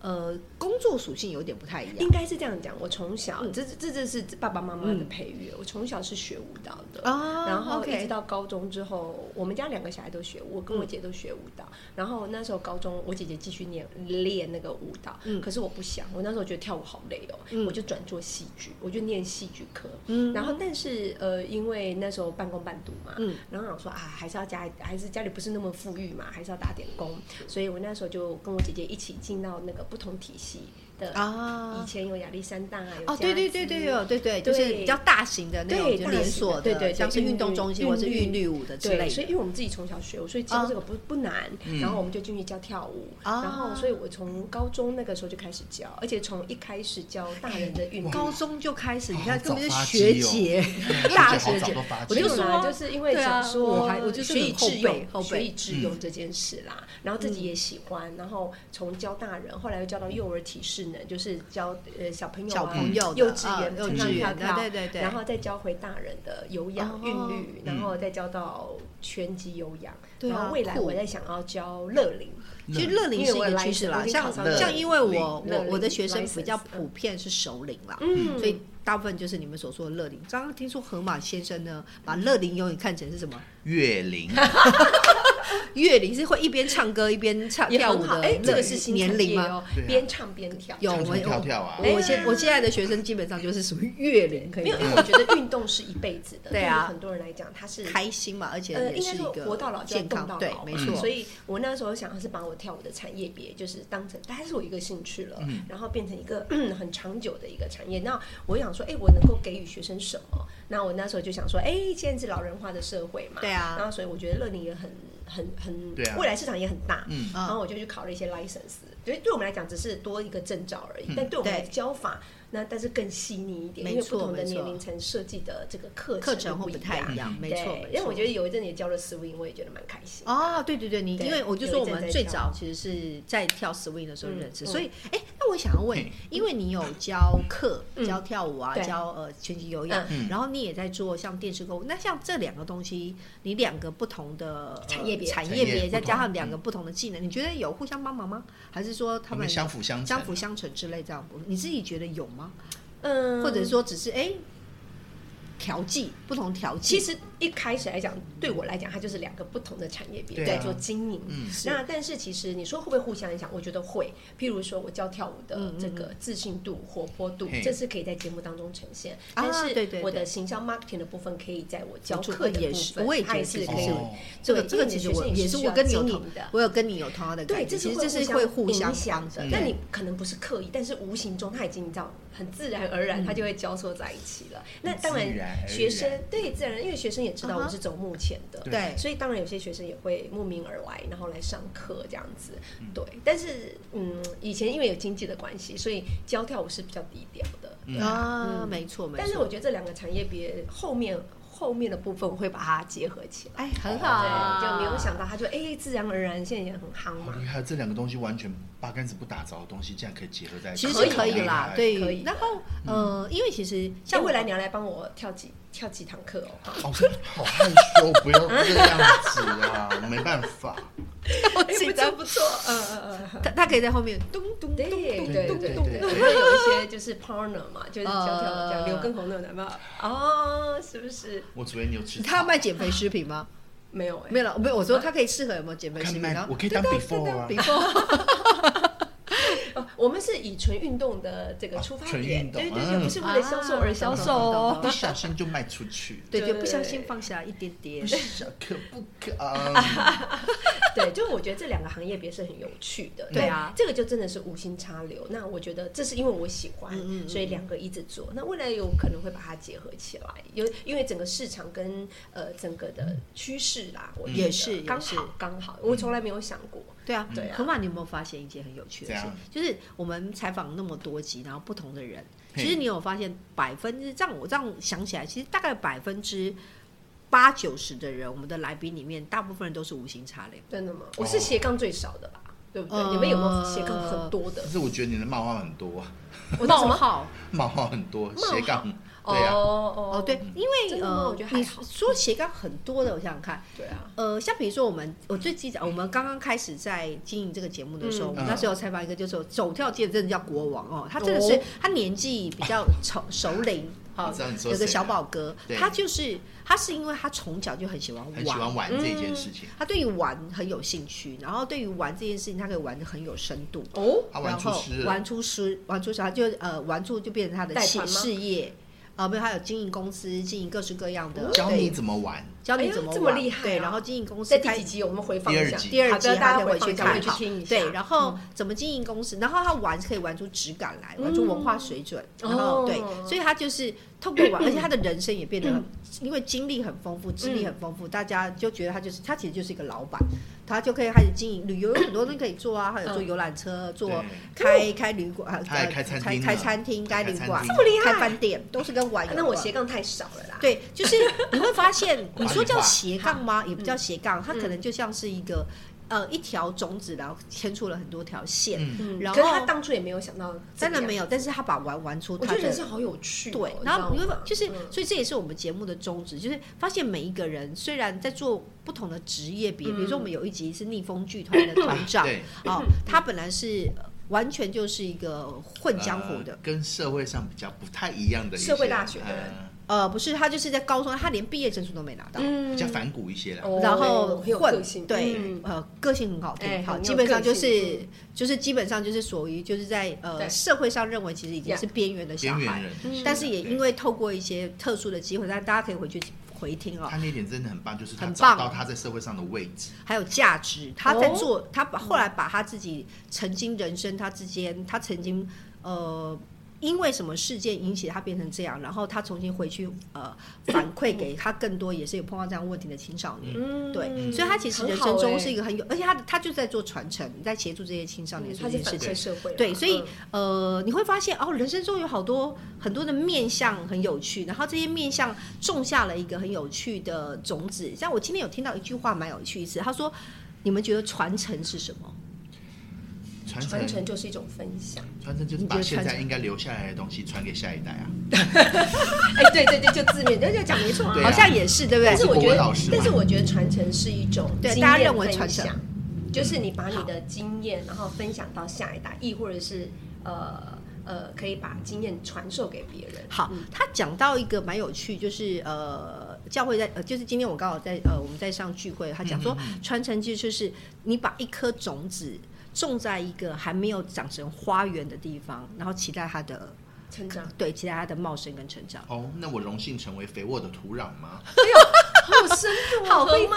Speaker 1: 呃工作属性有点不太一样
Speaker 3: 应该是这样讲，我从小，
Speaker 1: 嗯
Speaker 3: 这这这是爸爸妈妈的培育，我从小是学舞蹈的。
Speaker 1: 哦
Speaker 3: 然后一直
Speaker 1: OK 嗯
Speaker 3: 到高中之后，我们家两个小孩都学，我跟我姐都学舞蹈。然后那时候高中，我姐姐继续念练那个舞蹈，
Speaker 1: 嗯
Speaker 3: 可是我不想，我那时候觉得跳舞好累哦，
Speaker 1: 嗯
Speaker 3: 我就转做戏剧，我就念戏剧科。
Speaker 1: 嗯
Speaker 3: 然后但是呃，因为那时候半工半读嘛，
Speaker 1: 嗯
Speaker 3: 然后我说啊，还是要家还是家里不是那么富裕嘛，还是要打点工，所以我那时候就跟我姐姐一起进到那个不同体系的以
Speaker 1: 啊。
Speaker 3: 前有亚历山大啊，有
Speaker 1: 哦，对对对对，有对对，就是
Speaker 3: 对
Speaker 1: 比较大型的那种
Speaker 3: 对
Speaker 1: 就
Speaker 3: 大
Speaker 1: 连
Speaker 3: 型
Speaker 1: 锁
Speaker 3: 的
Speaker 1: 的，
Speaker 3: 对对对
Speaker 1: 像是
Speaker 3: 韵律
Speaker 1: 运动中心或是
Speaker 3: 韵律
Speaker 1: 韵律舞的之类
Speaker 3: 对，
Speaker 1: 的。哦
Speaker 3: 所以因为我们自己从小学，所以教这个不、不难，
Speaker 2: 嗯
Speaker 3: 然后我们就进去教跳舞，
Speaker 1: 啊
Speaker 3: 然后所以我从高中那个时候就开始教，而且从一开始教大人的运动。
Speaker 1: 高中就开始，你看
Speaker 2: 哦好
Speaker 1: 根本
Speaker 2: 早
Speaker 1: 就
Speaker 2: 发
Speaker 1: 是
Speaker 2: 迹
Speaker 1: 学
Speaker 2: 哦
Speaker 1: 姐，大
Speaker 2: 大
Speaker 1: 学
Speaker 2: 学姐
Speaker 1: 姐，
Speaker 2: 我
Speaker 1: 我
Speaker 3: 没
Speaker 1: 就
Speaker 3: 有
Speaker 1: 说
Speaker 3: 啦，
Speaker 1: 啊
Speaker 3: 就是因为
Speaker 1: 对啊
Speaker 3: 想说，
Speaker 1: 我还我就是
Speaker 3: 学以
Speaker 1: 很后
Speaker 3: 致
Speaker 1: 辈后
Speaker 3: 用，
Speaker 1: 辈嗯
Speaker 3: 学以致用
Speaker 2: 嗯
Speaker 3: 这件事啦。然后自己也喜欢，然后从教大人，后来又教到幼儿体适能，就是教呃小朋友
Speaker 1: 小
Speaker 3: 啊、
Speaker 1: 朋友的
Speaker 3: 幼稚
Speaker 1: 啊
Speaker 3: 园、
Speaker 1: 幼
Speaker 3: 跳
Speaker 1: 稚
Speaker 3: 跳
Speaker 1: 园的，
Speaker 3: 跳，
Speaker 1: 对对对，
Speaker 3: 然后再教回大人的有氧
Speaker 1: 哦
Speaker 3: 韵律，然
Speaker 2: 嗯
Speaker 3: 后再教到拳击有氧，
Speaker 1: 对
Speaker 3: 然
Speaker 1: 啊
Speaker 3: 后未来
Speaker 1: 酷
Speaker 3: 我在想要教乐龄，
Speaker 1: 其实乐龄是一个趋势啦，
Speaker 3: 因为我
Speaker 1: 像
Speaker 3: 来
Speaker 2: 乐
Speaker 1: 像因为我
Speaker 3: 乐
Speaker 1: 我
Speaker 3: 龄
Speaker 1: 我的学生
Speaker 3: license，
Speaker 1: 比较普遍是首领啦，
Speaker 3: 嗯
Speaker 1: 所以大部分就是你们所说的乐龄。刚刚听说河马先生呢，把乐龄永远看成是什么？
Speaker 2: 月龄
Speaker 1: 乐理是会一边唱歌一边唱
Speaker 3: 也
Speaker 1: 跳
Speaker 3: 很
Speaker 1: 舞
Speaker 3: 好。
Speaker 1: 的
Speaker 3: 哎，这个是
Speaker 1: 那
Speaker 3: 新
Speaker 1: 年
Speaker 3: 产
Speaker 1: 龄
Speaker 3: 业
Speaker 1: 吗？
Speaker 3: 哦
Speaker 2: 对啊，
Speaker 3: 边唱边跳。
Speaker 1: 有
Speaker 2: 唱
Speaker 1: 我
Speaker 2: 唱跳
Speaker 1: 我
Speaker 2: 跳啊，
Speaker 1: 我现我现在的学生基本上就是属于乐龄，可
Speaker 3: 没
Speaker 1: 以
Speaker 3: 有，因为我觉得运动是一辈子的，
Speaker 1: 对
Speaker 3: 于
Speaker 1: 啊
Speaker 3: 很多人来讲，它是
Speaker 1: 开心嘛，而且
Speaker 3: 呃，
Speaker 1: 也
Speaker 3: 应该
Speaker 1: 是一
Speaker 3: 说
Speaker 1: 个
Speaker 3: 活到老就要
Speaker 1: 健
Speaker 3: 动
Speaker 1: 康
Speaker 3: 到，老
Speaker 1: 对
Speaker 3: 嘛，
Speaker 1: 没
Speaker 2: 嗯
Speaker 1: 错。
Speaker 3: 所以我那时候想的是把我跳舞的产业别，就是当成它是我一个兴趣了，
Speaker 2: 嗯
Speaker 3: 然后变成一个 <clears throat> 很长久的一个产业。那我想说，哎、我能够给予学生什么？那我那时候就想说，哎、现在是老人化的社会嘛，
Speaker 1: 对啊
Speaker 3: 然后所以我觉得乐龄也很很很，
Speaker 2: 对啊
Speaker 3: 未来市场也很大。
Speaker 2: 嗯，
Speaker 3: 然
Speaker 1: 嗯，
Speaker 3: 后我就去考了一些 license，对，对我们来讲只是多一个证照而已，
Speaker 2: 嗯
Speaker 3: 但对我们来
Speaker 1: 对
Speaker 3: 教法，那但是更细腻一点，
Speaker 1: 没
Speaker 3: 因为不
Speaker 1: 错
Speaker 3: 同的
Speaker 1: 没错
Speaker 3: 年龄层设计的这个课
Speaker 1: 课
Speaker 3: 程
Speaker 1: 程会
Speaker 3: 不
Speaker 1: 不
Speaker 3: 一
Speaker 1: 太
Speaker 3: 样嗯
Speaker 1: 一样，没
Speaker 3: 对，
Speaker 1: 错。
Speaker 3: 因为我觉
Speaker 1: 得
Speaker 3: 得有一阵也教了 swing，我也觉得蛮开心。
Speaker 1: 哦，对对对，你
Speaker 3: 对
Speaker 1: 因为我就说
Speaker 3: 有
Speaker 1: 我
Speaker 3: 一阵
Speaker 1: 们
Speaker 3: 在
Speaker 1: 最
Speaker 3: 跳
Speaker 1: 早其实是在跳 swing 的时候认识，
Speaker 3: 嗯嗯
Speaker 1: 所以哎，那我想要问
Speaker 2: 嗯，
Speaker 1: 因为你有教课、
Speaker 3: 嗯
Speaker 1: 教跳舞啊，
Speaker 3: 对
Speaker 1: 教呃拳击有氧，
Speaker 2: 嗯
Speaker 1: 然后你也在做像电视购物，那像这两个东西，你两个不同的呃
Speaker 3: 产业别
Speaker 1: 产
Speaker 2: 产
Speaker 1: 业
Speaker 2: 业
Speaker 1: 别
Speaker 2: 不
Speaker 1: 再加
Speaker 2: 同
Speaker 1: 上两个不同的技能，你觉得有互相帮忙吗？还是说他
Speaker 2: 我们
Speaker 1: 们
Speaker 2: 相辅相成
Speaker 1: 相辅相成之类这样？你自己觉得有吗？
Speaker 3: 嗯，
Speaker 1: 或者说只是哎调剂不同调剂？
Speaker 3: 其实一开始来讲，对我来讲，它就是两个不同的产业别
Speaker 2: 对
Speaker 3: 在
Speaker 2: 啊
Speaker 3: 做经营。
Speaker 2: 嗯
Speaker 1: 是
Speaker 3: 那但是其实你说会不会互相影响？我觉得会。譬如说我教跳舞的
Speaker 1: 嗯嗯
Speaker 3: 这个自信度、活泼度
Speaker 2: 嘿，
Speaker 3: 这是可以在节目当中呈现。
Speaker 1: 啊
Speaker 3: 但
Speaker 1: 对对对
Speaker 3: 是我的形象 marketing 的部分，可以在我教
Speaker 1: 主
Speaker 3: 课的
Speaker 1: 也
Speaker 3: 部
Speaker 1: 是
Speaker 3: 分，
Speaker 1: 我也觉
Speaker 3: 它
Speaker 1: 得
Speaker 3: 也
Speaker 1: 其
Speaker 3: 是
Speaker 1: 实
Speaker 3: 可以
Speaker 1: 是。
Speaker 2: 哦
Speaker 1: 这个
Speaker 3: 对
Speaker 1: 这个
Speaker 3: 因为
Speaker 1: 其实
Speaker 3: 你的学
Speaker 1: 我
Speaker 3: 生也
Speaker 1: 也
Speaker 3: 是
Speaker 1: 是
Speaker 3: 需
Speaker 1: 我
Speaker 3: 要
Speaker 1: 跟你
Speaker 3: 交
Speaker 1: 你
Speaker 3: 同的
Speaker 1: 我有跟你有同样的感
Speaker 3: 对，
Speaker 1: 觉，
Speaker 3: 这
Speaker 1: 其实
Speaker 3: 会
Speaker 1: 这是
Speaker 3: 互
Speaker 1: 会互相
Speaker 3: 影响
Speaker 1: 帮
Speaker 3: 的
Speaker 1: 助。
Speaker 3: 但你可能不是刻意，但是无形中它已经到很自然而
Speaker 1: 嗯
Speaker 3: 然，它就会交错在一起了。那当
Speaker 2: 自然而
Speaker 3: 然，
Speaker 2: 然
Speaker 3: 学生对自然，因为学生也知道
Speaker 1: 嗯哼
Speaker 3: 我是走幕前的，
Speaker 2: 对
Speaker 1: 对
Speaker 3: 所以当然有些学生也会慕名而来，然后来上课这样子。对，但是嗯，以前因为有经济的关系，所以教跳舞是比较低调的。
Speaker 2: 嗯
Speaker 1: 啊，
Speaker 3: 嗯
Speaker 1: 没错没
Speaker 3: 但是我
Speaker 1: 错，
Speaker 3: 觉得这两个产业别后面后面的部分，我会把它结合起来。
Speaker 1: 哎，很好啊，
Speaker 3: 对，就没有想到，它就哎、自然而然，现在也很夯
Speaker 2: 好
Speaker 3: 嘛。
Speaker 2: 厉害！这两个东西完全八竿子不打着的东西，竟然可以结合在一起，
Speaker 1: 其实是
Speaker 3: 可以
Speaker 1: 可以
Speaker 2: 好厉
Speaker 1: 啦，
Speaker 2: 害
Speaker 1: 对
Speaker 3: 可
Speaker 1: 于
Speaker 3: 以。的
Speaker 1: 然后呃，因为其实
Speaker 3: 像
Speaker 1: 像
Speaker 3: 未
Speaker 1: 我
Speaker 3: 来你要来帮我跳几跳几堂课哦。
Speaker 2: 哦，真的好害羞，不要这样子啊，我没办法。
Speaker 1: 我
Speaker 3: 哎
Speaker 1: 自己
Speaker 3: 不
Speaker 1: 在
Speaker 3: 错不错，嗯嗯嗯。
Speaker 1: 他他可以在后面咚咚咚
Speaker 3: 对
Speaker 1: 咚
Speaker 3: 对
Speaker 1: 咚
Speaker 3: 对
Speaker 1: 咚
Speaker 3: 对，
Speaker 2: 对
Speaker 3: 会有一些就是 partner 嘛，就是
Speaker 1: 呃
Speaker 3: 教跳舞这样，刘畊宏那种男朋友哦，是不是？
Speaker 2: 我昨天有吃草，
Speaker 1: 他卖减肥食品吗？
Speaker 3: 没有哎，
Speaker 1: 没有了，没有。我说他可以适合有没有减肥
Speaker 2: 我
Speaker 1: 食
Speaker 2: 看
Speaker 1: 品？
Speaker 2: 卖
Speaker 1: 然后
Speaker 2: 我可以当 before 啊
Speaker 1: before
Speaker 3: 哦我们是以纯运动的这个出发
Speaker 2: 啊纯
Speaker 3: 点，
Speaker 2: 运动
Speaker 3: 对对对，
Speaker 2: 嗯
Speaker 3: 不是为了销售而销售
Speaker 1: 啊懂懂懂
Speaker 3: 哦
Speaker 1: 懂。
Speaker 2: 不小心就卖出去，
Speaker 1: 对，就
Speaker 3: 对
Speaker 1: 不小心放下一点点
Speaker 2: 不。小可不可？
Speaker 1: <laughs>
Speaker 2: 嗯
Speaker 3: 对，就我觉得这两个行业别是很有趣的。
Speaker 1: 对啊
Speaker 3: 那这个就真的是无心插柳。那我觉得这是因为我喜欢，
Speaker 1: 嗯嗯嗯
Speaker 3: 所以两个一直做。那未来有可能会把它结合起来，有因为整个市场跟呃整个的趋势啦，我觉得
Speaker 1: 嗯也是也
Speaker 3: 刚
Speaker 1: 是
Speaker 3: 好刚好，我从来没有想过。
Speaker 1: 对啊，
Speaker 3: 对啊
Speaker 1: 可玛，你有没有发现一件很有趣的事
Speaker 2: 怎样？
Speaker 1: 就是我们采访那么多集，然后不同的人，
Speaker 2: 嘿
Speaker 1: 其实你有发现百分之，这样我这样想起来，其实大概百分之八九十的人，我们的来宾里面，大部分人都是无心插
Speaker 3: <laughs>
Speaker 1: 柳。
Speaker 3: 真的吗？我是斜杠最少的吧，对不对？
Speaker 1: 哦呃
Speaker 3: 你们有没有斜杠很多的
Speaker 1: <laughs>
Speaker 2: 可？是我觉得你的冒号很多，
Speaker 3: 我
Speaker 1: 冒
Speaker 3: 怎么？
Speaker 1: 号
Speaker 2: 冒号很多，
Speaker 3: 冒号
Speaker 2: 斜杠，
Speaker 3: 哦
Speaker 2: 对啊呀，
Speaker 3: 哦
Speaker 1: 哦，对，因为
Speaker 3: 真的吗
Speaker 1: 呃
Speaker 3: 我觉得，还
Speaker 1: 你
Speaker 3: 好
Speaker 1: 说斜杠很多的，我想想看，
Speaker 3: 对啊，
Speaker 1: 呃，像比如说我们，我最记得我们刚刚开始在经营这个节目的时候，
Speaker 3: 嗯
Speaker 1: 我们那时候有采访一个就是走跳界真的叫国王哦，他真的
Speaker 3: 哦
Speaker 1: 是、他年纪比较熟熟龄，哦好、
Speaker 2: 我知道你说
Speaker 1: 有个
Speaker 2: 谁
Speaker 1: 小
Speaker 2: 了
Speaker 1: 宝哥，
Speaker 2: 对
Speaker 1: 他就是他是因为他从小就很喜欢玩，
Speaker 2: 很喜欢玩这件事情，
Speaker 1: 他对于玩很有兴趣，然后对于玩这件事情，他可以玩的很有深度。
Speaker 3: 哦，
Speaker 2: 他玩出诗
Speaker 1: 然后
Speaker 2: 了，
Speaker 1: 玩出诗，玩出啥就呃玩出就变成他的
Speaker 3: 带
Speaker 1: 事
Speaker 3: 团吗
Speaker 1: 事业，啊，没有，他有经营公司，经营各式各样的，
Speaker 2: 教
Speaker 1: 对
Speaker 2: 你怎么玩，
Speaker 1: 教
Speaker 3: 哎
Speaker 1: 你
Speaker 3: 呀
Speaker 1: 怎么
Speaker 3: 这么
Speaker 1: 玩
Speaker 3: 厉害
Speaker 1: 对，
Speaker 3: 啊
Speaker 1: 然后经营公司
Speaker 3: 在第
Speaker 1: 开
Speaker 3: 几集我们回放一下？
Speaker 2: 第
Speaker 1: 第二
Speaker 3: 好
Speaker 1: 集
Speaker 3: 的大
Speaker 1: 可
Speaker 3: 家
Speaker 1: 以
Speaker 3: 回
Speaker 1: 回去
Speaker 3: 放一下
Speaker 1: 看，
Speaker 3: 回去听一下。嗯
Speaker 1: 对，然后怎么经营公司，然后他玩可以玩出质感来，玩出文化水准，
Speaker 3: 哦嗯
Speaker 1: 然后对，所以他就是透过玩，而且他的人生也变得很，因为经历很丰富，资历很丰
Speaker 3: 嗯
Speaker 1: 富，大家就觉得他就是他其实就是一个老板，他就可以开始经营旅游，有很多东西可以做啊，还有做游览车，做开开旅馆，啊
Speaker 2: 他还开餐
Speaker 1: 开
Speaker 2: 厅呢
Speaker 1: 开餐厅、开
Speaker 2: 开
Speaker 1: 旅
Speaker 2: 餐
Speaker 1: 馆
Speaker 2: 厅、啊
Speaker 3: 这么厉害
Speaker 1: 开饭店，都是跟玩有关。
Speaker 3: 啊那我斜杠太少了啦。
Speaker 1: 对，就是你会发现，
Speaker 2: 我
Speaker 1: 你
Speaker 2: 帮
Speaker 1: 说
Speaker 2: 你
Speaker 1: 叫
Speaker 2: 画
Speaker 1: 斜杠吗？也不叫斜杠，它可
Speaker 3: 嗯
Speaker 1: 能就像是一个呃一条种子，然后牵出了很多条线。
Speaker 2: 嗯，
Speaker 3: 嗯，
Speaker 1: 然
Speaker 3: 可是
Speaker 1: 后
Speaker 3: 他当初也没有想到，啊
Speaker 1: 当然没。有，但是他把玩玩出
Speaker 3: 我
Speaker 1: 他
Speaker 3: 觉得人
Speaker 1: 的。
Speaker 3: 生好有趣哦、
Speaker 1: 对，
Speaker 3: 你
Speaker 1: 然后
Speaker 3: 知
Speaker 1: 你
Speaker 3: 道
Speaker 1: 会
Speaker 3: 吗
Speaker 1: 发就是
Speaker 3: 嗯，
Speaker 1: 所以这也是我们节目的宗旨，就是发现每一个人虽然在做不同的职业别，比如
Speaker 3: 嗯
Speaker 1: 说我们有一集是逆风剧团的团长，
Speaker 2: 对，
Speaker 1: 哦，他本来是呃完全就是一个混江湖的
Speaker 2: 呃，跟社会上比较不太一样的一些
Speaker 3: 社会大学的人
Speaker 2: 呃
Speaker 1: 呃，不是，他就是在高中，他连毕业证书都没拿到。
Speaker 3: 嗯
Speaker 2: 比较反骨一些啦。
Speaker 3: 哦
Speaker 1: 然后
Speaker 3: 很有
Speaker 1: 混
Speaker 3: 个性，
Speaker 1: 对
Speaker 3: 嗯，
Speaker 1: 呃，个性很好
Speaker 3: 哎
Speaker 1: 听，好，
Speaker 3: 很有
Speaker 1: 基本上就
Speaker 3: 个性嗯
Speaker 1: 是就是基本上就是属于就是在
Speaker 3: 对
Speaker 1: 呃社会上认为其实已经是边缘的小
Speaker 2: 边缘
Speaker 1: 孩，
Speaker 2: 人
Speaker 3: 嗯，
Speaker 1: 但是也
Speaker 2: 对
Speaker 1: 因为透过一些特殊的机会，但大家可以回去回听哦，
Speaker 2: 他那点真的很棒，就是他
Speaker 1: 很
Speaker 2: 找
Speaker 1: 棒
Speaker 2: 到他在社会上的位置。
Speaker 1: 还有价值，他在
Speaker 3: 哦
Speaker 1: 做，他把后来把他自己曾经人生他之间，他曾经呃。因为什么事件引起他变成这样，然后他重新回去呃反馈给他更多，也是有碰到这样问题的青少年。
Speaker 3: 嗯
Speaker 1: 对
Speaker 3: 嗯
Speaker 1: 所以他其实
Speaker 3: 很
Speaker 1: 人
Speaker 3: 好
Speaker 1: 生中
Speaker 3: 欸
Speaker 1: 是一个很有，而且他他就在做传承，在协助这些青少年
Speaker 3: 嗯
Speaker 1: 做
Speaker 3: 他
Speaker 1: 这些
Speaker 3: 是
Speaker 1: 事情。
Speaker 3: 反馈社会啦，
Speaker 1: 对所以
Speaker 3: 嗯
Speaker 1: 呃，你会发现哦，人生中有好多很多的面相很有趣，然后这些面相种下了一个很有趣的种子。像我今天有听到一句话蛮有趣思，他说：“你们觉得传承是什么
Speaker 2: 传
Speaker 3: 嗯传
Speaker 2: 承，
Speaker 3: 承就是一种分享。
Speaker 2: 传承就是
Speaker 1: 你觉
Speaker 2: 把
Speaker 1: 得
Speaker 2: 现在
Speaker 1: 传
Speaker 2: 应该留下来的东西传给下一代啊。
Speaker 3: 哎，对对对，就字面，但就讲没错啊
Speaker 2: 对。？”
Speaker 1: 好
Speaker 2: 啊
Speaker 1: 像也是，对不
Speaker 3: 但
Speaker 1: 对
Speaker 3: 是？我觉
Speaker 2: 国文
Speaker 3: 得
Speaker 2: 老师嘛，
Speaker 3: 但是我觉得传承是一种
Speaker 1: 对
Speaker 3: 经
Speaker 1: 大家
Speaker 3: 验
Speaker 1: 认为
Speaker 3: 分
Speaker 1: 传承
Speaker 3: 享，就是你把你的经验，然后分享到下一代，亦或者是呃呃，可以把经验传授给别人。
Speaker 1: 好
Speaker 3: 嗯，
Speaker 1: 他讲到一个蛮有趣，就是呃，教会在呃，就是今天我刚好在呃，我们在上聚会，他讲说
Speaker 2: 嗯嗯
Speaker 1: 传承其实就是你把一颗种子种在一个还没有长成花园的地方，然后期待它的
Speaker 3: 成长，
Speaker 1: 对期待它的茂盛跟成长。
Speaker 2: 哦，那我荣幸成为肥沃的土壤吗？
Speaker 3: 啊好有深度，
Speaker 1: 好哦会
Speaker 3: 会嘛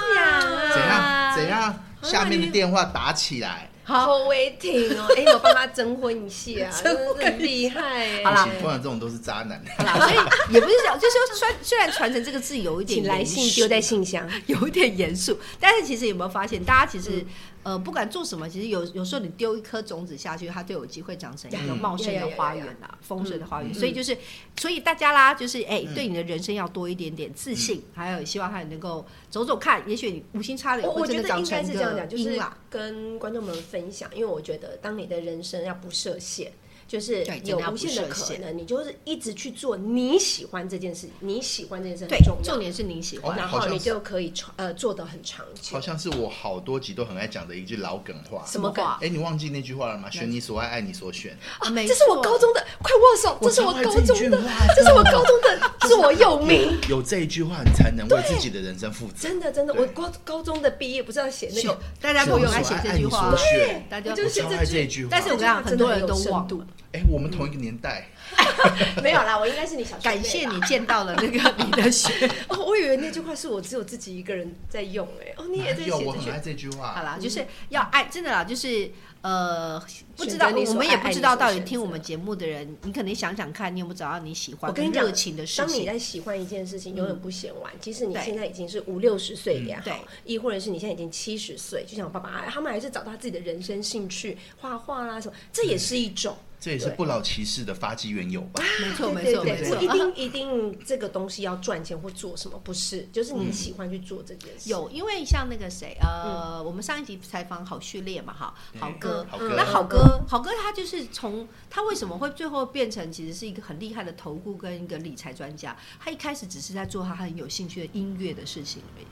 Speaker 1: 讲啊
Speaker 2: 怎样
Speaker 1: 啊
Speaker 2: 怎样？
Speaker 3: 啊
Speaker 2: 下面的
Speaker 3: 你
Speaker 2: 电话打起来。
Speaker 1: 好，
Speaker 3: 好威挺哦！哎，我帮他征婚
Speaker 1: <laughs>
Speaker 3: 一下，真的是很厉害耶。
Speaker 1: 好啦
Speaker 2: 不然这种都是渣男。
Speaker 1: 好啦，所以也不是讲，就是说，虽虽然“传承”这个字有一点
Speaker 3: 请来
Speaker 1: 严肃
Speaker 3: 信丢在信箱。
Speaker 1: <laughs> 有一点严肃，但是其实有没有发现，大家其
Speaker 3: 嗯
Speaker 1: 实、呃，不管做什么，其实有有时候你丢一颗种子下去，它就有机会长成一个
Speaker 2: 嗯
Speaker 1: 茂盛
Speaker 3: 呀呀
Speaker 1: 的
Speaker 3: 呀
Speaker 1: 花
Speaker 3: 呀
Speaker 1: 园啦，丰盛的花园。
Speaker 2: 嗯
Speaker 1: 所以就是，所以大家啦，就是哎、
Speaker 2: 嗯
Speaker 1: 对你的人生要多一点点自
Speaker 3: 嗯
Speaker 1: 信，还有希望它能够走走看，也许你无心插柳，
Speaker 3: 我我
Speaker 1: 会真
Speaker 3: 觉
Speaker 1: 的
Speaker 3: 得
Speaker 1: 长
Speaker 3: 应该
Speaker 1: 成啊
Speaker 3: 是
Speaker 1: 一
Speaker 3: 这样讲，
Speaker 1: 个
Speaker 3: 就
Speaker 1: 樱
Speaker 3: 是
Speaker 1: 啦。
Speaker 3: 跟观众们分享，因为我觉得当你的人生要不设限，就是
Speaker 1: 对真的
Speaker 3: 有
Speaker 1: 要
Speaker 3: 无
Speaker 1: 不
Speaker 3: 限的
Speaker 1: 设
Speaker 3: 可
Speaker 1: 限
Speaker 3: 能，你就是一直去做你喜欢这件事，你喜欢这件事很
Speaker 1: 对，
Speaker 3: 重要
Speaker 1: 重。点是你喜欢。
Speaker 2: 哦
Speaker 3: 然
Speaker 2: 好
Speaker 3: 后
Speaker 2: 像
Speaker 3: 你
Speaker 2: 是
Speaker 3: 就可以传呃做的很长
Speaker 2: 好
Speaker 3: 久。
Speaker 2: 像是我好多集都很爱讲的一句老梗话。
Speaker 3: 什么梗
Speaker 1: 话？
Speaker 2: 哎，你忘记那句话了吗？选你所爱，爱你所选。
Speaker 1: 啊没
Speaker 3: 这是我
Speaker 1: 错
Speaker 3: 高中的，快握手！这是
Speaker 2: 超
Speaker 3: 我
Speaker 2: 爱
Speaker 3: 高
Speaker 2: 这一句
Speaker 3: 中的 <laughs>
Speaker 2: 话，
Speaker 3: 这是我
Speaker 2: 的
Speaker 3: 高中的自我佑民。
Speaker 2: 有这一句话，你才能为自己的人生负责。
Speaker 3: 真的真的，我
Speaker 2: 对
Speaker 3: 高高中的毕业不是要写那个，
Speaker 1: 大家都有爱写这句话
Speaker 2: 啊
Speaker 1: 哎
Speaker 2: 选你所爱爱你所，选
Speaker 1: 大
Speaker 3: 我
Speaker 1: 家
Speaker 3: 就
Speaker 2: 我
Speaker 3: 是
Speaker 2: 超
Speaker 3: 这
Speaker 2: 爱
Speaker 3: 句
Speaker 2: 这一句话
Speaker 1: 但是我跟你讲，很多人都忘了。
Speaker 2: 哎，我们同一个年代，
Speaker 3: <laughs> 没有啦，我应该是你小学
Speaker 1: <laughs>
Speaker 3: 妹
Speaker 1: 感谢
Speaker 3: 啦
Speaker 1: 你见到了那个你的学。
Speaker 3: <laughs> 哦，我以为那句话是我只有自己一个人在用哎、哦，你也在
Speaker 2: 哎
Speaker 3: 写
Speaker 2: 呦，我
Speaker 3: 这句
Speaker 2: 很爱这句
Speaker 1: 好
Speaker 2: 话。
Speaker 3: 嗯
Speaker 1: 啦，就是要爱，真的啦，就是呃，不知道
Speaker 3: 选择你所
Speaker 1: 我们
Speaker 3: 爱
Speaker 1: 也
Speaker 3: 爱
Speaker 1: 不
Speaker 3: 你
Speaker 1: 知道
Speaker 3: 所
Speaker 1: 到底
Speaker 3: 选
Speaker 1: 听我
Speaker 3: 择
Speaker 1: 们节目的人，你可能想想看，你有没有找到你喜欢、
Speaker 3: 我跟你讲
Speaker 1: 热情的事
Speaker 3: 当你
Speaker 1: 情。
Speaker 3: 在喜欢一件事情，永远不嫌晚。即使你
Speaker 1: 对
Speaker 3: 现在已经是五六十岁也
Speaker 1: 嗯对
Speaker 3: 好，亦或者是你现在已经七十岁，就像我爸爸，他们还是找到自己的人生兴趣，画画啦什么，这也是一种。
Speaker 2: 这也是不老骑士的发迹缘由吧？
Speaker 1: 没错， <laughs> 没
Speaker 3: 对
Speaker 1: 错，
Speaker 3: 对
Speaker 1: 没
Speaker 3: 对，不
Speaker 1: 错
Speaker 3: 一。定一定这个东西要赚钱或做什么，不是，就是你喜欢去做这件事。
Speaker 1: 有，因为像那个谁，呃，我们上一集采访好序列嘛，哈，好哥
Speaker 2: 嗯，好哥
Speaker 1: 那好
Speaker 3: 嗯嗯
Speaker 1: 哥，好哥他就是从他为什么会最后变成其实是一个很厉害的投顾跟一个理财专家？他一开始只是在做他很有兴趣的音乐的事情而已，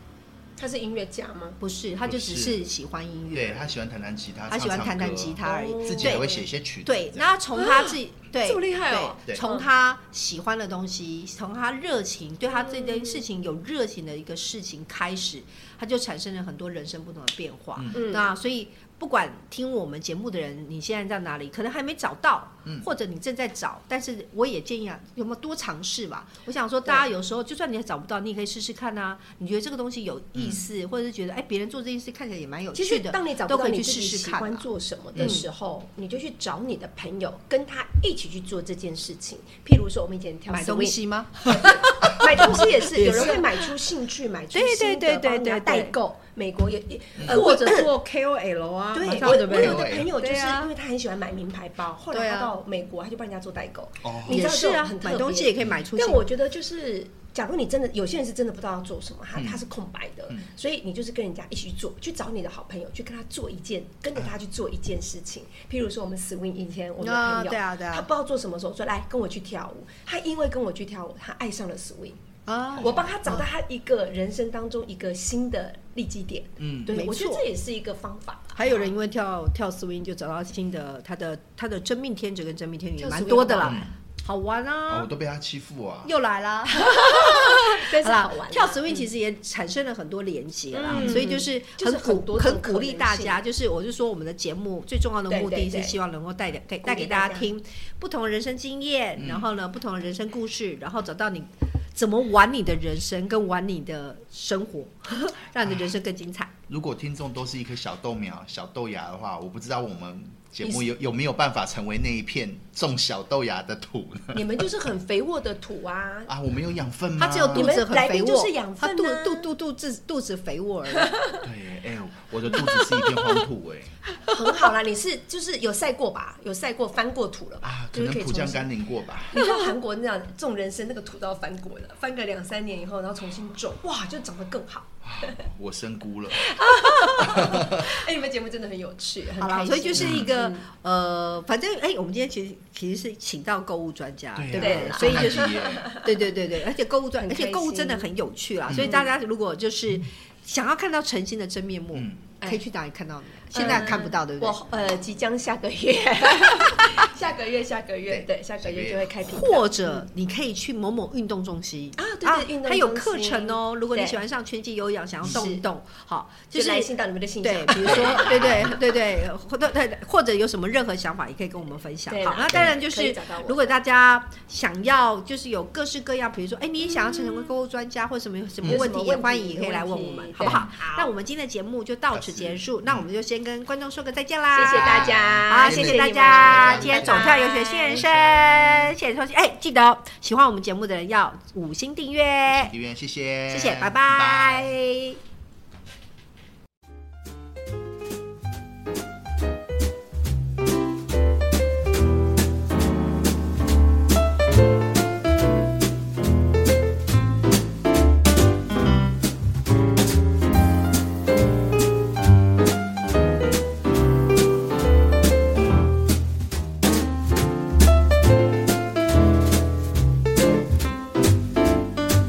Speaker 3: 他是音乐家吗？
Speaker 1: 不是，他就只
Speaker 2: 不是
Speaker 1: 是喜欢音乐，
Speaker 2: 对他喜欢弹弹吉他，
Speaker 1: 他喜欢
Speaker 2: 唱
Speaker 1: 弹
Speaker 2: 唱
Speaker 1: 弹
Speaker 2: 歌
Speaker 1: 吉他而已
Speaker 3: 哦。
Speaker 2: 自己
Speaker 1: 对
Speaker 2: 还会写一些曲子。
Speaker 1: 对，
Speaker 2: 这样
Speaker 1: 那从他自己、对
Speaker 3: 这么厉害哦
Speaker 1: 对
Speaker 2: 对
Speaker 1: 从他喜欢的东西，从他热情对他这件事情有热情的一个事情开始，他就产生了很多人生不同的变化。
Speaker 2: 嗯
Speaker 3: 嗯，
Speaker 1: 那所以不管听我们节目的人，你现在在哪里，可能还没找到，
Speaker 2: 嗯
Speaker 1: 或者你正在找，但是我也建议啊，有没有多尝试吧？我想说，大家有时候就算你找不到，你也可以试试看啊。你觉得这个东西有意思，或者是觉得哎别人做这件事看起来也蛮有
Speaker 3: 嗯其
Speaker 1: 趣
Speaker 3: 实
Speaker 1: 的，
Speaker 3: 当你找不
Speaker 1: 都
Speaker 3: 到
Speaker 1: 可以
Speaker 3: 你
Speaker 1: 去
Speaker 3: 自己
Speaker 1: 试
Speaker 3: 喜
Speaker 1: 试看、
Speaker 3: 欢
Speaker 1: 啊。
Speaker 3: 做什么
Speaker 2: 嗯
Speaker 3: 的时候，你就去找你的朋友，跟他一起去做这件事情。譬如说，我们以前跳
Speaker 1: 买东
Speaker 3: swing，
Speaker 1: 西吗？
Speaker 3: <laughs> 买东西也是，
Speaker 1: 也
Speaker 3: 有
Speaker 1: 是
Speaker 3: 人会买出兴趣，买出
Speaker 1: 对
Speaker 3: 心
Speaker 1: 对对
Speaker 3: 得，帮人
Speaker 1: 对对
Speaker 3: 家代购。美国也也，呃，
Speaker 1: 或
Speaker 3: 我
Speaker 1: 者 <laughs> 做 KOL 啊，
Speaker 3: 对
Speaker 1: 马上
Speaker 3: 我
Speaker 1: 准
Speaker 3: 我
Speaker 1: 备
Speaker 3: 有的朋友就
Speaker 1: 对
Speaker 3: 是
Speaker 1: 啊
Speaker 3: 因为他很喜欢买名牌包，后来
Speaker 1: 对
Speaker 3: 他
Speaker 1: 啊
Speaker 3: 到美国他就帮人家做代购。
Speaker 2: 哦
Speaker 3: 你知
Speaker 1: 也
Speaker 3: 道
Speaker 1: 是
Speaker 3: 这种
Speaker 1: 啊
Speaker 3: 很，特
Speaker 1: 买东西
Speaker 3: 别
Speaker 1: 也可以买出去。
Speaker 3: 但我觉得就是，假如你真的有些人是真的不知道要做什么，他
Speaker 1: 嗯
Speaker 3: 他是空白的，所以你就是跟人家一起去做，去找你的好朋友，去跟他做一件，跟着他去做一件事情。譬如说我们 swing 以前我们的朋友，
Speaker 1: 啊对啊对啊
Speaker 3: 他不知道做什么时候说来跟我去跳舞，他因为跟我去跳舞，他爱上了 swing。
Speaker 1: 啊，
Speaker 3: 我帮他找到他一个人生当中一个新的利基点，
Speaker 2: 嗯
Speaker 3: 对
Speaker 1: 没
Speaker 3: 我觉得
Speaker 1: 错
Speaker 3: 这也是一个方法。
Speaker 1: 还有
Speaker 3: <laughs>
Speaker 1: 人因为跳跳 swing 就找到新的他的他的真命天子跟真命天女
Speaker 3: 跳
Speaker 1: 蛮
Speaker 2: 嗯
Speaker 3: swing
Speaker 1: 多的啦
Speaker 3: 好不，
Speaker 1: 好玩
Speaker 2: 啊，我
Speaker 1: 啊，
Speaker 2: 都被他欺负啊。
Speaker 1: 又来啦。
Speaker 3: 但是
Speaker 1: 好啦
Speaker 3: 好玩啊。
Speaker 1: 跳 <laughs> swing 其实也产生了很多连接啦，
Speaker 3: 嗯
Speaker 1: 所以就是
Speaker 3: 就是
Speaker 1: 很
Speaker 3: 很
Speaker 1: 鼓
Speaker 3: 多种
Speaker 1: 很
Speaker 3: 可
Speaker 1: 鼓励
Speaker 3: 能
Speaker 1: 大
Speaker 3: 性
Speaker 1: 家，就是我就说我们的节目最重要的目的
Speaker 3: 对对
Speaker 1: 是
Speaker 3: 对
Speaker 1: 希望能够带点给
Speaker 3: 鼓
Speaker 1: 带
Speaker 3: 励
Speaker 1: 给
Speaker 3: 大
Speaker 1: 大家
Speaker 3: 家
Speaker 1: 听不同的人生经验，
Speaker 2: 嗯
Speaker 1: 然后呢不同的人生故事，然后找到你怎么玩你的人生跟玩你的生活， <laughs> 让你的人生更精彩。
Speaker 2: 如果听众都是一颗小豆苗、小豆芽的话，我不知道我们节目有有没有办法成为那一片种小豆芽
Speaker 1: <laughs>
Speaker 2: 的土呢？
Speaker 3: 你们就是很肥沃的土啊，
Speaker 2: 啊，我们有养分吗？
Speaker 1: 他只有肚
Speaker 3: 你们
Speaker 1: 子很
Speaker 3: 来
Speaker 1: 肥
Speaker 3: 宾
Speaker 1: 沃，
Speaker 3: 就是养
Speaker 1: 他
Speaker 3: 分
Speaker 1: 肚
Speaker 3: 啊
Speaker 1: 肚肚肚子肚子肥沃而已。
Speaker 2: 对，哎、我的肚子是一片荒土哎、
Speaker 3: 很好啦。你是就是有晒过吧？有晒过翻过土了吧？
Speaker 2: 啊，可
Speaker 3: 就是
Speaker 2: 能
Speaker 3: 可以
Speaker 2: 浦
Speaker 3: 重
Speaker 2: 江
Speaker 3: 新。
Speaker 2: 甘霖过吧。
Speaker 3: 你知道韩国那样种人参那个土都要翻过了，翻个两三年以后，然后重新种，哇，就长得更好。
Speaker 2: 我生菇了，
Speaker 3: 哎、你们节目真的很有趣，很
Speaker 1: 好
Speaker 3: 开
Speaker 1: 啦，
Speaker 3: 心
Speaker 1: 所
Speaker 3: 啊
Speaker 1: 以就是一个、呃，反正哎、我们今天其实其实是请到购物专家，对
Speaker 2: 对
Speaker 1: 不
Speaker 2: 啊
Speaker 1: 对？
Speaker 3: 啦
Speaker 1: 所以
Speaker 2: 重
Speaker 1: 就是
Speaker 2: 量级耶
Speaker 1: 对对对对，而且购物赚，
Speaker 3: 很
Speaker 1: 而且
Speaker 3: 开
Speaker 1: 购物真的
Speaker 3: 心
Speaker 1: 很有趣
Speaker 2: 嗯
Speaker 1: 啦，所以大家如果就是想要看到诚心的真面目，
Speaker 2: 嗯
Speaker 1: 可以去哪里看到你？啊现在看不到，对不对？
Speaker 3: 嗯我呃，即将下个
Speaker 1: <laughs>
Speaker 3: 月，下个月，下个月，
Speaker 2: 对
Speaker 3: 对，下
Speaker 2: 下
Speaker 3: 个
Speaker 2: 个月
Speaker 3: 月就会开屏。
Speaker 1: 或者你可以去某某运动中心
Speaker 3: 嗯啊对对运动
Speaker 1: 它有
Speaker 3: 中
Speaker 1: 课
Speaker 3: 心
Speaker 1: 程哦。如果你
Speaker 3: 对
Speaker 1: 喜欢上拳击有氧，想要动一
Speaker 3: 是
Speaker 1: 动，好，
Speaker 3: 就是来信到你们的信箱
Speaker 1: 对，，比
Speaker 3: <laughs>
Speaker 1: 如说， <laughs> 对对对对，或对对，或者有什么任何想法，也可以跟我们分享
Speaker 3: 对。啦
Speaker 1: 好，那当然就
Speaker 3: 可以
Speaker 1: 是
Speaker 3: 找到，我
Speaker 1: 如果大家想要就是有各式各样，比如说，哎，你也想要成为购物专家，或什么有什么
Speaker 2: 嗯
Speaker 1: 问
Speaker 3: 有什
Speaker 1: 题，
Speaker 3: 么
Speaker 1: 也
Speaker 3: 问题
Speaker 1: 欢迎也可以来问我们
Speaker 3: 问，题
Speaker 1: 好不好
Speaker 3: 对好？嗯
Speaker 1: 那我们今天的节目就到此结束，那我们就先跟观众说个再见啦。
Speaker 3: 谢谢大家，
Speaker 1: 好，谢
Speaker 2: 谢
Speaker 1: 谢
Speaker 2: 谢
Speaker 1: 大
Speaker 3: 你们
Speaker 1: 家，
Speaker 2: 谢谢
Speaker 1: 今天
Speaker 2: 拜
Speaker 1: 走
Speaker 2: 拜
Speaker 1: 跳有学新人生，谢谢收听。哎，记得哦喜欢我们节目的人要五星订阅，
Speaker 2: 李元，谢谢，
Speaker 1: 谢谢，拜
Speaker 2: 拜
Speaker 1: 拜